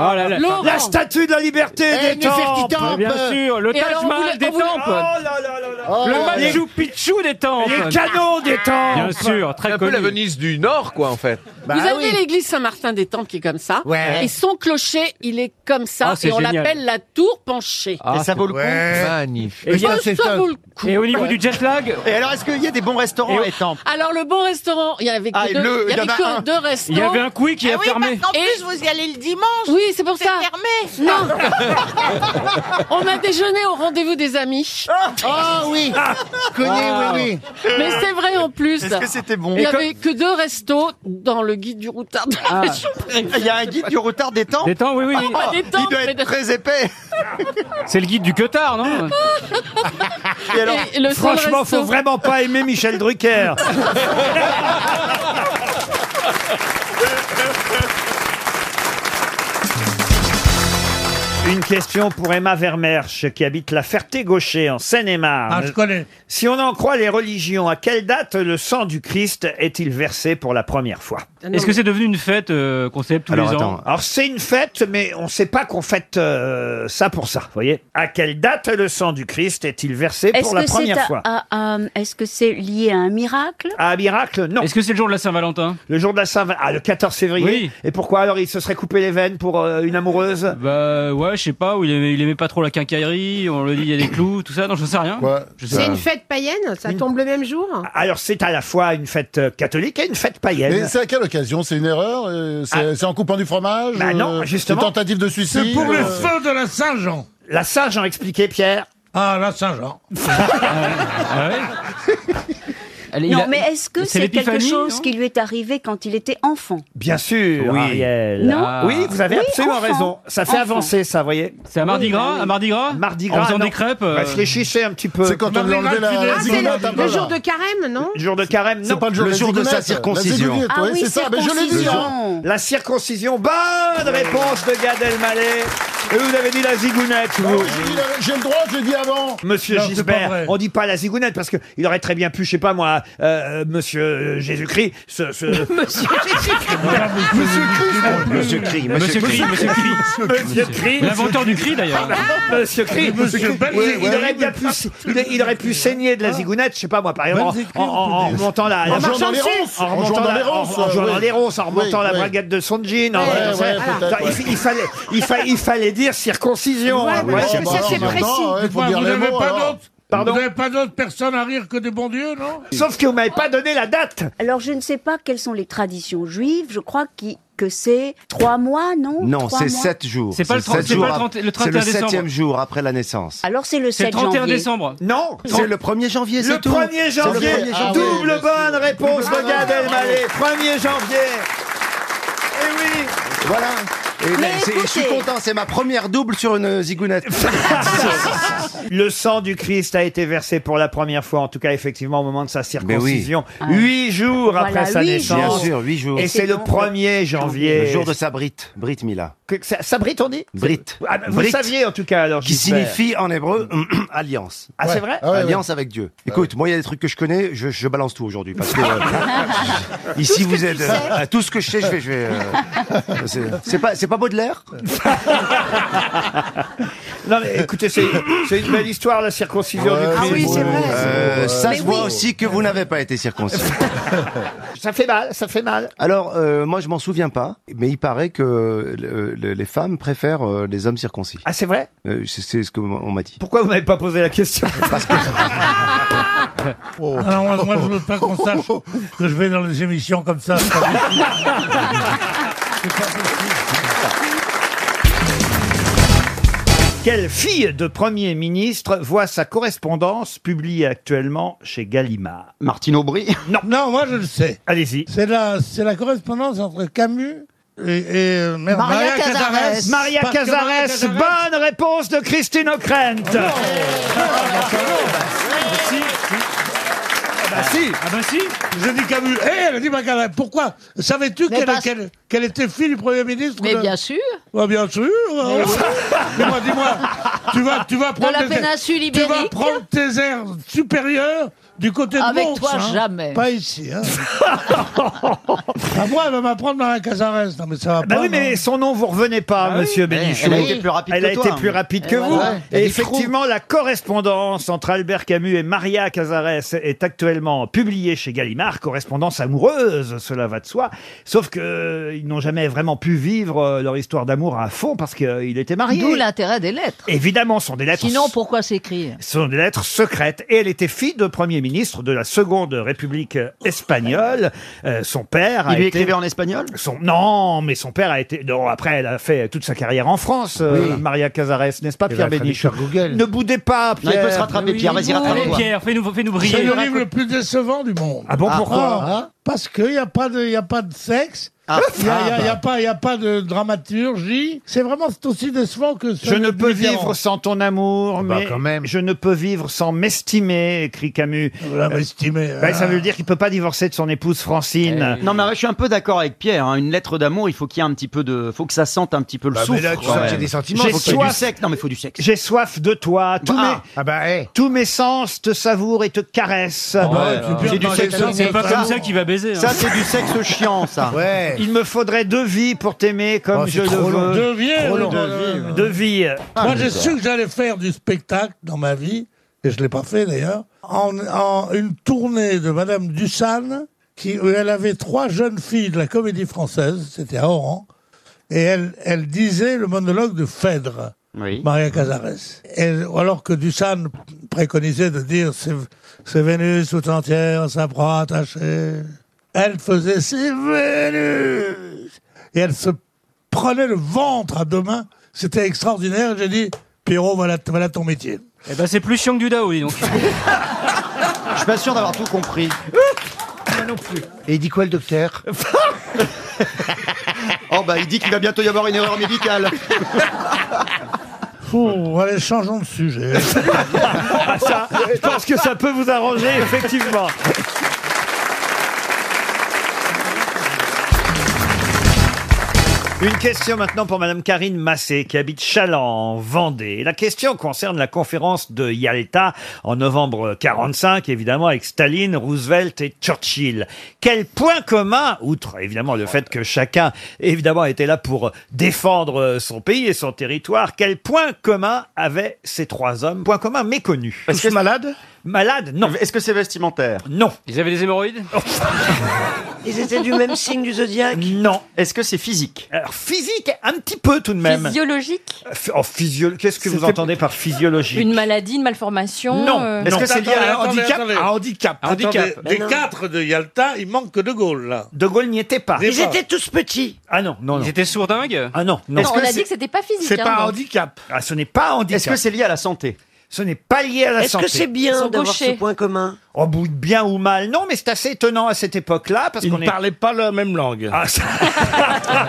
Oh là là. Laurent. La statue de la liberté Eh, des tempes. Néfertiti-tempe. Bien sûr, le Et Taj alors, on Mahal voulait- des on voulait- tempes. Oh là là là là. Le Machu Picchu des tempes. Les canons canons des tempes. Bien sûr, très C'est connu. un peu la Venise du Nord, quoi, en fait. Bah Bah vous avez l'église Saint-Martin des Tempes qui est comme ça. Ouais. Et son clocher, il est comme ça. Ah, c'est et on génial. l'appelle la tour penchée. Ah, Magnifique. Et bien, ça vaut le coup. Et au niveau du jet lag Et alors, est-ce qu'il y a des bons restaurants à Étampes Alors le bon restaurant, il y avait que Ah, et deux, le- il y il y en avait a que un. deux restaurants. Il y avait un Quick qui a Ah oui, fermé. En plus, vous y allez le dimanche. Oui, c'est pour ça. fermé. Non. On a déjeuné au rendez-vous des amis. Ah oui. Connais, oui, oui. Mais c'est vrai en plus. Est-ce que c'était bon Il y Et comme- avait que deux restos dans le guide du routard de la Ah. région parisienne. Il y a un guide du retard des temps Des temps, oui, oui. Oh, bah, des temps, Il doit mais de- être très épais. C'est le guide du Cotard, non Et alors- Et le seul Franchement, resto- faut vraiment pas aimer Michel Drucker. Une question pour Emma Vermersch, qui habite la Ferté-Gaucher, en Seine-et-Marne. Ah, je connais. Si on en croit les religions, à quelle date le sang du Christ est-il versé pour la première fois Est-ce que c'est devenu une fête euh, qu'on célèbre tous les ans alors c'est une fête, mais on ne sait pas qu'on fête euh, ça pour ça. Vous voyez À quelle date le sang du Christ est-il versé Est-ce pour la que c'est première à- fois à- à- Est-ce que c'est lié à un miracle À un miracle, non. Est-ce que c'est le jour de la Saint-Valentin Le jour de la Saint-Valentin. Ah, le 14 février. Oui. Et pourquoi alors il se serait coupé les veines pour euh, une amoureuse Bah ouais, je sais pas, ou il aimait, il aimait pas trop la quincaillerie, on le dit, il y a des clous, tout ça, non, je sais rien. Je sais C'est pas. une fête païenne Ça tombe le même jour Alors c'est à la fois une fête euh, catholique et une fête païenne. Mais c'est à quelle occasion C'est une erreur euh, C'est c'est en coupant du fromage Ah. Bah non, euh, justement. Une tentative de suicide euh. C'est pour le feu de la Saint-Jean. La Saint-Jean, expliquez Pierre. Ah, la Saint-Jean. Non, mais est-ce que c'est quelque chose qui lui est arrivé quand il était enfant Bien sûr, Oui. Ariel. Ah. Non. Oui, vous avez Oui, absolument enfant. raison. Ça fait Enfant. avancer, ça, vous voyez. C'est à Mardi Gras, à Mardi Gras Mardi En Gras. faisant non. des crêpes, euh, Réfléchissez un petit peu. C'est quand on lui a enlevé la- la Ah, c'est zigounette un le, peu, le jour là. de carême, non Le jour de carême, hein, non. C'est pas le jour Le de la jour de sa zigounette, la circoncision. zigounette, Ah ouais, oui, c'est c'est ça, ça, mais je l'ai je dit, l'ai dit. hein. La circoncision, bonne réponse de Gad Elmaleh. Et vous avez dit la zigounette, vous. J'ai le droit, j'ai dit avant. Monsieur Non, c'est pas Gisbert, vrai. on dit pas la zigounette parce que il aurait très bien pu, je sais pas moi, euh, Monsieur euh, Jésus-Christ, ce, ce... Monsieur Euh, Monsieur Monsieur Cri, Cri, Monsieur Cri. Monsieur Cri. Ah, L'inventeur du cri, d'ailleurs. Monsieur Cri, Monsieur Belzébuth. Oui, il, aurait bien pu, il, il aurait pu saigner Ah. de la zigounette, je sais pas moi, par exemple, Belzébuth, en, en- en peut-être. remontant la, En la- marchant dans les ronces. en En jouant remontant dans la- les en- ronces, en jouant ouais. dans les ronces, en remontant Ouais, la ouais. braguette de son jean. en- Ouais, en- ouais, en- peut-être, il- ouais. il, fallait, il, fa- il fallait dire circoncision. Ouais, hein, mais ouais. parce que ça, c'est précis. Ouais, faut Quoi, dire vous les n'avez mots, pas alors. d'autres Pardon Vous n'avez pas d'autres personnes à rire que des bons dieux, non Sauf que vous m'avez pas donné la date. Alors, je ne sais pas quelles sont les traditions juives. Je crois qui- que c'est trois mois, non Non, Trois c'est mois. 7 jours. C'est pas le 30 sept c'est jours pas le ap- 30 le C'est 31 le décembre. 7 jour après la naissance. Alors, c'est le C'est 7 le 31 janvier. décembre. Non C'est le 1er janvier, Le c'est tout. 1er C'est le janvier, Ah 1er janvier. double bonne réponse de Bravo, Gad bravo. Elmaleh. 1er janvier. Eh oui. Voilà. Et Mais ben, c'est- je suis écoutez. content, c'est ma première double sur une euh, zigounette. Le sang du Christ a été versé pour la première fois, en tout cas effectivement au moment de sa circoncision, Ah. huit jours Voilà, après sa huit naissance. jours. Bien sûr, huit jours. Et Et c'est c'est le donc 1er janvier. Le jour de sa brite, Brit Mila. que- que ça, ça Brit, on dit Brit. Ah, vous Brit. saviez en tout cas alors. Qui Gisbert. signifie en hébreu alliance. Ah, c'est vrai Ah ouais, Alliance ouais. avec Dieu. Écoute, moi, il y a des trucs que je connais, je, je balance tout aujourd'hui. Parce que. euh, ici, vous êtes. sais. euh, tout ce que je sais, je vais. je vais, euh, c'est- c'est pas, c'est pas Baudelaire Non mais écoutez, c'est c'est une belle histoire la circoncision Ouais, du Christ. Euh, ça Mais se voit oui. aussi que vous n'avez pas été circoncis. Ça fait mal, ça fait mal. Alors, euh, moi, je m'en souviens pas, mais il paraît que euh, le- les femmes préfèrent euh, les hommes circoncis. Euh, Ah, c'est vrai C'est c'est ce qu'on m'a dit. Pourquoi vous m'avez pas posé la question Parce que Oh. Alors, moi, moi, je veux pas qu'on sache que je vais dans les émissions comme ça. C'est pas possible. C'est pas possible. Quelle fille de Premier ministre voit sa correspondance publiée actuellement chez Gallimard Martine Aubry Non. Non, moi je le sais. Allez-y. C'est la, c'est la correspondance entre Camus et, et, euh, merde, Maria, Cazares. Maria Parce que Cazares, Maria Cazares- bonne réponse de Christine O'Krent. Ah bah si Ah bah si J'ai dit Camus. Eh, elle a dit Macala. Pourquoi Savais-tu Mais qu'elle parce- qu'elle- qu'elle était fille du Premier ministre Mais de- bien sûr. Ouais, bien sûr Mais oui. Dis-moi, dis-moi Tu vas, tu vas Dans prendre la tes- péninsule Tu vas ibérique. prendre tes airs supérieurs du côté de Avec Mons, toi, hein. jamais. Pas ici, hein Ah, moi, elle va m'apprendre Maria Cazares. Non, mais ça va Bah pas, oui, mais son nom vous revenez pas, monsieur oui. Bénichou. Elle a été plus rapide Elle que a toi, été hein. plus rapide Et que vous. voilà. Elle Et dit effectivement, la correspondance entre Albert Camus et Maria Cazares est actuellement publiée chez Gallimard, correspondance amoureuse, cela va de soi. Sauf que euh, ils n'ont jamais vraiment pu vivre euh, leur histoire d'amour à fond parce qu'il était marié. D'où l'intérêt des lettres. Évidemment, ce sont des lettres Sinon, pourquoi s'écrire ce sont des lettres secrètes. Et elle était fille de Premier ministre de la Seconde République espagnole. Euh, son père. Il lui écrivait en espagnol son... Non, mais son père a été. Non, après, elle a fait toute sa carrière en France, euh, Oui. Maria Cazares, n'est-ce pas, Elle Pierre va traduire Bénichou Ne boudez pas, Non, Pierre. il peut se rattraper, Pierre, vas-y, rattrape-toi. Pierre, fais-nous- fais-nous briller. C'est le livre le plus décevant du monde. hein Ah bon, pourquoi Parce qu'il n'y a, pas de- y a pas de sexe. Il Ah. n'y a, y a- Ah, bah. y a pas- y a pas de dramaturgie. C'est vraiment c'est aussi décevant que Je celui ne de peux Mitterrand. vivre sans ton Ah amour, bah, mais je ne peux vivre sans m'estimer, écrit Camus. Voilà, m'estimer, Euh, ouais, hein. ça veut dire qu'il peut pas divorcer de son épouse Francine. Non mais je suis un peu d'accord avec Pierre. hein. Une lettre d'amour, il faut qu'il y ait un petit peu de, faut que ça sente un petit peu le Bah, souffle. mais là, tu quand sens qu'il y a même. des sentiments, J'ai faut qu'il y ait soif. du sexe. Non mais il faut du sexe. J'ai soif de toi. Tous, Ah. mes, tous mes sens te savourent et te caressent. Ah bah ouais, Ah, tu c'est perds du dans les sexe, sens, c'est pas ça. comme ça qu'il va baiser, hein. Ça, c'est du sexe chiant, ça. Ouais. Il me faudrait deux vies pour t'aimer comme Oh, c'est je le trop long. veux. Deux vies, Trop long. Deux euh, vies. Deux vies. Moi, j'ai su que j'allais faire du spectacle dans ma vie, et je ne l'ai pas fait d'ailleurs, en, en une tournée de Madame Dussan, qui, où elle avait trois jeunes filles de la comédie française, c'était à Oran, et elle, elle disait le monologue de Phèdre, Maria Cazares. Et- alors que Dussan préconisait de dire c'est, c'est Vénus tout entière, sa proie attachée. Elle faisait c'est Vénus Et elle se prenait le ventre à deux mains. C'était extraordinaire. J'ai dit, Pierrot, voilà, voilà ton métier. Eh ben, c'est plus chiant que du Dao, dis donc. Je suis pas sûr d'avoir tout compris. non plus. Et il dit quoi le docteur Oh bah il dit qu'il va bientôt y avoir une erreur médicale. Fou, allez, changeons de sujet. Ah, ça, je pense que ça peut vous arranger, effectivement. Une question maintenant pour Madame Karine Massé, qui habite Chaland, en Vendée. La question concerne la conférence de Yalta en novembre 45, évidemment, avec Staline, Roosevelt et Churchill. Quel point commun, outre évidemment le fait que chacun, évidemment, était là pour défendre euh, son pays et son territoire, quel point commun avaient ces trois hommes Point commun méconnu. Est-ce que malade Malade, non. Est-ce que c'est vestimentaire Non. Ils avaient des hémorroïdes Ils étaient du même signe du zodiaque Non. Est-ce que c'est physique Alors physique, un petit peu tout de même. Physiologique En physio... Qu'est-ce que vous entendez par physiologie Une maladie, une malformation Non. euh, Est-ce que c'est lié à un Attendez, handicap attendez. Un handicap. Un Attendez, handicap. Des Mais non. quatre de Yalta, il manque que De Gaulle, là. De Gaulle n'y était pas. Ils étaient tous petits. Ah non, non, non. Ils étaient sourdingues Ah non, non. Non, on a dit que c'était pas physique. hein, donc. handicap. Ah, ce n'est pas un handicap. Est-ce que c'est lié à la santé Ce n'est pas lié à la Est-ce santé. que c'est bien d'avoir ce point commun Au bout de bien ou mal, non, mais c'est assez étonnant à cette époque-là parce Ils qu'on ne est- parlaient pas la même langue. Ah, ça-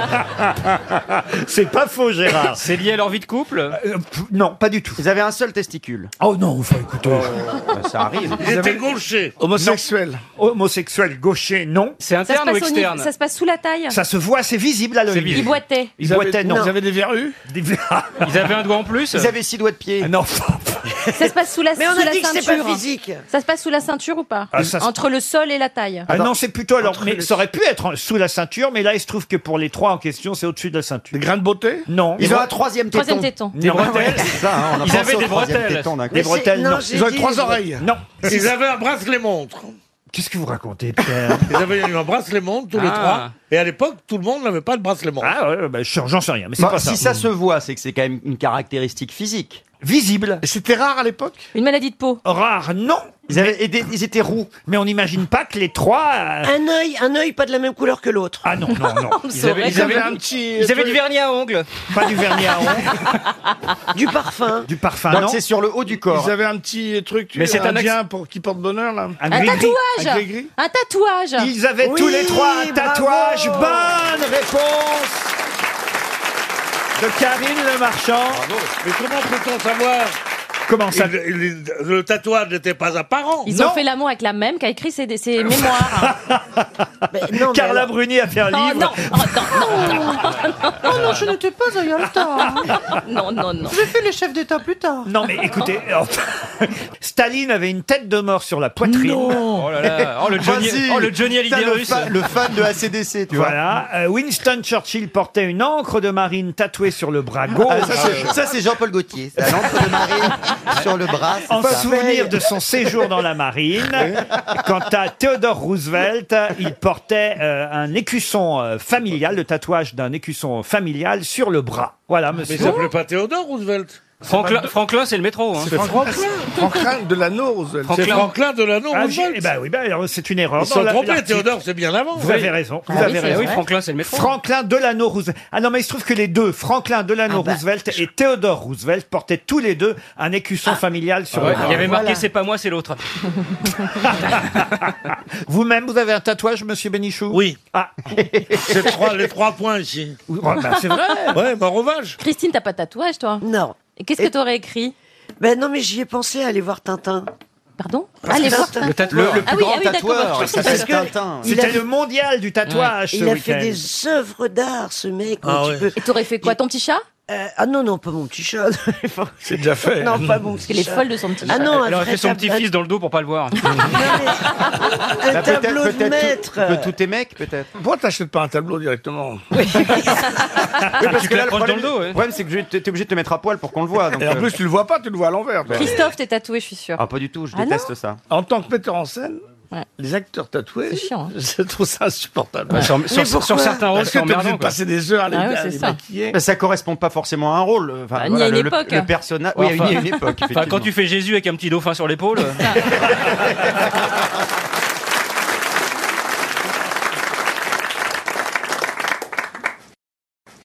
c'est pas faux, Gérard. Euh, C'est lié à leur vie de couple Non, pas du tout. Ils avaient un seul testicule. bah, Oh non, enfin écoutez. ça arrive. Ils étaient gauchers. Homosexuel. Homosexuel, gaucher, non. C'est Ça se, passe au niveau- ça se passe sous la taille. Ça se voit, c'est visible à l'œil. visible. Ils boitaient. Ils Ils avaient- boitaient, non. ils avaient des verrues Ils avaient un doigt en plus Ils avaient six doigts de pied. Ah Non. Ça se passe sous la, Mais on sous a la dit que c'est ceinture. pas physique. Ça se passe sous la ceinture ou pas Ah, ça se- Entre le sol et la taille. Ah non, c'est plutôt alors. Mais ça aurait pu être en- sous la ceinture, mais là, il se trouve que pour les trois en question, c'est au-dessus de la ceinture. Des grains de beauté Non. Ils ont un troisième téton. Troisième téton. Des bretelles. ça, hein, on a Ils pensé avaient au des troisième bretelles. téton d'un coup. Des bretelles, non. Ils avaient trois oreilles. Non. Ils avaient un bracelet-montre. Qu'est-ce que vous racontez, Pierre Ils avaient eu un bracelet-montre, tous les Ah. trois. Et à l'époque, tout le monde n'avait pas de bracelet-montre. Ah ouais, bah, je- j'en sais rien, mais c'est Bah, pas si ça se voit, c'est que c'est quand même une caractéristique physique. Visible. C'était rare à l'époque Une maladie de peau. Oh, Rare, non. Ils, avaient, et des- ils étaient roux. Mais on n'imagine pas que les trois. euh, Un œil, un œil pas de la même couleur que l'autre. Ah non, non, non. On le Ils saurait avaient, ils quand avaient même. un euh, petit. Ils avaient du vernis à ongles. Pas du vernis à ongles. du parfum. Du parfum, Donc non. c'est sur le haut du corps. Ils avaient un petit truc tu Mais sais, c'est un indien pour qui porte bonheur là. Un Un Un tatouage gris-gris Un tatouage Ils avaient tous les trois un tatouage. Bonne réponse de Karine Le Marchand. Mais comment peut-on savoir Comment ça Il- il- Le tatouage n'était pas apparent. Ils ont fait l'amour avec la même qui a écrit ses, ses mémoires. Carla Bruni a fait un Oh, livre. non, oh, non, non, Oh non, je n'étais pas à Yalta. non, non, non. J'ai fait les chefs d'État plus tard. Non, mais écoutez, euh, alors, Staline avait une tête de mort sur la poitrine. Non. Oh là là, oh le Johnny, Vas-y. oh le Johnny Putain, Hallyday le russe. fa- le fan de ACDC, tu vois. Voilà. Euh, Winston Churchill portait une encre de marine tatouée sur le bras gauche. Ah, ça, c'est- ça, c'est Jean-Paul Gaultier. C'est l'encre de marine sur le bras. c'est en pas souvenir pareil. de son séjour dans la marine. Quant à Theodore Roosevelt, il portait euh, un écusson euh, familial, le tatouage d'un écusson familial sur le bras. Voilà, Mais monsieur. il s'appelait pas Théodore Roosevelt. Franklin, Franklin, c'est le métro. Hein. C'est Franklin. Franklin Delano Roosevelt. C'est Franklin Delano Ah, j'ai- Roosevelt. eh ben oui, ben alors, c'est une erreur. Ils se sont dans la- trompés, l'article. Théodore, c'est bien avant. Vous avez raison. Vous avez raison. c'est le Franklin Delano Roosevelt. Ah non, mais il se trouve que les deux, Franklin Delano Roosevelt et Theodore Roosevelt, portaient tous les deux un écusson familial sur le bras. Il y avait marqué c'est pas moi, c'est l'autre. Vous-même, vous avez un tatouage, monsieur Bénichou Oui. Ah. C'est trois, les trois points ici. Oh, bah, c'est vrai. Ouais, mort au vache. Christine, t'as pas de tatouage, toi Non. Et qu'est-ce que t'aurais écrit Ben non, mais j'y ai pensé à aller voir Tintin. Pardon Parce Allez que voir Tintin- Tintin. Ah oui, ah oui, d'accord, ok. Parce que il a C'était le mondial du tatouage Il ce a week-end. fait des œuvres d'art, ce mec. mais Ah tu ouais. peux- Et t'aurais fait quoi Ton petit chat Euh, ah non, non, pas mon petit chat. C'est déjà fait. Non, pas mon Parce petit qu'elle est chat. folle de son petit Ah chat. non, Elle un aurait vrai fait son tab- petit-fils dans le dos pour pas le voir. un Bah, tableau de maître. tous tes mecs, peut-être. Pourquoi t'achètes pas un tableau directement Oui, parce que là, le l'approches problème, dans le dos, ouais. le problème, c'est que je- t'es t'es obligé de te mettre à poil pour qu'on le voit. donc, Et en euh, plus, tu le vois pas, tu le vois à l'envers. toi. Christophe, t'es tatoué, je suis sûre. Ah, pas du tout, je Ah déteste ça. En tant que metteur en scène, Ouais. les acteurs tatoués, C'est chiant, hein. je trouve ça insupportable. Ouais, Bah, sur- sur- sur pourquoi certains rôles, Parce c'est que t'es obligé emmerdant, de quoi. passer des heures à les, Ah ouais, à c'est les ça. maquiller. Mais ça correspond pas forcément à un rôle. euh, Enfin, Bah, ni à une le, le- époque. le personnage. Ouais, oui, enfin- il y a une époque. Enfin, quand tu fais Jésus avec un petit dauphin sur l'épaule.